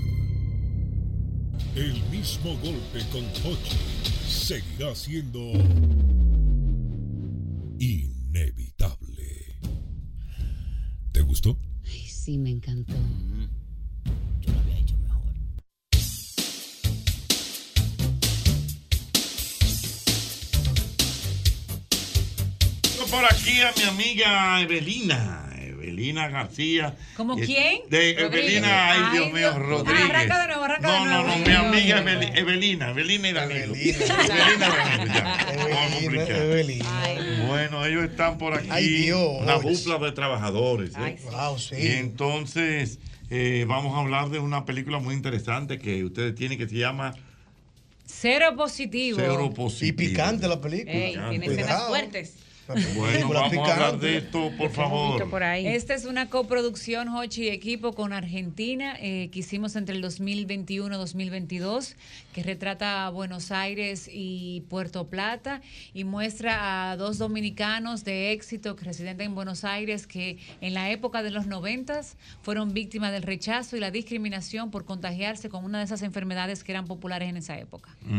El mismo golpe con Hochi seguirá siendo inevitable. ¿Te gustó? Ay, sí, me encantó. Tengo por aquí a mi amiga Evelina. Evelina García. ¿Cómo Eh, quién? De Rodríguez. Evelina, ay Dios Ay, mío, Dios. Rodríguez. Arranca de nuevo, arranca no, de nuevo. No, no, mi amiga Eveli- Evelina, Evelina y Danilo. Evelina, Danilo, ya. Vamos, Richard. Bueno, ellos están por aquí. Ay, Dios. Una dupla de trabajadores. ¿eh? Wow, sí. Y entonces, eh, vamos a hablar de una película muy interesante que ustedes tienen que se llama Cero positivo. Cero Positivo. Y picante la película. pues Ey, tiene escenas fuertes. Bueno, Película vamos a hablar picante. de esto, por favor. Esta es una coproducción Hochi equipo con Argentina eh, que hicimos entre el 2021 y 2022 que retrata a Buenos Aires y Puerto Plata y muestra a dos dominicanos de éxito que residen en Buenos Aires que en la época de los 90 fueron víctimas del rechazo y la discriminación por contagiarse con una de esas enfermedades que eran populares en esa época. Ujú.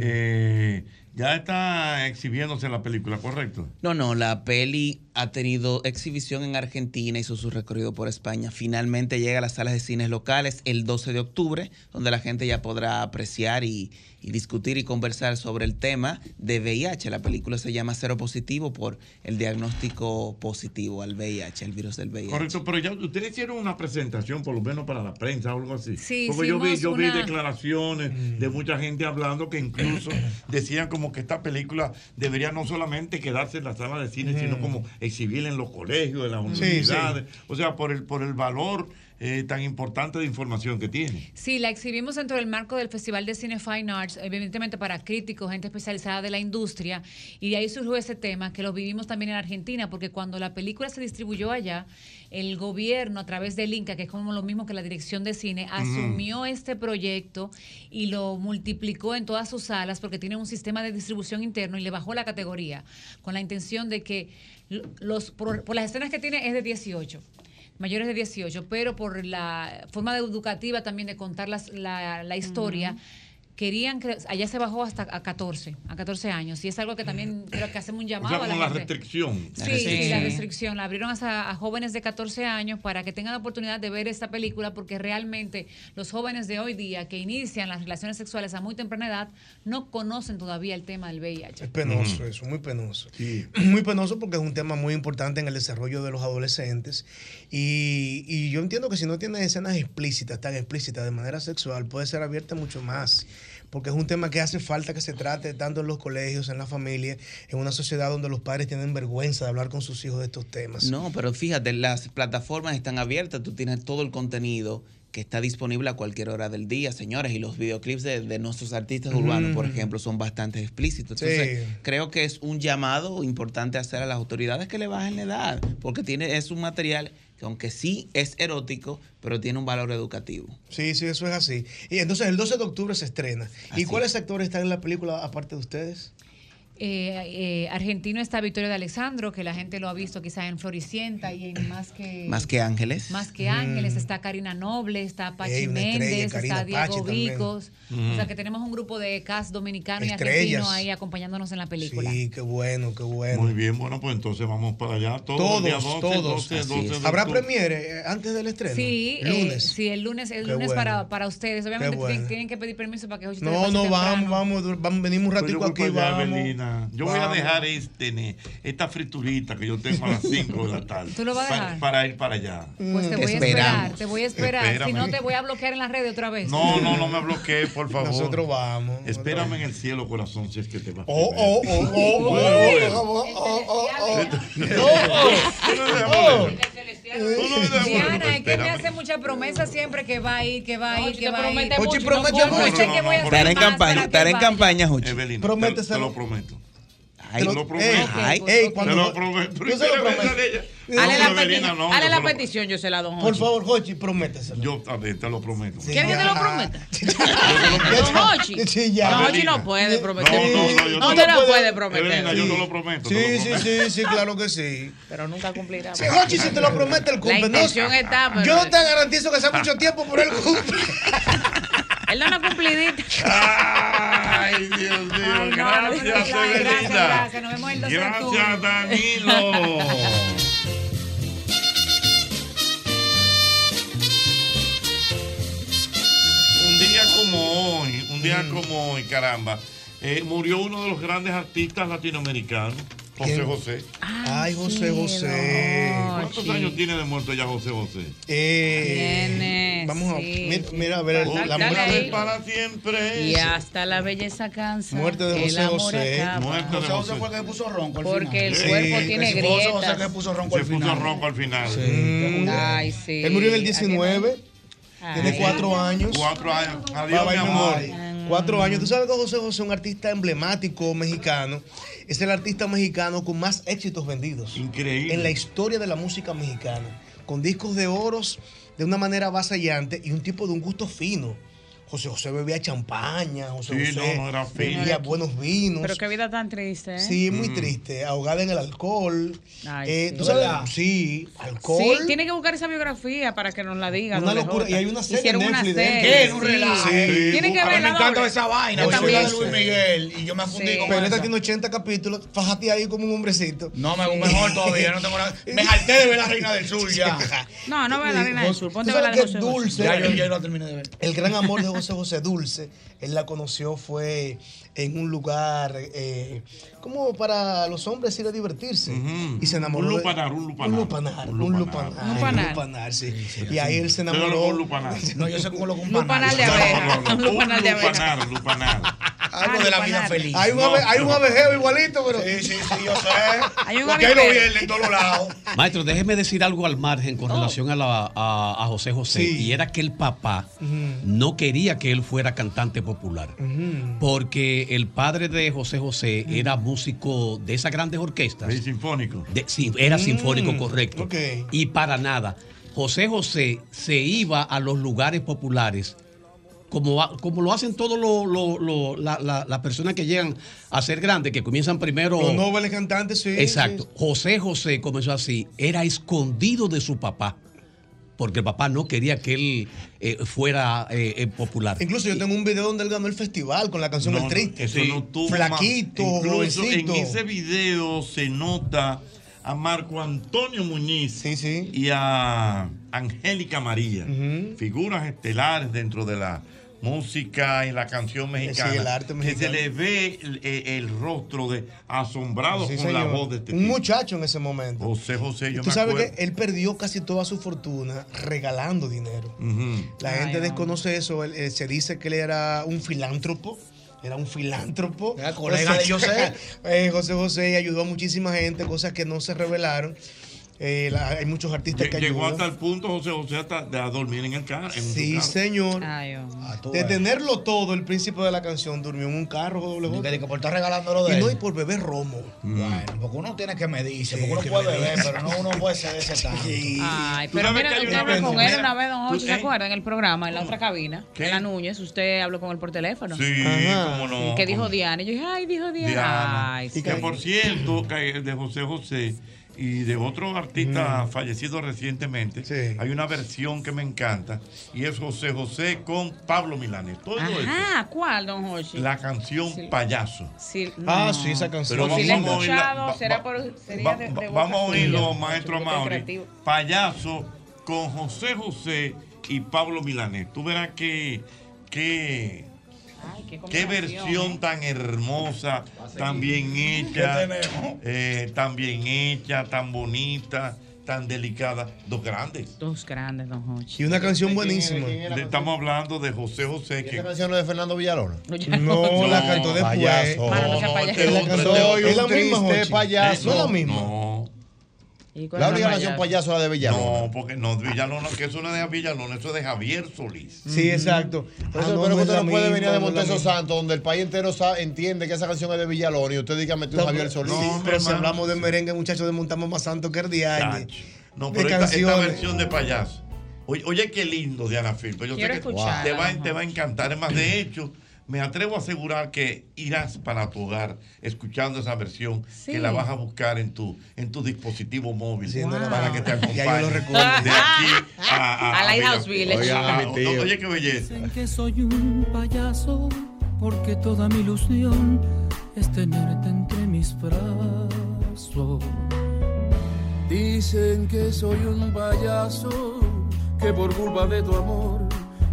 Eh, ya está exhibiéndose la película, ¿correcto? No, no, la peli ha tenido exhibición en Argentina, hizo su recorrido por España. Finalmente llega a las salas de cines locales el 12 de octubre, donde la gente ya podrá apreciar y, y discutir y conversar sobre el tema de VIH. La película se llama Cero Positivo por el diagnóstico positivo al VIH, el virus del VIH. Correcto, pero ya ustedes hicieron una presentación, por lo menos para la prensa o algo así. Sí, Porque yo vi, yo hicimos vi una- declaraciones de mucha gente hablando que incluso decían como que esta película debería no solamente quedarse en la sala de cine, sino como exhibirla en los colegios, en las universidades. O sea, por el, por el valor eh, tan importante de información que tiene. Sí, la exhibimos dentro del marco del Festival de Cine Fine Arts, evidentemente para críticos, gente especializada de la industria, y de ahí surgió ese tema que lo vivimos también en Argentina, porque cuando la película se distribuyó allá, el gobierno a través del Inca, que es como lo mismo que la dirección de cine, asumió este proyecto y lo multiplicó en todas sus salas porque tiene un sistema de distribución interno y le bajó la categoría con la intención de que l- los por, por las escenas que tiene es de 18 mayores de 18, pero por la forma educativa también de contar las- la, la historia, querían que allá se bajó hasta a 14, a 14 años. Y es algo que también creo que hacemos un O llamado sea, a como la la gente. restricción. Sí, sí, la restricción. La abrieron hasta a jóvenes de 14 años para que tengan la oportunidad de ver esta película porque realmente los jóvenes de hoy día que inician las relaciones sexuales a muy temprana edad no conocen todavía el tema del VIH. Es penoso eso, muy penoso. Muy penoso porque es un tema muy importante en el desarrollo de los adolescentes. Y, y yo entiendo que si no tienes escenas explícitas, tan explícitas de manera sexual, puede ser abierta mucho más. Porque es un tema que hace falta que se trate tanto en los colegios, en la familia, en una sociedad donde los padres tienen vergüenza de hablar con sus hijos de estos temas. No, pero fíjate, las plataformas están abiertas, tú tienes todo el contenido que está disponible a cualquier hora del día, señores, y los videoclips de, de nuestros artistas urbanos, por Mm. ejemplo, son bastante explícitos. Sí. Entonces, creo que es un llamado importante hacer a las autoridades que le bajen la edad, porque tiene, es un material que aunque sí es erótico, pero tiene un valor educativo. Sí, sí, eso es así. Y entonces el 12 de octubre se estrena. ¿Y cuáles actores están en la película aparte de ustedes? Eh, eh, argentino está Vittorio de Alessandro, que la gente lo ha visto quizás en Floricienta y en más que... Más que ángeles. Más que Ángeles, Mm. está Karina Noble, está Pachi Ey, una estrella, Méndez, Karina está Diego Pachi también. Vicos. Mm. O sea que tenemos un grupo de cast dominicano y Estrellas. argentino ahí acompañándonos en la película. Sí, qué bueno, qué bueno. Muy bien, bueno, pues entonces vamos para allá. Todos, Todos, el día 12, todos. 12, 12 de ¿Habrá octubre. premiere eh, antes del estreno? Sí, eh, Lunes. sí, el lunes, el Qué lunes bueno. para, para ustedes. Obviamente Qué bueno. tienen, tienen que pedir permiso para que hoy este ustedes no, no, pasen temprano. vamos, vamos, dur- vamos, venimos un Pues yo ratico voy aquí, para allá, vamos. Belina. Yo voy a Vamos. dejar este, ne- esta friturita que yo tengo a las 5 de la tarde. ¿Tú lo vas a pa- dejar? Para, ir para allá. Mm, Pues te voy a esperar, te voy a esperar. Si Espérame. no, te voy a bloquear en las redes otra vez. No, no, no me bloquees, por favor. Nosotros vamos. Espérame en el cielo, corazón, si es que te va. Oh, oh, oh, oh, oh, oh, oh, oh, oh, oh. oh. pues, Diana, es que me hace muchas promesas siempre que va a ir, que va a ir, que va a ir. Oye, Ochi, promete promete mucho. mucho. Sé que voy a Estará hacer en más campaña, para que estará en vaya. campaña, Jochi. te, lo prometo. Ay, te lo prometo. Ay, te lo prometo. Yo se lo prometo. Hale la, No, Evelina, peti- no, hale yo la se lo- petición, yo se la don Por Hochi. favor, Jochi, prométeselo. Yo a ver, te lo prometo. ¿Quieres que te lo prometa? Don Hochi. Sí, ya. Don Hochi no Evelina. puede Sí, prometer. tú No te lo puede Evelina, yo prometer. te lo prometo. Sí, sí, sí, sí, claro que sí. Pero nunca cumplirá. Sí, Jochi, si te lo promete, él La cumple. No, intención está, pero Yo no te garantizo que sea mucho tiempo, pero él cumple. él da una cumplidita. Ay, Dios mío. gracias, Evelina. Nos vemos el 12 de octubre. Gracias, Danilo. un día como hoy, Mm. un día como hoy, caramba, eh, murió uno de los grandes artistas latinoamericanos. José José. Ay, José José. ¿Cuántos años tiene de muerto ya José José? Eh, vamos a, mira, mira, a ver Dale, la dale muerte. ahí. Para siempre. Y hasta la belleza cansa. Muerte de el José amor José. acaba. Muerte de José. fue el que puso ronco al Porque el final. cuerpo tiene que si fue José José grietas. que puso ronco al Se puso final. ronco al final. Ay, sí. Él murió en el 19, tiene Ay. cuatro años. Ah. Cuatro años. Bye, Adiós, mi bye, amor. memoria. Cuatro años. Tú sabes que José José es un artista emblemático mexicano. Es el artista mexicano con más éxitos vendidos. Increíble. En la historia de la música mexicana. Con discos de oros de una manera avasallante y un tipo de un gusto fino. José José bebía champaña, José Sí, José no, no era fino. Mm. bebía buenos vinos. Pero qué vida tan triste, ¿eh? Sí, muy triste, ahogada en el alcohol. Ay, Eh, sí. ¿Tú sabes? ¿Verdad? Sí, alcohol. Sí, tiene que buscar esa biografía para que nos la diga. Una doble locura. J. Y hay una serie Hicieron en una Netflix de serie, él. sí. un relajo. Sí. Tienen que A mí me ver la encanta doble. esa vaina, Yo José también de José. Luis Miguel y yo me fundí con Pero esta esa. tiene 80 capítulos, fájate ahí como un hombrecito. No, me mejor todavía, no tengo nada. Me harté de ver la Reina del Sur ya. No, no ve la reina del sur. ¿Tú Ponte a ver sabes la de qué José José. dulce? Ya yo ya no terminé de ver. El gran amor de José José Dulce, él la conoció fue en un lugar eh, como para los hombres ir a divertirse. Y se enamoró. Un de- lupanar, un lupanar. Un lupanar, un lupanar. Un lupanar. lupanar, sí. Y ahí él se Yo lo enamoró. con lupanar. No, yo sé cómo lo con Lupanar de No, abeja. no, no. Un lupanar de abeja. lupanar, lupanar. Algo Ah, de la vida feliz. Hay un, ave- hay un abejeo igualito, pero. Sí, sí, sí, yo sé. Hay Porque ahí lo viernes en todos lados. Maestro, déjeme decir algo al margen Oh. con relación a, la- a- a José José. Sí. Y era que el papá no quería que él fuera cantante popular. Porque el padre de José José Mm. era músico de esas grandes orquestas. sinfónico. sí, era sinfónico, Mm, correcto. ok. Y para nada. José José se iba a los lugares populares, como, ha- como lo hacen todos los los- los- la- la- las personas que llegan a ser grandes, que comienzan primero. Los nobles cantantes, sí. Exacto. José José comenzó así. Era escondido de su papá. Porque el papá no quería que él eh, fuera eh, eh, popular. Incluso yo tengo un video donde él ganó el festival con la canción No, El Triste. Eso no tuvo Flaquito, más. Incluso jovencito. en ese video se nota a Marco Antonio Muñiz y a Angélica María, figuras estelares dentro de la música y la canción mexicana. Sí, el arte Que se mexicano. le ve el, el- el rostro de asombrado Sí, con la señor. voz de este Un tipo. muchacho en ese momento. José José, yo Tú me sabes acuerdo. que él perdió casi toda su fortuna regalando dinero. Ujú. La gente desconoce eso. Él, eh, se dice que él era un filántropo. Era un filántropo. Era colega de José. José José ayudó a muchísima gente, cosas que no se revelaron. Eh, la- hay muchos artistas Lle- que Llegó ayudan. hasta el punto, José José, hasta de a dormir en el carro. En su Sí, carro. señor. de tenerlo todo, el príncipe de la canción durmió en un carro. doble J. que por estar regalándolo de Y no, él. y por beber romo. Bueno, porque uno tiene Mm. que medirse, Sí, porque que uno puede medirse. beber, pero no uno puede ser de ese tanto. Ay, Tú pero sabes mira, que hay usted una habló vez- con mira, él una vez, don tú- Jorge, ¿se ¿eh? acuerda? En el programa, en la otra cabina, en la Núñez, usted habló con él por teléfono. Sí, cómo no. Que cómo dijo Diana. Y yo dije, ay, dijo Diana. Diana. Ay, que por cierto, que de José José y de otro artista fallecido recientemente, hay una versión que me encanta y es José José con Pablo Milanes. Todo eso. Ajá, ¿cuál, don Jorge? La canción Payaso. Sí, Ah, sí, esa canción. Pero vamos si la he a oírla, escuchado, va- será va- por. Sería va- de, va- de boca vamos a oírlo, suya. maestro Porque Mauri. creativo. Payaso con José José y Pablo Milanes. Tú verás que, que Ay, qué Qué combinación, versión ¿eh? tan hermosa, tan bien ¿Qué hecha, tenemos? eh, tan bien hecha, tan bonita, tan delicada. Dos grandes. Dos grandes, don Jorge. Y una canción buenísima. De- estamos hablando de José José. Que... canción no es de Fernando Villalona? No, la cantó después. Payaso. Mano, no sea No, payaso. este La otro, cantó- este otro. es la misma, Triste Jochi. payaso. No es la misma. Eh, No. La única canción payaso es la de Villalona. No, porque no, Villalona, que eso no es de Villalona, eso es de Javier Solís. Sí, exacto. Por Ah, eso no, espero no que es usted la no puede misma, venir de no es la Monteso misma. Santos, donde el país entero sa- entiende que esa canción es de Villalona y usted diga que metió un Javier Solís. No, pero si hablamos de merengue, muchachos, desmontamos más santo que el diario. Chacho. de No, pero esta, esta canciones. versión de payaso. Oye, oye qué lindo, Diana Filpo. Yo Quiero sé que escucharla, te va, ajá. te va a encantar. Es más, de hecho, me atrevo a asegurar que irás para tu hogar escuchando esa versión, Sí. que la vas a buscar en tu, en tu dispositivo móvil no la para voy que a- te ya yo acompañe. lo recuerdo. De aquí a, A Lighthouse Village. Ah, Oiga, Oiga, mi tío. oye, qué belleza. Dicen que soy un payaso porque toda mi ilusión es tenerte entre mis brazos. Dicen que soy un payaso que por culpa de tu amor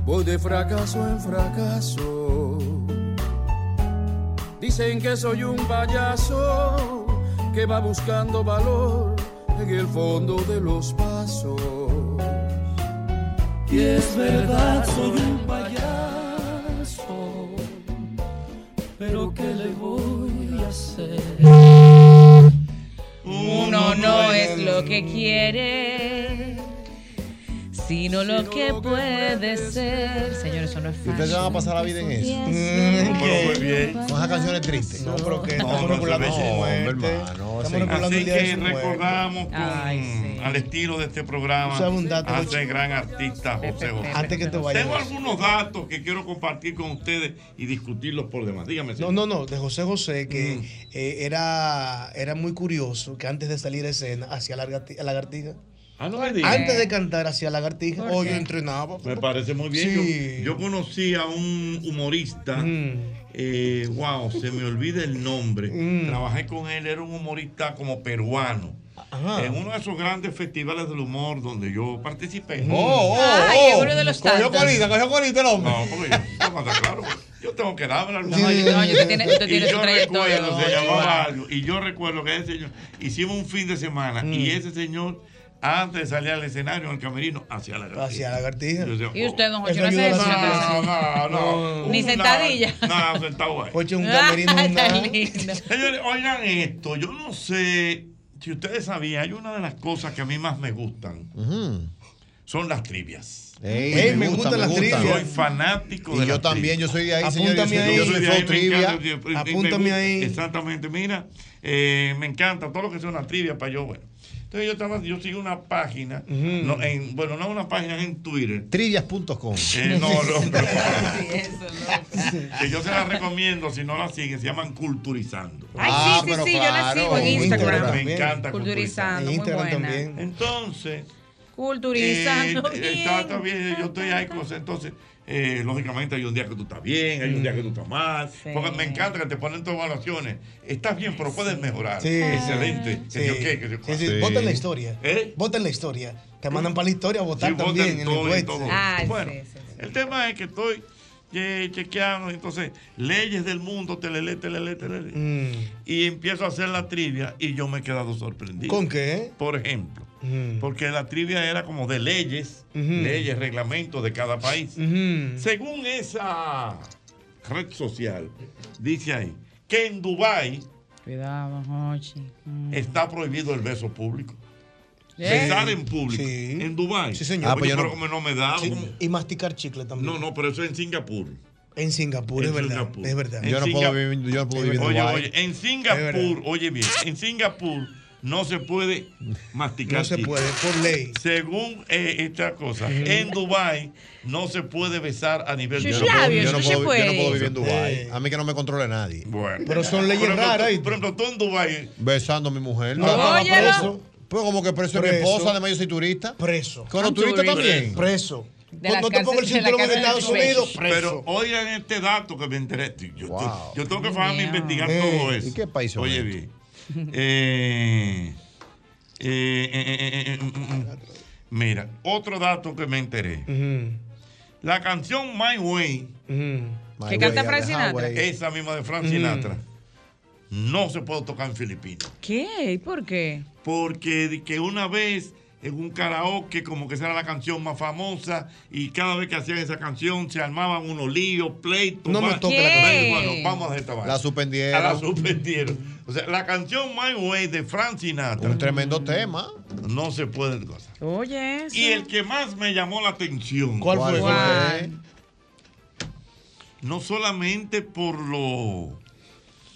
voy de fracaso en fracaso. Dicen que soy un payaso que va buscando valor en el fondo de los pasos. Y es verdad, soy un payaso, pero ¿qué le voy a hacer? Uno no es lo que quiere, sino lo que puede ser. Señor, eso no es Y ustedes se van a pasar la vida en eso. Mm, Pero muy bien. Con esas canciones tristes. No, pero que estamos no, recordando hombre, hermano. Así Estamos recordando el día de que su muerte. recordamos con- al estilo de este programa Tú sabes un dato, a Jochi. este gran artista José José. Antes que te vayas, Tengo José. algunos datos que quiero compartir con ustedes y discutirlos por demás. Dígame. Mm. No, no, no, de José José, que eh, era, era muy curioso que antes de salir a escena hacía largati- lagartija. Ah, me digas. Antes de cantar hacía lagartija. ¿Por O qué? yo entrenaba. Me parece muy bien. Sí. Mm. Yo, yo conocí a un humorista. eh, wow, se me olvida el nombre. Mm. Trabajé con él, era un humorista como peruano. En uno de esos grandes festivales del humor donde yo participé. Oh, oh, Ay, oh. uno de los Cogió tantos. colita, cogió colita el hombre. No, porque yo, no, claro, yo tengo que darme algo. No, yo- no, yo- tú tienes- tú Y tienes yo tu trayectoria, recuerdo, se Jochi, llamaba wow. algo, Y yo recuerdo que ese señor, hicimos un fin de semana y ese señor, antes de salir al escenario, al camerino, hacía la gracia. Hacía lagartija. Yo decía, ¿Y usted, don Jochi, Eso no hace ayuda eso? a la No, no, no. Ni Un sentadilla. lar- No, sentado eh. ahí. Oye, un camerino, Ay, una- tan lindo. Señores, oigan esto. Yo no sé si ustedes sabían, hay una de las cosas que a mí más me gustan. Son las trivias. Ey, Ey, me me gusta, gustan me las gustan. trivias. Soy fanático Y de yo las también, trivias. yo soy de ahí, señor, yo soy- yo soy de Flow ahí, me Trivia. encanta, eh, me- me Apúntame gusta. ahí. Exactamente, mira, eh, me encanta todo lo que sea una trivia para yo, bueno. Entonces yo, estaba, yo sigo una página, no, en- bueno, no una página, es en Twitter. Trivias.com. Eh, no, no, no. que yo se las recomiendo si no la siguen, se llaman Culturizando. Ay, Ah, sí, sí, sí, yo la sigo en Instagram. Me encanta Culturizando, muy buena. Entonces, Culturizando. eh, bien. está, está bien, yo estoy ahí, cosas. Entonces, eh, lógicamente, hay un día que tú estás bien, hay un día que tú estás mal. Porque me encanta que te ponen tus evaluaciones. Estás bien, pero puedes mejorar. Sí. Ah, Excelente. Que Sí. yo qué, que yo Sí, cuál. sí, Vota en la historia. Vota en la historia. Te mandan para la historia a votar ¿Eh? Sí, votan también en el todo y encuesta. todo. bueno, el tema es que estoy eh, chequeando, entonces, leyes del mundo, telele, telele, telele. Mm. Y empiezo a hacer la trivia y yo me he quedado sorprendido. ¿Con qué? Por ejemplo, Mm. porque la trivia era como de leyes, Ujú. leyes, reglamentos de cada país. Ujú. Según esa red social, dice ahí que en Dubái Cuidado, Jochi. Mm. está prohibido el beso público. ¿Eh? Besar en público. En Dubái. Sí, señor. Oye, pero como Ah, pues no me da. Sí, ¿cómo? Y masticar chicle también. No, no, pero eso es en Singapur. En Singapur, En es verdad. Singapur. Es verdad. En Singa- Oye, oye, en Es verdad. Singapur, oye bien, en Singapur no se puede masticar. No se chicle. puede, por ley. Según eh, esta cosa, Ujú. en Dubai no se puede besar a nivel Yo de no, puedo, yo no puedo- yo no puedo vivir en Dubái. A mí que no me controle nadie. Pero son leyes Por ejemplo, raras. ¿eh? Por ejemplo, tú en Dubái. Besando a mi mujer. No, estaba Óyelo. preso. Pues como que preso, es mi Preso. esposa, además yo soy turista. Preso. Con los turistas también. Preso. De las No te pongo el cárceles- de la cinturón en cárcel Estados de Chile. Unidos, preso. Pero oigan este dato que me enteré. Yo, yo tengo que fajarme a investigar Eh, todo eso. ¿Y qué país son Oye, estos? bien. Eh, eh, eh, eh, eh, eh, mm, mm. mira, otro dato que me enteré. La canción My Way. My Que canta Way, Frank Sinatra. Highway. Esa misma de Frank Mm. Sinatra. No se puede tocar en Filipinas. ¿Qué? ¿Y por qué? Porque di que una vez en un karaoke, como que esa era la canción más famosa, y cada vez que hacían esa canción se armaban unos líos, pleitos. No me más. toque la ¿Qué? canción. Bueno, vamos a dejar esta vaina. La suspendieron. A la suspendieron. O sea, la canción My Way de Frank Sinatra. Un tremendo tema. No se puede cosa. Oye, Y el que más me llamó la atención. ¿Cuál fue? ¿Cuál? No solamente por lo.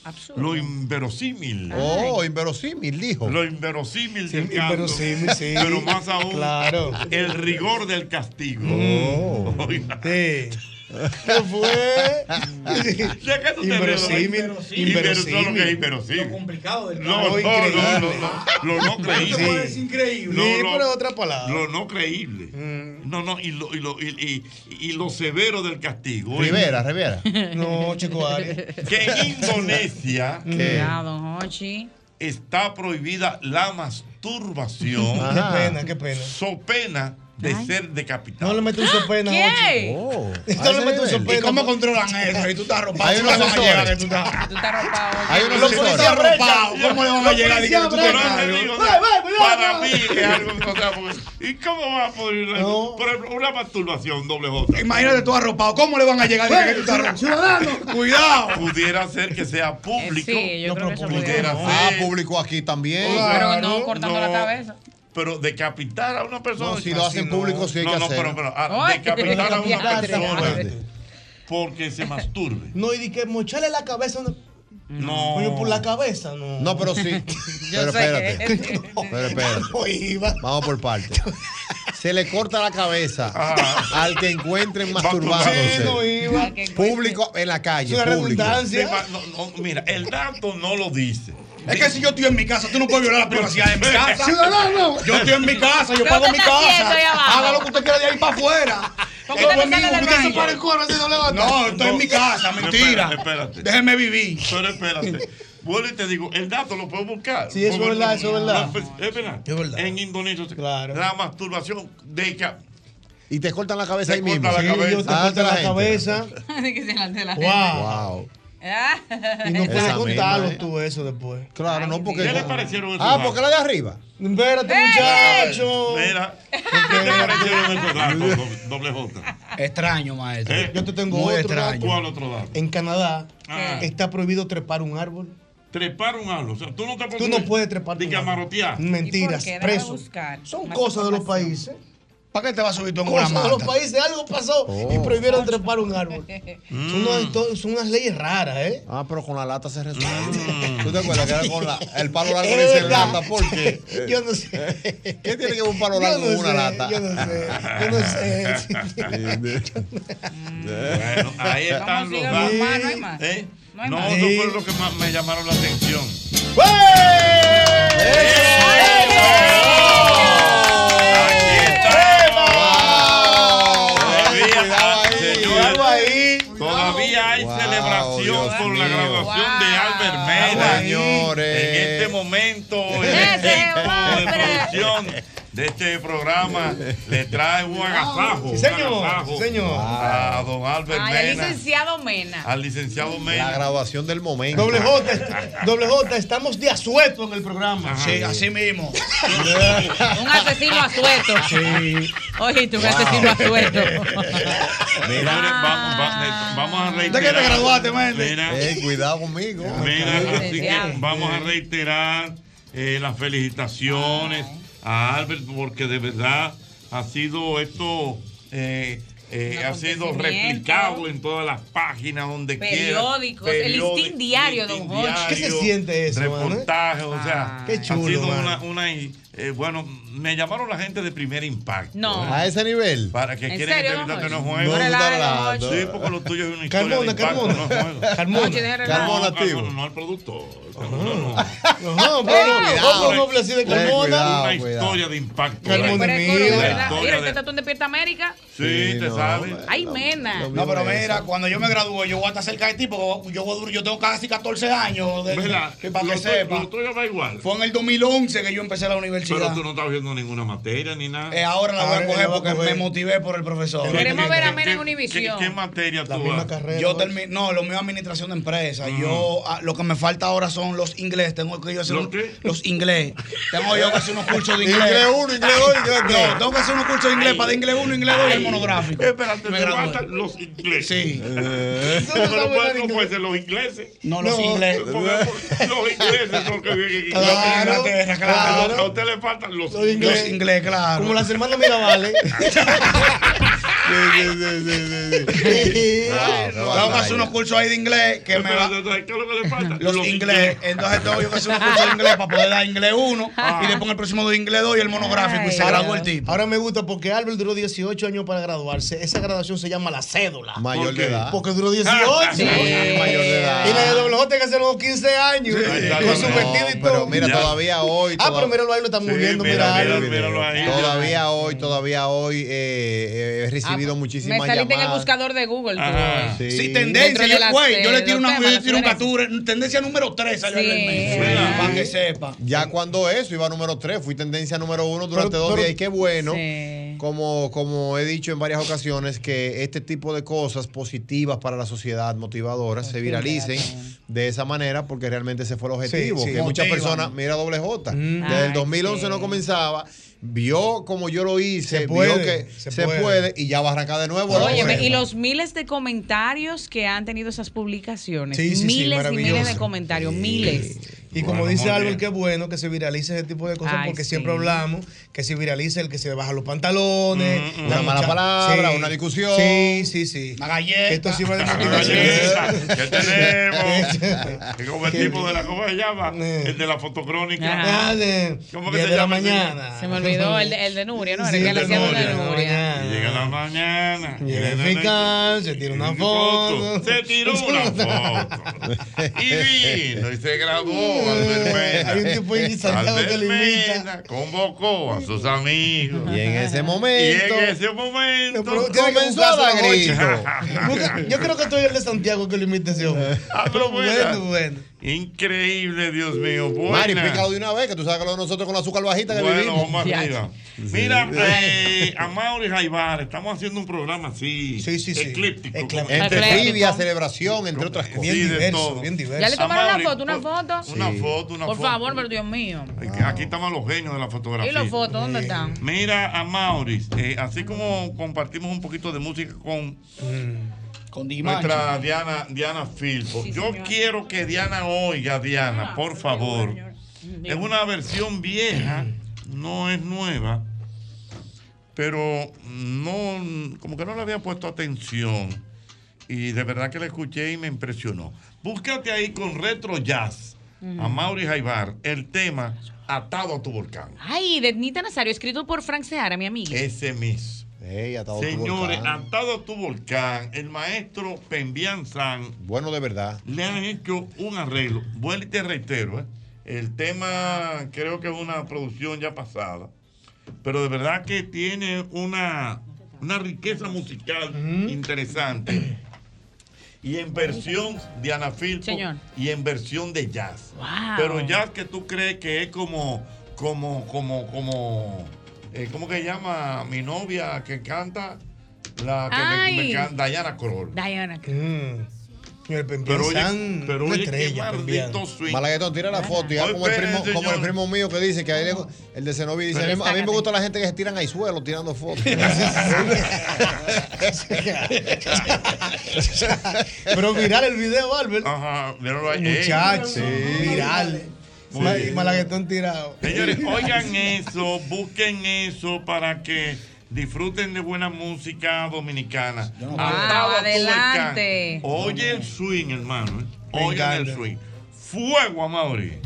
Absurdo. Lo inverosímil. Oh, inverosímil, dijo. Lo inverosímil del caso. inverosímil, sí. Pero más aún, Claro. Mm. el rigor del castigo. Oiga. ¿Qué fue? ¿De qué tú te ríes? Inverosímil, Inverosímil. No, lo que inverosímil. es inverosímil. Lo complicado del caso. No, no, no, no, no. Lo no creíble. Sí. Pues, increíble. No, Sí, no. pero es otra palabra. Mm. Lo no creíble. No, no, y lo, y lo, y, y- y lo severo del castigo. Oiga. Rivera, Rivera. No, Chico Ari. Que en Indonesia Cuidado, Jochi. está prohibida la masturbación. Qué pena, qué pena. So pena de ser decapitado. No le metes un sopena, Jochi. ¿Qué? Oh. No le metes un sopena. ¿Y cómo controlan eso? Y tú estás arropado. Hay ¿Cómo le unos van a sensores. llegar que tú estás- Hay unos Los sensores. policías arropados. ¿Cómo le van a Los llegar? y que policías tú bregan. estás- Pero te digo, o sea, Para mí es algo, o sea, porque- ¿y cómo va a poder una, por ejemplo, una masturbación doble J? Imagínate tú arropado. ¿Cómo le van a llegar? Dile que tú estás arropado. Cuidado. Pudiera ser que sea público. Eh, Sí, yo creo que eso pudiera pudiera. ser. Ah, público aquí también. Pero no cortando la cabeza. Pero decapitar a una persona. Ah, No, si lo hacen público, sí hay no, que no, hacerlo. pero, pero ah, Ay. decapitar a una Diatre. persona porque se masturbe. No, y di que mocharle la cabeza. No. No. Coño, por la cabeza, no. No, pero sí. pero Yo sé espérate. que- este. Pero espérate. Vamos por partes. Se le corta la cabeza Ah. al que encuentren masturbándose. Sí, no iba. Al que Público en la calle. Una público. redundancia. Sí, ma- no, no, mira, el dato no lo dice. Es que si yo estoy en mi casa, tú no puedes violar la privacidad de mi casa. Ciudadano. Yo estoy en mi casa, yo Pero pago usted mi está quieto casa. ahí abajo. Haga lo que usted quiera de ahí para afuera. Porque usted no sale del Usted se baño. para el cuero, así no levanta. No, estoy en mi casa, Pero mentira. Espérate, espérate. Déjeme vivir. Pero espérate. Bueno, y te digo, el dato lo puedo buscar. Sí, eso es Porque- verdad, eso es verdad. No, Es verdad. En Indonesia, la masturbación de ca- Y te cortan la cabeza Te ahí mismo. cortan la cabeza. Dios, te cortan Adelante, la gente. cabeza. que se lance la Wow. Y no puedes Esa contarlo misma, ¿eh? tú eso después. Claro, no porque. ¿Qué le parecieron esos Ah, datos? porque la de arriba. Espérate, ¡Ey! muchacho. Mira, ¿qué te parecieron esos datos, doble- doble J? ¿Eh? Extraño, maestro. Yo te tengo Muy otro extraño. dato. ¿Cuál otro dato? En Canadá Ah. está prohibido trepar un árbol. Trepar un árbol. O sea, tú no te Tú no puedes trepar un Ni camarotear. Mentiras, preso. Son cosas de los países. ¿Para qué te vas a subir tú en una Cosas de los mata? países. Algo pasó y Oh. prohibieron trepar un árbol. Mm. Son, unas, to- son unas leyes raras, ¿eh? Ah, pero con la lata se resuelve. Mm. ¿Tú te acuerdas que era con la, el palo largo Es le dicen verdad. lata? ¿Por qué? Yo no sé. ¿Qué tiene que ver un palo Yo largo no con una sé, lata? yo no sé, yo no sé. Bueno, ahí están los datos. más, no hay más. ¿Eh? No hay No, más. eso fue lo que más me llamaron la atención. Cuidado ahí. Todavía hay celebración por la graduación de Albert Mena. En este momento, el equipo de producción de este programa le trae un Sí, agasajo. un señor, agasajo sí, señor. A don Albert Ay, el Mena. licenciado Mena. Al licenciado Mena. La graduación del momento. Doble J, est- doble J, estamos de asueto en el programa. Sí, así mismo. Un asesino a suelto. Sí. Oye, tú un asesino a suelto. Mira, vamos, va- vamos a reiterar. qué te graduaste, Mena? Eh, cuidado conmigo. Mira, así que vamos a reiterar eh, las felicitaciones a Albert porque de verdad ha sido esto eh, eh, ha sido replicado en todas las páginas donde quiera. Periódicos, el listín diario, don Jorge. diario, ¿Qué se siente eso, mano, eh? Reportajes, o sea, Qué chulo, ha sido mano. una, una, eh, bueno, me llamaron la gente de primer impacto. No. A ese nivel. Para que ¿En quieren serio, don entrevistarte no Jorge? jueguen. No, relaja, don Jorge. Sí, porque lo tuyo es una historia Carmona, de impacto, Carmona. no juego. Carmona. No, Oye, deja relajar. Carmona, Carmona activo. no al productor. Ah, Carmona no. Ajá, pero eh. otro doble así de Carmona. Una historia de impacto. Carmona Una es historia mía. de- Mira, este está en Despierta América. Sí, te sabes. Ay, Mena. No, pero mira, cuando yo me gradué, yo voy a estar cerca de ti, porque yo, voy a durar- yo tengo casi 14 años. de- Mira, que para lo que tuyo- sepa. lo tuyo va igual. Fue en el 2011 que yo empecé la Pero universidad. tú no estás viendo ninguna materia ni nada. Eh, ahora la voy a coger porque me motivé por el ¿Qué- profesor. qué- qué- ¿Qué, qué materia tú vas? Yo terminé, no, lo mío es administración de empresa. Mm. Yo, ah, lo que me falta ahora son los inglés. Tengo que yo hacer ¿Los un- qué? los inglés. Tengo yo que hacer unos cursos de inglés. Inglés uno, inglés dos, inglés tres. No, tengo que hacer unos cursos de inglés para de inglés 1, inglés 2 y el monográfico. Espérate, Me te gradué. faltan los ingleses. Sí. Pero pues, no puede ser los ingleses. No, los ingleses. Porque Los ingleses son que vienen aquí. Claro, Inglaterra, claro. A usted le faltan los, Los inglés. Los inglés, claro. Como las hermanas ¿eh? Mirabales. Tengo que hacer unos cursos ahí de inglés que me va. ¿Qué es lo que le falta? Los, inglés. Entonces tengo yo que hacer unos cursos de inglés para poder dar inglés 1 Ah. y después en el próximo de inglés 2 y el monográfico y se graduó el tipo. Ahora me gusta porque Albert duró 18 años para graduarse. Esa graduación se llama la cédula. Mayor ¿Por qué? de edad. Porque duró 18. Sí, mayor de edad. Y la de doble J tiene que hacer unos 15 años. Con su vestido y Pero todo. mira, todavía hoy. Ah, toda- pero míralo ahí, lo están moviendo, mira, mira, Albert. mira. Todavía hoy, todavía hoy eh, eh, he recibido muchísimas Ah, pues, Me saliste en el llamadas. buscador de Google. tú. eh. Ajá. Sí, Sí. tendencia. Dentro Yo, de las, güey, yo eh, le tiro los una, temas, yo le tiro un las captura. Tendencia número 3 salió el mes. Para que sepa. Ya cuando eso iba número 3, fui tendencia número 1 durante dos días y qué bueno. como, como he dicho en varias ocasiones, que este tipo de cosas positivas para la sociedad, motivadoras, Pues, se viralicen de esa manera porque realmente ese fue el objetivo. Sí, Mm. sí. que muchas Motivan. personas, mira doble J, desde Ay, el 2011 no comenzaba, vio como yo lo hice, Se puede, vio que se se, puede. puede. y ya va a arrancar de nuevo. la Óyeme, oferta. y los miles de comentarios que han tenido esas publicaciones. Sí, sí, sí, miles y miles de maravilloso. comentarios, miles. Y como Bueno, dice muy algo, bien. que es bueno que se viralice ese tipo de cosas, Ay, porque sí. siempre hablamos que se viralice el que se baja los pantalones, Mm, mm. la Una mala mucha- palabra, una discusión. Sí, sí, sí. La galleta. Esto sirve de galleta, motivación. ¿Qué tenemos? Es como el tipo de la, ¿cómo se llama? Eh. El de la fotocrónica. Ah, de- ¿Cómo que diez se de la llama? ese? mañana. Se me olvidó el de, el de Nuria, ¿no? Era Sí, que el le de hacíamos Nuria, la el de Nuria. Y Llega la mañana. Llega eficaz, se tira una foto. Se tiró una foto. Y vino y se graduó Albermena. Hay un tipo ahí en Santiago que lo imita. Albermena convocó a sus amigos. Y en ese Y momento- en ese momento Pero tiene que Comenzó buscarse a dar la joya. grito. Busca- Yo creo que estoy el de Santiago que lo imite ese hombre. Pero bueno, bueno. Ah, Increíble, Dios mío. Buena. Mari, picado de una vez, que tú sabes que lo de nosotros con la azúcar bajita que Bueno, vivimos. vamos arriba. Mira, eh, Amaury Jaibar, estamos haciendo un programa así. Eclíptico. como- Entre trivia, celebración, entre otras cosas. Bien Sí, de diverso, todo. bien diverso. ¿Ya le tomaron Amable, una foto? ¿Una foto? una foto, una Por foto. favor, pero Dios mío. Aquí estamos los genios de la fotografía. ¿Y las fotos? ¿Dónde están? Mira, a Mauris, eh, así como compartimos un poquito de música con Con nuestra Diana, Diana Filpo, yo quiero que Diana oiga, Ah, Diana, por favor. Es una versión vieja, no es nueva, pero no, como que no le había puesto atención. Y de verdad que la escuché y me impresionó. Búscate ahí con Retro Jazz a Mauri Jaibar el tema Atado a tu volcán. Ay, de Nita Nazario, escrito por Frank Seara, mi amigo. Ese mismo. atado a tu Señores, volcán. atado a tu volcán, el maestro Pembian San Bueno, de verdad. le han hecho un arreglo. Vuelvo y te reitero, ¿eh? el tema creo que es una producción ya pasada, pero de verdad que tiene una, una riqueza musical interesante. Y en versión de Ana Filpo Señor. y en versión de jazz. Wow. Pero jazz que tú crees que es como, como, como, como, eh, ¿cómo que llama mi novia que canta? La que me, Ay. me canta, Diana Corol. Ah, Diana. Pero oye- San, pero una oye, qué estrella. maldito Pembian. swing. Malaguetón, tira la foto. Ya Ay, como, el primo, espérense, como el señor. primo mío que dice que a él le gu- el de Zenobia dice: a mí, a mí me gusta la gente que se tiran al suelo tirando fotos. Pero viral el video, Albert. Ajá, míralo ahí. Muchachos, Ey. viral. Muy Ma- bien. Malaguetón tirado. Señores, oigan eso, busquen eso para que disfruten de buena música dominicana. Wow, Atado a tu Ah, adelante. volcán. Oye el swing, hermano. ¿eh? Me Oigan encanta. el swing. Fuego, Amaury.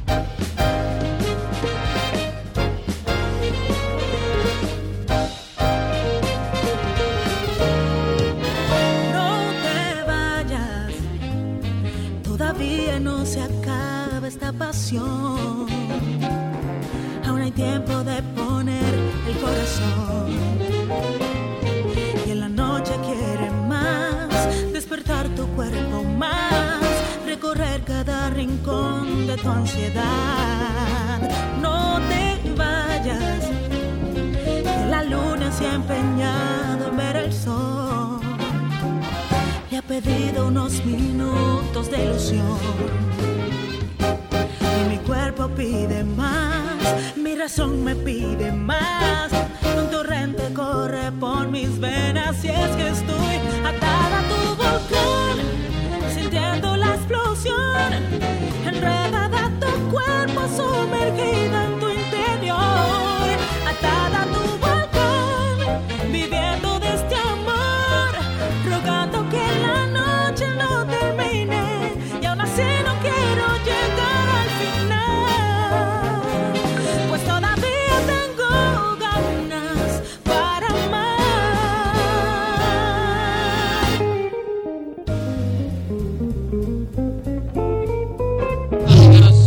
No te vayas, todavía no se acaba esta pasión. Aún hay tiempo de poner el corazón. Y en la noche quiere más, despertar tu cuerpo más, recorrer cada rincón de tu ansiedad. No te vayas, que la luna se ha empeñado en ver el sol le ha pedido unos minutos de ilusión. Y mi cuerpo pide más, mi razón me pide más. Un torrente corre por mis venas y es que estoy atada a tu volcán, sintiendo la explosión. Enredada tu cuerpo, sumergida en tu interior. Atada a tu volcán, viviendo de este amor rogando que la noche no termine y aún así no quiero llegar al final pues todavía tengo ganas para amar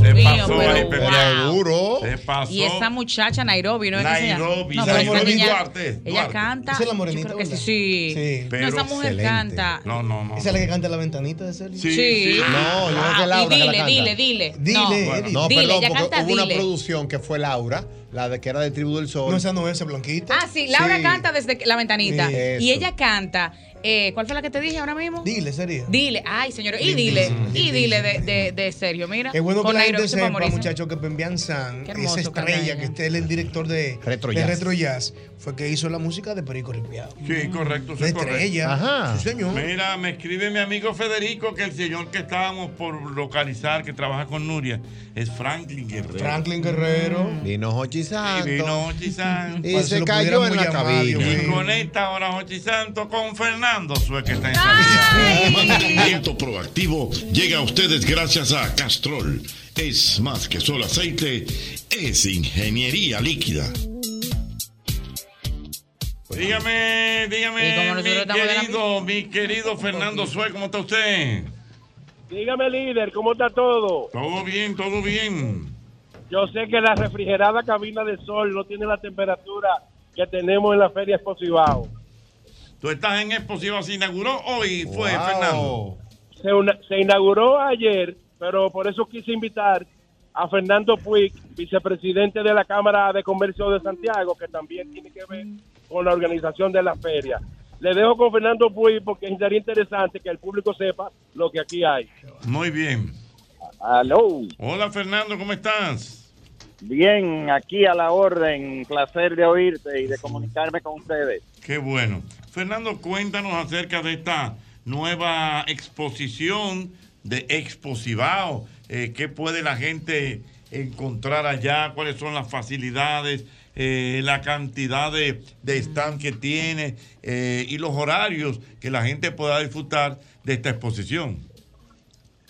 Se mío, pasó pero ahí, wow. duro. Se pasó. Y esa muchacha Nairobi, ¿no es que se llama? Nairobi, No, pero Nairobi esa niña- Duarte, Ella Duarte. canta. Esa es la yo morenita, creo que sí. ¿verdad? sí. Sí. No, esa mujer canta. No, no, no. Esa es la que canta la ventanita de Celia. Sí, Sí. No, yo creo sí. que Ah, Laura y que la dile, canta. dile, dile. Dile, No, no, dile, perdón, ella porque canta hubo una dile. producción que fue Laura, La de que era de Tribu del Sol. No, esa no es, Blanquita. Ah, sí, Laura Sí. canta desde la ventanita. Sí, y eso. ella canta. eh, ¿Cuál fue la que te dije ahora mismo? Dile, sería. Dile, ay señor, y dile, y dile de, de, de Sergio, mira. Es bueno que la gente Nairobi se fue a sepa, morir. muchachos, que Pembian San, Qué hermoso esa canta estrella ella. que este es el director de Retro de Jazz. Retro Jazz, fue que hizo la música de Perico Ripiado. Sí, correcto, sí, Una correcto. estrella. Ajá. Sí, señor. Mira, me escribe mi amigo Federico que el señor que estábamos por localizar, que trabaja con Nuria, es Franklin Guerrero. Franklin Guerrero. Vino Hochi Santos. Y vino Hochi Santos. Y se cayó en la cabina. Y conecta ahora Hochi Santos con Fernando Sue, que está en Mantenimiento proactivo llega a ustedes gracias a Castrol. Es más que solo aceite, es ingeniería líquida. Dígame, Y como dígame, nosotros mi estamos de la querido, mi querido Fernando Sue, ¿cómo está usted? Dígame, líder, ¿cómo está todo? Todo bien, todo bien. Yo sé que la refrigerada cabina de sol no tiene la temperatura que tenemos en la feria Esposibao. Tú estás en Exposiva, se inauguró hoy, fue Fernando. Se, una- se inauguró ayer, pero por eso quise invitar a Fernando Puig, vicepresidente de la Cámara de Comercio de Santiago, que también tiene que ver con la organización de la feria. Le dejo con Fernando Puig porque sería interesante que el público sepa lo que aquí hay. Muy bien. Aló. Hola Fernando, ¿cómo estás? Bien, aquí a la orden. Placer de oírte y de comunicarme con ustedes. Qué bueno. Fernando, cuéntanos acerca de esta nueva exposición de Exposivao. Eh, ¿Qué puede la gente encontrar allá? ¿Cuáles son las facilidades? Eh, la cantidad de, de stand que tiene eh, y los horarios que la gente pueda disfrutar de esta exposición.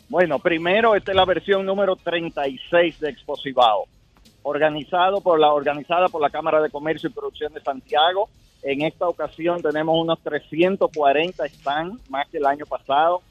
Bueno, primero, esta es la versión número 36 de Exposivao, organizado por la, organizada por la Cámara de Comercio y Producción de Santiago. En esta ocasión tenemos unos 340 stands, más que el año pasado.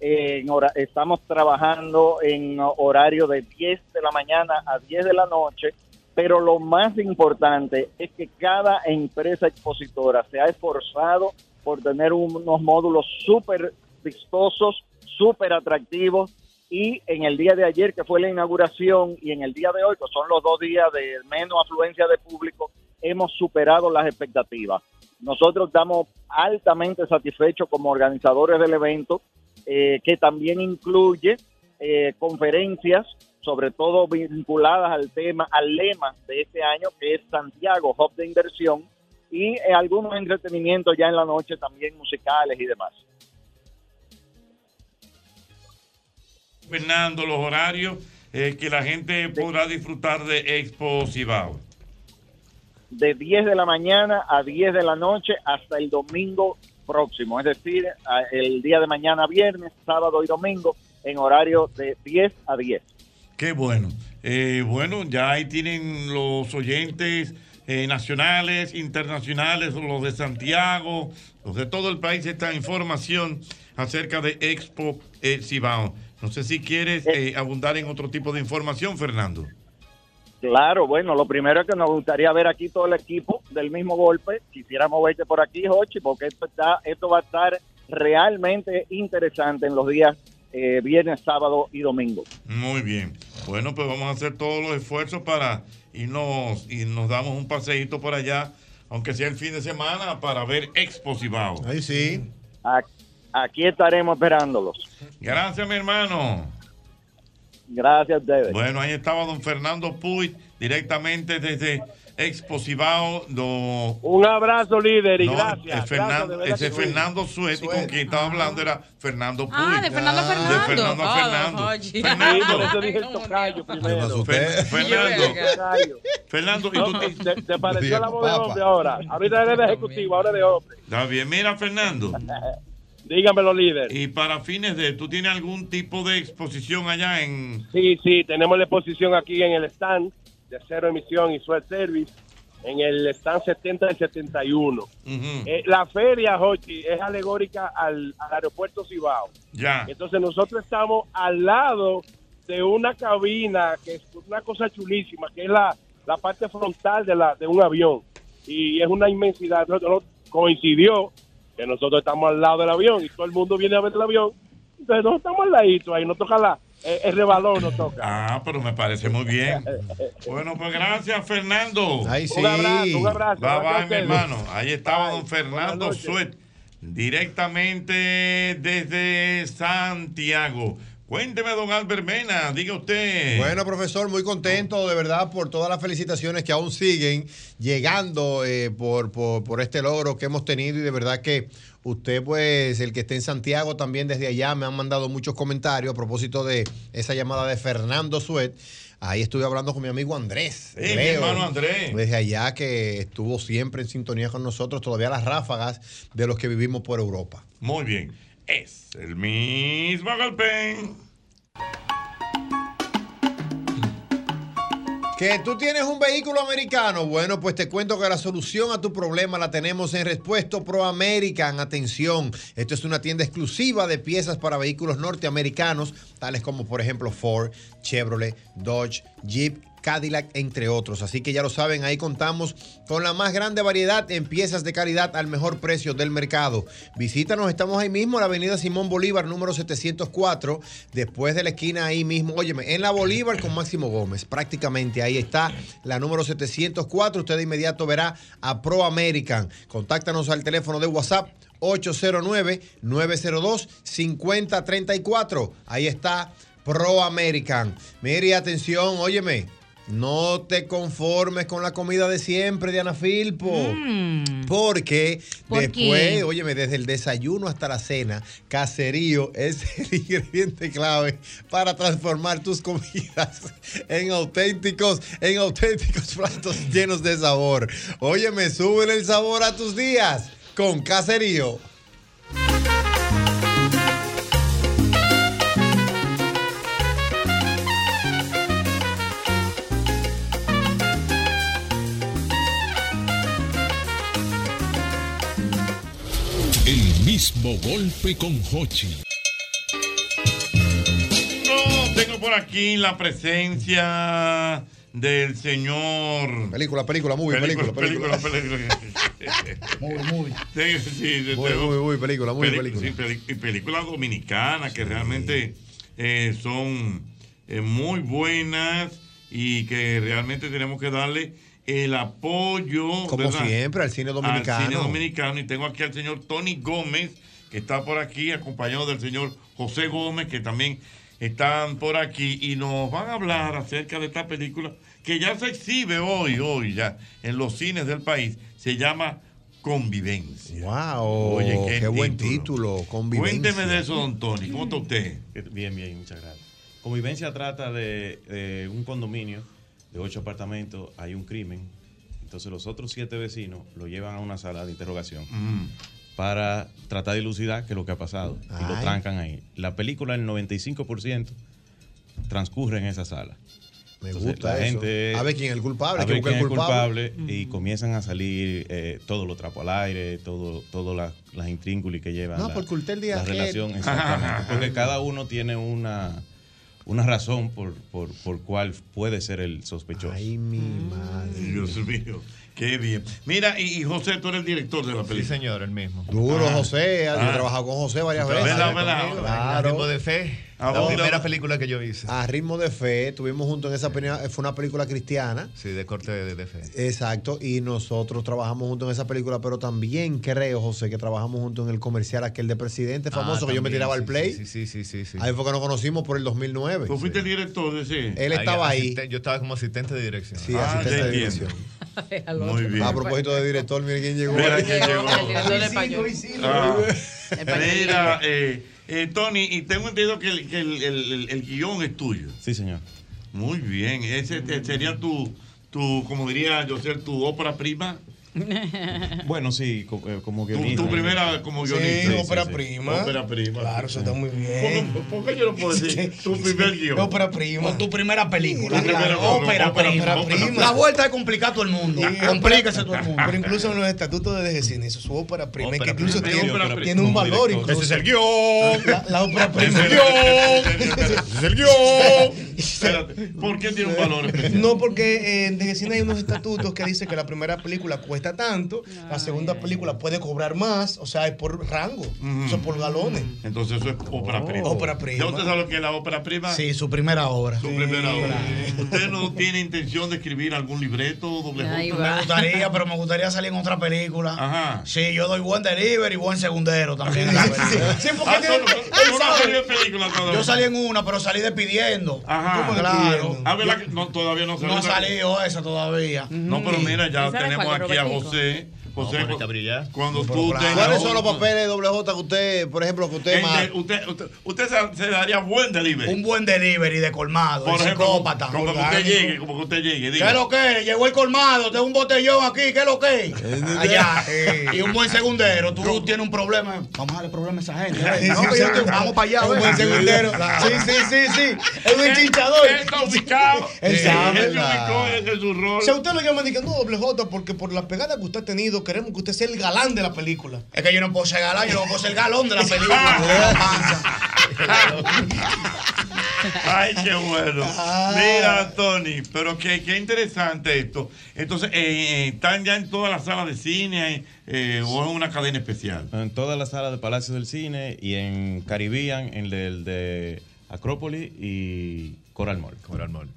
Eh, En hora- estamos trabajando en horario de 10 de la mañana a 10 de la noche, pero lo más importante es que cada empresa expositora se ha esforzado por tener un- unos módulos súper vistosos, súper atractivos. Y en el día de ayer, que fue la inauguración, y en el día de hoy, que son los dos días de menos afluencia de público, hemos superado las expectativas. Nosotros estamos altamente satisfechos como organizadores del evento, eh, que también incluye eh, conferencias, sobre todo vinculadas al tema, al lema de este año, que es Santiago, Hub de Inversión, y eh, algunos entretenimientos ya en la noche también musicales y demás. Fernando, los horarios eh, que la gente podrá disfrutar de Exposivao. de 10 de la mañana a 10 de la noche hasta el domingo próximo, es decir, a- el día de mañana viernes, sábado y domingo en horario de 10 a 10. Qué bueno. Eh, bueno, ya ahí tienen los oyentes eh, nacionales, internacionales, los de Santiago, los de todo el país, esta información acerca de Expo eh, Cibao. No sé si quieres eh, abundar en otro tipo de información, Fernando. Claro, bueno, lo primero es que nos gustaría ver aquí todo el equipo del mismo golpe. Quisiéramos verte por aquí, Jochi, porque esto, está, esto va a estar realmente interesante en los días eh, viernes, sábado y domingo. Muy bien. Bueno, pues vamos a hacer todos los esfuerzos para irnos y nos damos un paseíto por allá, aunque sea el fin de semana, para ver Expo Cibao. Ahí sí. Aquí estaremos esperándolos. Gracias, mi hermano. Gracias, David. Bueno, ahí estaba don Fernando Puy, directamente desde Expo Cibao. Un abrazo, líder, y No, gracias. es Fernando, Gracias, de verdad ese que sí. Fernando Sueti, con quien estaba hablando era Fernando Puy. Ah, de Fernando Ah, Fernando. De Fernando Ah, Fernando. oye. Fernando. Sí, por eso dije el tocayo primero. Fer- Fernando. Fernando, ¿y tú te- Te, te pareció Diga, la voz de papa. hombre ahora. Ahorita eres de ejecutivo, ahora de hombre. Está bien, mira, Fernando. Dígamelo, líder. Y para fines de, ¿tú tienes algún tipo de exposición allá en Sí, sí, tenemos la exposición aquí en el stand de Cero Emisión y Suel Service, en el stand 70 y 71. Eh, la feria, Jochi, es alegórica al, al aeropuerto Cibao. Ya. Entonces nosotros estamos al lado de una cabina que es una cosa chulísima, que es la, la parte frontal de, la, de un avión. Y es una inmensidad. Nosotros- coincidió que nosotros estamos al lado del avión y todo el mundo viene a ver el avión. Entonces nosotros estamos al ladito ahí, nos toca la, eh, el rebalón nos toca. Ah, pero me parece muy bien. Bueno, pues gracias, Fernando. Ay, sí. Un abrazo, un abrazo. Bye, bye, Gracias a mi ustedes. hermano. Ahí estaba don Fernando Suet, directamente desde Santiago. Cuénteme, don Albert Mena, diga usted. Bueno, profesor, muy contento de verdad por todas las felicitaciones que aún siguen llegando eh, por, por- por este logro que hemos tenido y de verdad que usted, pues, el que esté en Santiago también desde allá, me han mandado muchos comentarios a propósito de esa llamada de Fernando Suet. Ahí estuve hablando con mi amigo Andrés. Sí, mi hermano Andrés. Desde allá que estuvo siempre en sintonía con nosotros, todavía las ráfagas de los que vivimos por Europa. Muy bien. Es el mismo golpe. Que tú tienes un vehículo americano. Bueno, pues te cuento que la solución a tu problema la tenemos en Respuesto Pro American. Atención, esto es una tienda exclusiva de piezas para vehículos norteamericanos, tales como por ejemplo Ford, Chevrolet, Dodge, Jeep. Cadillac, entre otros. Así que ya lo saben, ahí contamos con la más grande variedad en piezas de calidad al mejor precio del mercado. Visítanos, estamos ahí mismo, en la avenida Simón Bolívar, número 704, después de la esquina ahí mismo, óyeme, en la Bolívar con Máximo Gómez, prácticamente ahí está la número 704, usted de inmediato verá a Pro American. Contáctanos al teléfono de WhatsApp 809-902-5034, ahí está Pro American. Mire, atención, óyeme. No te conformes con la comida de siempre, Diana Filpo. Porque ¿Por después, qué? óyeme, desde el desayuno hasta la cena, caserío es el ingrediente clave para transformar tus comidas en auténticos, en auténticos platos llenos de sabor. Óyeme, súbele el sabor a tus días con caserío. El mismo golpe con Hochi. No, tengo por aquí la presencia del señor. Película, película, movie, película, película. Muy, muy. Sí, sí, sí. Muy, tengo- muy, muy, película, muy, Pelic- película. sí, peli- y películas dominicanas que realmente eh, son eh, muy buenas y que realmente tenemos que darle el apoyo. Como ¿verdad? siempre, al cine dominicano. Al cine dominicano. Y tengo aquí al señor Tony Gómez, que está por aquí, acompañado del señor José Gómez, que también están por aquí. Y nos van a hablar acerca de esta película que ya se exhibe hoy, hoy ya, en los cines del país. Se llama Convivencia. ¡Wow! Oye, qué, buen título. título. Convivencia. Cuénteme de eso, don Tony. ¿Cómo está usted? Bien, bien, muchas gracias. Convivencia trata de, de un condominio de ocho apartamentos, hay un crimen, entonces los otros siete vecinos lo llevan a una sala de interrogación Mm. para tratar de elucidar qué es lo que ha pasado y lo Ay. trancan ahí. La película, el 95% transcurre en esa sala. Me gusta eso. A ver quién es el culpable, a que ver busque quién el es el culpable. culpable. Y comienzan a salir eh, todos los trapos al aire, todo- todas las, las intrínculas que llevan. No, la- porque usted el día la que- relación, exactamente. Porque cada uno tiene una, una razón por, por, por cuál puede ser el sospechoso. Ay, mi madre. Dios mío, qué bien. Mira, y, y José, tú eres el director de la película. Sí, señor, el mismo. Duro, José. Yo Ah. he trabajado con José varias Tú veces. trabajaste conmigo, en Ritmo de Fe, la primera película que yo hice. A ritmo de fe, estuvimos juntos en esa película, fue una película cristiana. Sí, de corte de, de fe. Exacto, y nosotros trabajamos juntos en esa película, pero también creo, José, que trabajamos juntos en el comercial aquel de presidente famoso Ah, que yo me también, tiraba sí, al play. Sí, sí, sí, sí. sí. Ahí fue que nos conocimos por el 2009. Tú fuiste el director de ese. Él estaba ahí. asisten- Yo este. estaba como asistente de dirección. Sí, asistente de dirección. Muy bien. A propósito de director, miren quién llegó. Mira quién llegó. El director de pañuelo. Ah. pañuelo. Mira, eh, eh, Tony, y tengo entendido que el, que el- el- el- el guión es tuyo. Sí, señor. Muy bien. Ese te- sería tu, tu, como diría yo ser tu ópera prima. Bueno, sí, co- eh, como Tu, guionista. tu primera como Sí, guionista. ópera prima. Ópera prima. Claro, eso está muy bien. ¿Por, por qué yo no puedo decir tu primer guión? Ópera prima. Tu primera película. Tu primera claro, ópera, ópera, ópera prima. prima. La vuelta de complicar todo el mundo. Complícase todo el mundo. Pero incluso en los estatutos de DGCINE, eso es su ópera prima, que incluso prima. tiene, Sí, ópera tiene prima. un Como valor director. incluso. Ese es el guión. La, la ópera Ese prima. es el guión. guión. Espérate, ¿por qué tiene un valor especial? No, porque eh, en Desde Cine hay unos estatutos que dicen que la primera película cuesta tanto, la segunda película puede cobrar más, o sea, es por rango, o sea, por galones. Entonces eso es ópera prima. Ópera prima. ¿Ya usted sabe lo que es la ópera prima? Sí, su primera obra. Su primera obra. ¿Usted no tiene intención de escribir algún libreto doble Me junta? gustaría, pero me gustaría salir en otra película. Ajá. Sí, yo doy buen delivery y buen segundero también. sí, porque Ah, tiene- no, no, él no, no sabe. salió en película todavía. Yo salí en una, pero salí despidiendo. Ajá, claro. A ver, la que- no, todavía no salió. No salió esa todavía. Mm. No, pero mira, ya ¿Y sabes tenemos cuál, aquí a Robertico? José. José, cu- cuando Pero tú claro. tengas ¿Cuáles son los un- papeles de WJ que usted, por ejemplo, que usted Gente, más... usted, usted, usted se, se daría buen delivery. Un buen delivery de colmado, Por de ejemplo, psicópata, como que usted orgánico. llegue, como que usted llegue. ¿Qué es Diga. lo que? es? Llegó el colmado, tengo un botellón aquí, ¿qué es lo que? Eh, es? Allá. Y un buen segundero, tú tienes un problema. Vamos a darle problema a esa gente. ¿eh? Sí, No, sí, que sí. yo te- vamos para allá. ¿eh? Un ¿ves? buen segundero. Sí, sí, sí, sí. Es un chinchador. Él está ubicado. Él Sí, sabe. él se ubicó, ese es su rol. Si a usted lo llaman y que no, doble J, porque por la pegada que usted ha tenido, queremos que usted sea el galán de la película. Es que yo no puedo ser galán, yo no puedo ser galón de la película. Ay, qué bueno. Ah. Mira, Tony, pero qué, qué interesante esto. Entonces, eh, eh, ¿están ya en todas las salas de cine eh, o en una cadena especial? En todas las salas de Palacio del Cine y en Caribbean, en el de Acrópolis y Coral Mall. Coral Mall.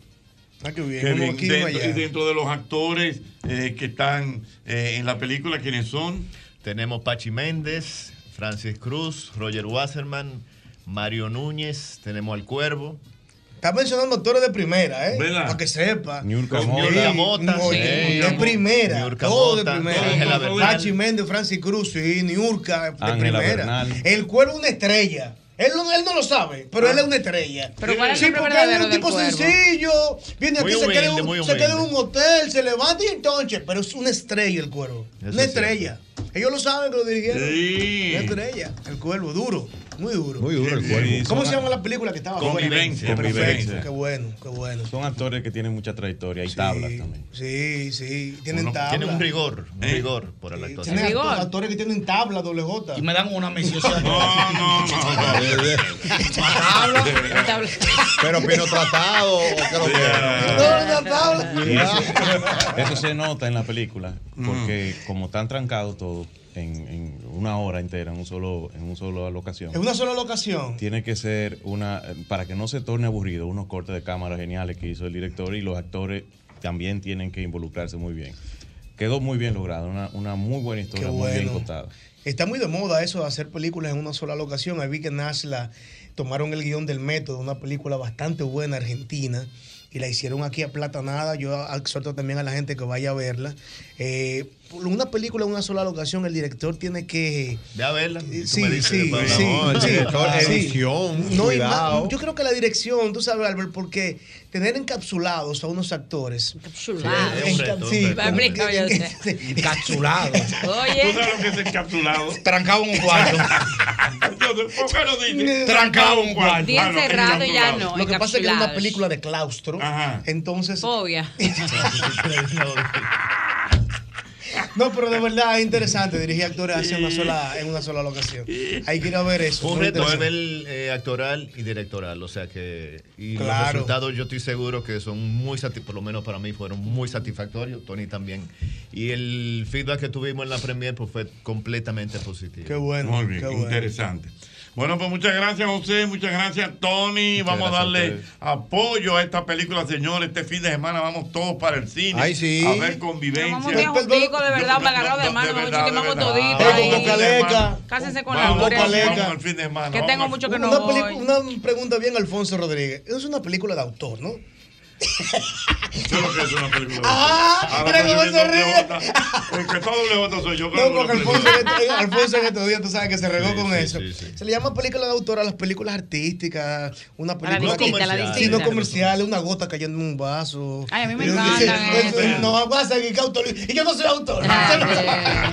Ah, qué bien. Que uno bien, aquí, uno dentro, allá. y dentro de los actores eh, que están eh, en la película, ¿quiénes son? Tenemos Pachi Méndez, Francis Cruz, Roger Wasserman, Mario Núñez, tenemos al Cuervo. Está mencionando actores de primera, ¿eh? ¿Verdad? Para que sepa. Niurka Sí, Mota. Mota, oye, sí. De primera. Niurka Todo de Mota, primera. Ángela Bernal. Pachi Méndez, Francis Cruz y Niurka de Ángela primera. Bernal. Ah. El cuervo es una estrella. Él, no- él no lo sabe, pero él es una estrella. Pero ¿cuál es el sí, nombre porque él es verdadero un del tipo Cuervo? sencillo. Viene Muy aquí, se queda, en humilde, muy un, se queda en humilde. un hotel, se levanta y entonces. Pero es una estrella el cuervo. Eso una es cierto. estrella. Ellos lo saben que lo dirigieron. Sí. Una estrella. El cuervo, duro. Muy duro. Muy duro el Sí, Cuervo. sí, ¿Cómo se llama la película que estaba afuera? Convivencia. Perfecto, Qué bueno, qué bueno. Son actores que tienen mucha trayectoria y tablas también. Sí, sí, tienen Uno- tabla. tienen un rigor, Un rigor por la actuación. Tienen actores, actores que tienen tabla, doble J. Y me dan una misión. no, no, Pero Pino Tratado. o qué lo que era. Una tabla. Y eso, eso se nota en la película, Mm. porque como están trancados todos en, en una hora entera, en un solo, en un solo locación. En una sola locación. Tiene que ser una, para que no se torne aburrido, unos cortes de cámara geniales que hizo el director y los actores también tienen que involucrarse muy bien. Quedó muy bien logrado, una, una muy buena historia, Qué muy bien bueno. contada. Está muy de moda eso de hacer películas en una sola locación. Ahí vi que Nasla tomaron el guión del método, una película bastante buena argentina, y la hicieron aquí a Platanada. Yo exhorto también a la gente que vaya a verla. Eh, una película en una sola locación, el director tiene que... Ve a verla. Eh, Sí, me dices sí, después sí, hablamos. sí, El director, claro. Sí. edición, No, y cuidado. más- yo creo que la dirección, tú sabes, Albert, porque tener encapsulados a unos actores. Encapsulados. Eh, Ah, Sí, es un enca- reto, sí, un reto. como que- Explícame usted. Encapsulados. Oye. ¿Tú sabes lo que es encapsulado? Trancado en un cuarto. ¿Por qué no dices? Trancado en un cuarto. Bien Ah, no, cerrado ya encapsulado. no. Lo que pasa es que es una encapsulados. película de claustro. Entonces. Fobia. No, pero de verdad es interesante dirigir actores así en una sola, en una sola locación. Hay que ir a ver eso. Fue un muy reto a interesante. nivel eh, actoral y directoral, o sea que y Claro. los resultados yo estoy seguro que son muy sati- por lo menos para mí fueron muy satisfactorios, Tony también. Y el feedback que tuvimos en la premier pues, fue completamente positivo. Qué bueno, Muy bien, qué bueno. interesante. Bueno, pues muchas gracias, José. Muchas gracias, Tony. vamos gracias a a darle ustedes. apoyo a esta película, señores. Este fin de semana vamos todos para el cine. Ay, sí. A ver convivencia. Vamos bien juntico, de verdad, me agarrado de mano, me quemamos todito. ahí. Cásense con la Vamos, gloria. Boca Leca. Vamos al fin de semana. Que vamos tengo al- mucho que una, no pelicu- voy. una pregunta bien, Alfonso Rodríguez. Es una película de autor, ¿no? Creo que es una película. Ah, Ahora mira estoy cómo se viendo ríe. doble bota. El que está doble bota soy yo. creo No, que porque una película. Alfonso, en este- Alfonso en estos días tú sabes que se regó con eso. Se le llama película de autor a las películas artísticas, una película distinta, la Sí, no distinta. comerciales, una gota cayendo en un vaso. Ay, a mí me Y uno encantan dice, eso. eso No vas a seguir que autor. Y yo no soy autor. Ah, eh.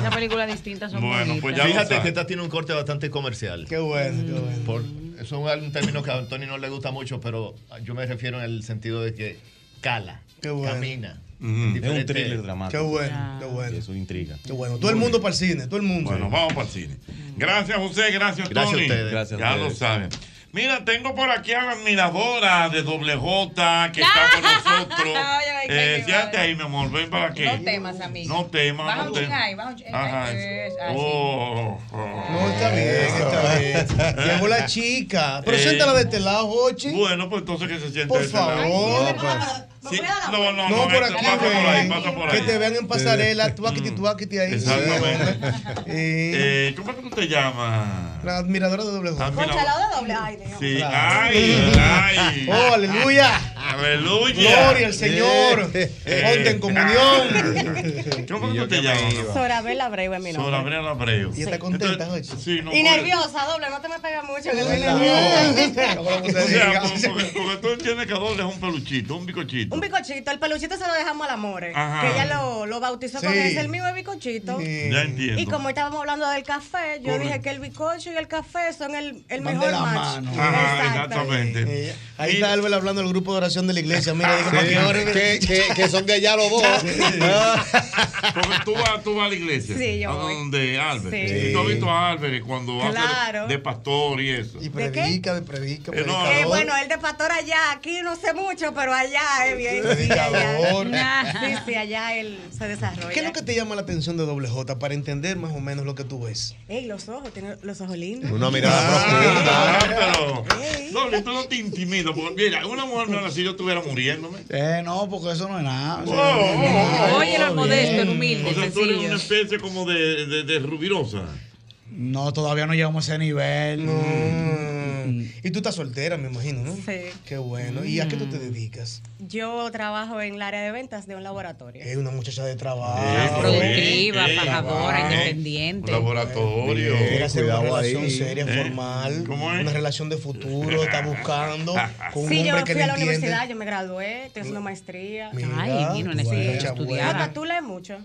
Una película distinta son bonitas. pues, fíjate que esta tiene un corte bastante comercial. Qué bueno, qué bueno. eso es un término que a Tony no le gusta mucho, pero yo me refiero en el sentido de que cala, Qué bueno. camina. Es un thriller dramático. Qué bueno, qué bueno. Y eso intriga. Qué bueno. Todo el mundo para el cine, todo el mundo. Bueno, vamos para el cine. Gracias, José. Gracias, Gracias a Tony. ustedes. ya a ustedes. lo saben. Mira, tengo por aquí a la admiradora de doble J que está con nosotros. Eh, siéntate ahí, mi amor, ven para aquí. No temas, amigo. No temas, Baja no un temas. chin ahí, baja un chin. Ajá. Oh, Eh, así. No, está bien, está bien. Llegó la Eh, chica. Pero siéntala de este lado, Jochi. Bueno, pues entonces que se siente Por de este lado. favor. Sí, No, no, No, no, por este, aquí, pasa por ven. ahí, pasa por Que ahí. Eh, te vean en pasarela, tuaquiti, tuaquiti ahí. Exactamente. Eh, ¿Cómo es que tú te llamas? La admiradora de doble J. Conchalado de doble aire. Sí, Claro. ay, ay. Oh, aleluya. Aleluya. Gloria al Señor. Ponte en comunión. ¿Cómo es Eh. que te llamas? Sorabel Abreu es mi nombre. Sorabel Abreu. Y está contenta, Jochi. Sí, no. Y puede- nerviosa, doble, no te me pegas mucho. Que estoy No. nerviosa. O sea, porque, porque tú entiendes que Adolfo es un peluchito, un bicochito. Un bicochito, el peluchito se lo dejamos al amor. eh, Que Ajá. ella lo, lo bautizó con Sí. ese, el mío es bicochito. Ya entiendo. Y como estábamos hablando del café, yo Correcto. dije que el bicocho y el café son el, el Van de mejor la match. mano. Ajá, exactamente. Eh, Ahí está Álvaro hablando del grupo de oración de la iglesia. Mira, digo, Sí, Eh, que- que- que son de allá los dos. Ah. Porque tú vas, tú vas a la iglesia. Sí, yo a voy. donde Albert. Sí. Sí. Tú has visto a Albert cuando Claro. hace de pastor y eso. Y predica, de predica, no, Eh, bueno, el de pastor allá, aquí no sé mucho, pero allá es bien. Sí, Predicador. allá. Sí, sí, allá él se desarrolla. ¿Qué es lo que te llama la atención de doble J para entender más o menos lo que tú ves? Ey, los ojos, tiene los ojos lindos. Una mirada Ah, pero. Doble, tú no te intimidas. Porque mira, una mujer me habla así, yo estuviera muriéndome. Eh, no, porque eso no es nada. Oh, oh, oh. Óyelo, modesto, el humilde, O sea, tú eres sencillo. una especie como de, de, de rubirosa. No, todavía no llegamos a ese nivel. Mm. Mm. Y tú estás soltera, me imagino, ¿no? Sí. Qué bueno. ¿Y a qué tú te dedicas? Yo trabajo en el área de ventas de un laboratorio. Es una muchacha de trabajo. productiva, Eh, pajadora, eh, independiente. Laboratorio. Quiere hacer una Cuidado relación ahí. seria, Eh, formal, una relación de futuro, está buscando con un Sí, yo hombre que le fui a la entiende. universidad, yo me gradué, estoy haciendo maestría. Mira, Ay, mira, una bueno. estudiada. Jota, tú lees mucho.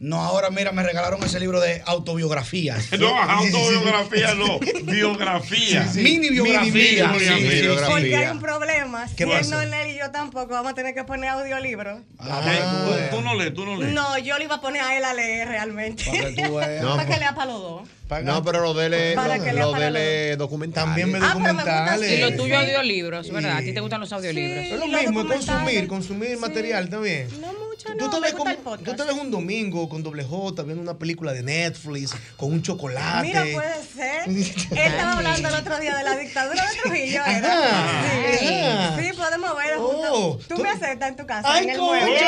No, ahora mira, me regalaron ese libro de autobiografías. No, autobiografía no, biografía. Mini biografía. Mini biografía. Sí, sí, sí. Porque hay un problema. Si ¿Qué él pasa? no lee y yo tampoco, vamos a tener que poner audiolibro. Ah, tú, tú no lees, tú no lees. No, yo le iba a poner a él a leer realmente. Para que tú veas. Para No, que lea para los dos. No, pero lo dele, Para que lea lo para dele documentales. También me Y lo tuyo audiolibros, ¿verdad? A ti te gustan los audiolibros. Es lo mismo, es consumir, consumir material también. No mucho, Tú te, ves como- tú te ves un domingo con doble J viendo una película de Netflix con un chocolate. Mira, pues. puede ser. Él estaba hablando el otro día de la dictadura de Trujillo. ¿era? Ajá, sí, ajá. sí, podemos ver. Oh, tú, me aceptas en tu casa. Ay, en el coño. mueble.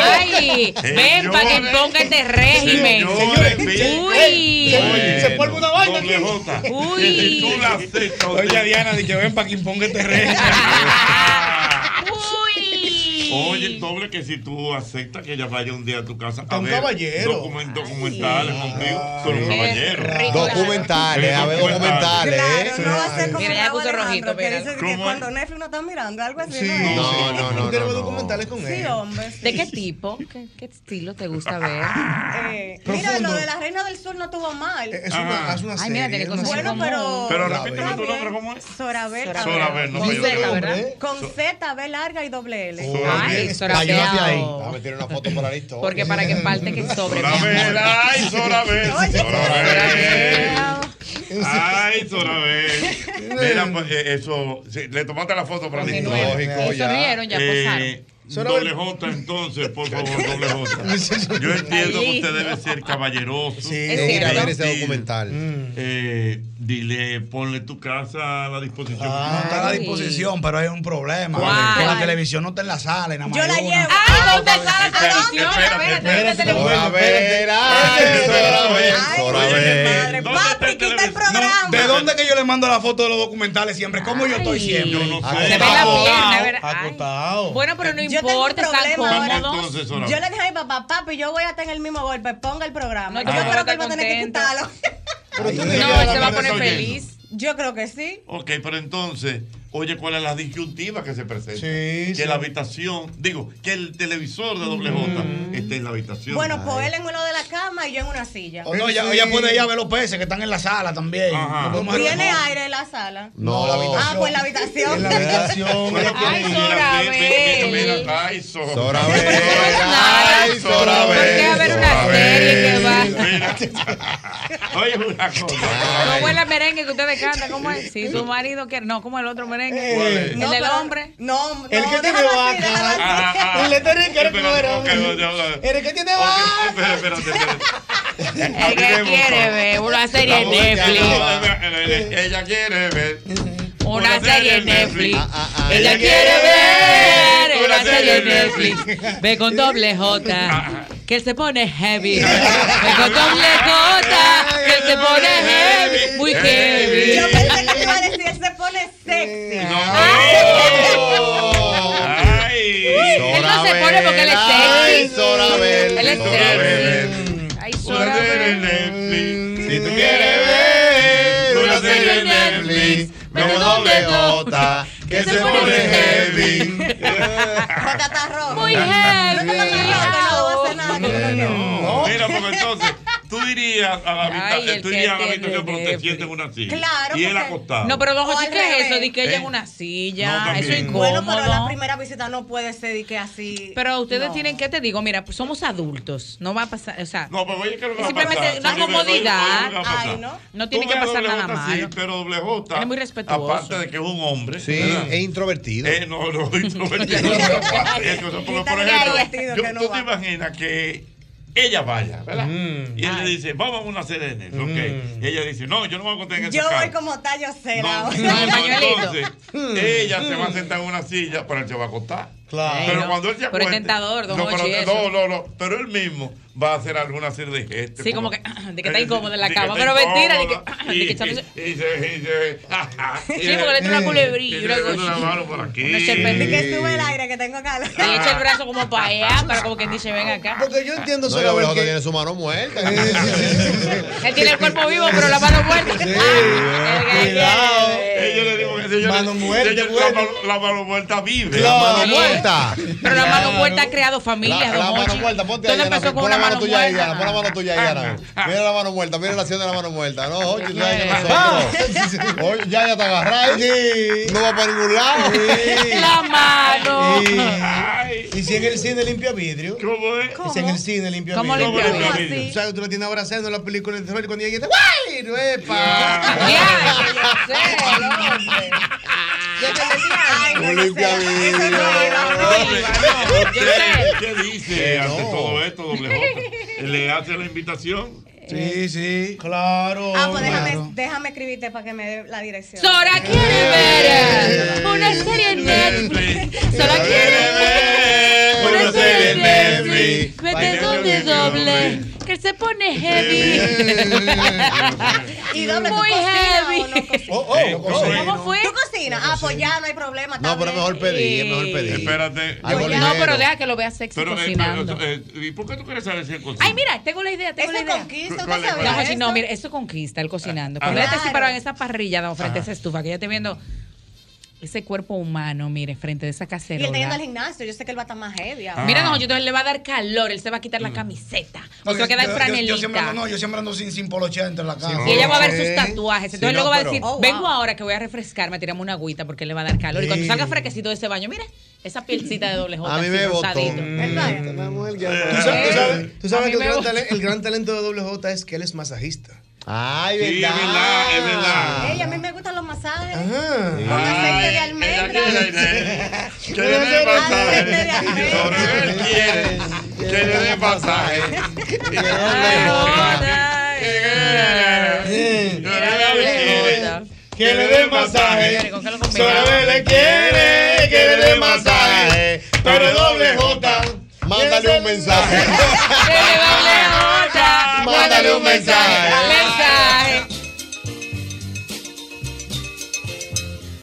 Ay, ven para que ponga este régimen. Uy. se pone una vaina aquí. Uy. Que si tú la aceptas. Oye, Diana, di que ven para que imponga este régimen. Oye, doble que si tú aceptas que ella vaya un día a tu casa a un ver caballero. document- documentales contigo, tú eres un caballero. Documentales, a ver documentales. ¿eh? No va a ser como Mira, ya Raúl puso Alejandro, rojito, que mira. dice que ¿Cómo es? cuando Netflix no está mirando, algo así. ¿no? No, no, no, no, no. documentales con Sí, él. hombre. sí. ¿De qué tipo? ¿Qué, qué estilo te gusta ver? Eh, mira, lo de la Reina del Sur no estuvo mal. Ah, Eh, Es una, es una Ay, mira, tiene serie, cosas una en serie. común. Pero repíteme tu nombre, ¿cómo es? Sorabel. Sorabel. Sorabel, no, Con pero yo Z, tengo, ¿verdad? ¿eh? Con Z, B larga y doble L. Ayúdate ahí. Voy a meter una foto para listo. Porque para que falte que sobre. mi Sorabel, amor. ay, Sorabel. Sorabel. Ay, Sorabel. Mira, pues, eh, eso, sí, le tomaste la foto para Continúe. Lógico, Se rieron, ya Eh, posaron. Doble J, entonces, por favor, doble J. Yo entiendo que usted debe ser caballeroso. Sí, Es cierto. Ir a ver ese documental. Eh, dile, ponle tu casa a la disposición. Ah, No está a la disposición, pero hay un problema. ¿Cuál? Que la televisión no está en la sala y nada más. Yo hay la una. llevo. ¡Ay, ¿dónde está la televisión? Espérate, ¿De dónde que yo le mando la foto de los documentales siempre? ¿Cómo yo estoy siempre? Yo no Se ve la pierna, a ver, Acotado. Bueno, pero no Yo tengo un importa, están problema ahora. cómodos. Yo le dije a mi papá, papi, yo voy a tener el mismo golpe, ponga el programa. No, yo yo no creo voy que a él va a tener que contento. quitarlo. No, se va a poner feliz. Yo creo que sí. Ok, pero entonces, oye, ¿cuál es la disyuntiva que se presenta? que la habitación, digo, que el televisor de doble J esté en la habitación. Bueno, pues él en uno de la cama y yo en una silla. O Oh, no, ella, ella pone llave a los peces que están en la sala también. No podemos hacer ¿Tiene los- aire en la sala? No, la habitación. Ah, pues en la habitación. En la habitación, ella quiere ir. Ay, Sorabel. Sorabel. Ay, Porque a ver una serie que va. Oye, una cosa. ¿Cómo es el merengue que ustedes cantan? ¿Cómo es? Si tu marido quiere. No, ¿cómo es el otro merengue? ¿Cuál es? El No, del pero- hombre. No, no. El que tiene déjalo así, vaca. déjalo así. Ah, ah, ah. El de Terry, que era Espérate, primero. ok, ok, ok. El que tiene Ok, vaca. Espérate, espérate, espérate. El que quiere ver una serie en Vamos a buscar, Netflix. vamos a ver, Ella quiere ver. Una serie en Netflix. Ah, Ella Ella quiere ver una serie en Netflix. Ve con doble Ah, J. Que él se pone heavy. Ve con doble J. Que él se pone heavy. Muy heavy. Yo pensé que te iba a decir, él se pone sexy. Él no se pone porque él es Ay, sexy. Sora Bel, Él es Sora sexy. Ay, Sora Bel. Si tú quieres ver una serie en Netflix, pero doble J, que se pone heavy. Muy heavy. No, mira, porque entonces tú irías a la Ay, habitación, el tú que irías a la tiene habitación, pero te sientes en una silla. Claro, Y él porque- acostado. No, pero don O José, al ¿qué es revés. eso? De que ella ¿Eh? en una No, silla. también. eso es Bueno, pero la incómodo. primera visita no puede ser de que así. Pero ustedes No. tienen que te digo, mira, pues somos adultos, no va a pasar, o sea, No, pero oye, que no va a simplemente pasar. una Oye, oye, comodidad, oye, no va a pasar. Ay, no, no Tú tiene que ves a pasar Doble nada J, sí, malo. pero doble J. Él es muy respetuoso. Aparte de que es un hombre. Sí, ¿verdad? es introvertido. Eh, no, no, introvertido. Eso, eso, porque, por ejemplo, yo- tú te imaginas que ella vaya, ¿verdad? Mm. Y él le dice, vamos a una serie de Netflix, ok. Ella dice, no, yo no voy a contar en ese Yo voy carro. como tallo cero. No, ahora. no, no, entonces, ella se va Mm. a sentar en una silla, pero él se va a acostar. Ay, Pero no. cuando él se Pero es acueste, tentador, don no, Hochi, pero, no, eso. no, no, pero él mismo va a hacer alguna serie de gestos. Sí, como que ah, de que está Eh, incómodo en la de que cama, está pero mentira, de incómodo, que de y- que echándose- y- y se- y se- Sí, porque le entra una culebrilla, Y una le mete cosa. una mano por aquí. Una serpentina. Y que sube el aire, que tengo calor. y echa el brazo como para allá, para como que dice, ven acá. Porque yo entiendo No, la verdad que tiene su mano muerta. Él tiene el cuerpo vivo, pero la mano muerta. Ah, Cuidado. Eh, yo le digo que si yo- Mano yo- muerta, yo- la muerta. mano- La mano muerta vive. La mano muerta. Pero la mano Claro. muerta ha creado familias, La, la don mano Hochi. muerta, ponte Todo ahí, Ana, empezó pon con la una mano mano tuya ahí, muerta. Ana, pon la mano tuya ahí, Ana. Mira la mano muerta, mira la acción de la mano muerta. No, oye, tú sabes que nosotros. Oye, ya, ya te agarras. No va para ningún lado. La mano. Y, y si en el cine limpia vidrio. ¿Cómo es? Y si en el cine limpia ¿Cómo vidrio. limpia ¿Cómo vidrio? O sea, que tú la tienes abrazando en la película de terror cuando ella dice, ¡guay! ¡No es pa! Un limpiavidrio. ¿Qué- ¿Qué dice ante todo esto, doble J? ¿Le hace la invitación? Sí, sí. Claro. Ah, pues déjame, déjame escribirte para que me dé la dirección. Sora Eh. quiere ver eh, una serie en Netflix. Sora quiere ver una serie en Netflix. Vete donde doble, que se pone Eh. heavy. Y doble Muy tu cocina, heavy. ¿o no cocina? Oh, ¿Cómo fue? ¿Tú cocinas? Ah, pues ya no hay problema. No, pero es mejor pedir, es mejor pedir. Espérate. Pues ya, no, pero deja que lo vea sexy Pero, eh, cocinando. pero, eh, ¿Y por qué tú quieres saber si él cocina? Ay, mira, tengo la idea, tengo la idea. ¿usted ¿Cuál es? sabe No, eso? Jochi, no, mira, eso conquista, el cocinando. Ah, Pero ah. él está así Claro. parado en esa parrilla, no, frente a esa Ajá. estufa, que ya te viendo ese cuerpo humano, mire, frente de esa Y él está yendo al cacerola. gimnasio, yo sé que él va a estar más heavy. ahora. Mira, no, Jochi, entonces le va a dar calor, él se va a quitar Mm. la camiseta, o se va a yo, yo, quedar yo siempre franelita. ando, no, yo siempre ando sin, sin polochea dentro de la casa. Y ella va a ver sus tatuajes. Entonces luego va a decir, Oh, vengo a... ahora que voy a refrescarme, tiramos una agüita porque le va a dar calor. Y cuando Sí. salga fresquecito de ese baño, mira, esa pielcita de doble J. A mí así, me botó. rosadito. Tú sabes, tú sabes- tú sabes A mí que el me gran, gusta. tale- el gran talento de Doble J es que él es masajista. Ay, Sí, es verdad, es verdad. Ey, a mí me gustan los masajes. Ajá. Con aceite de Ella almendra. quiere que le dé masaje. Sobre él quiere que le dé masaje. Que le dé masaje. Sobre le quiere que le dé masaje. Pero doble J. Mándale un mensaje. Mándale un mensaje.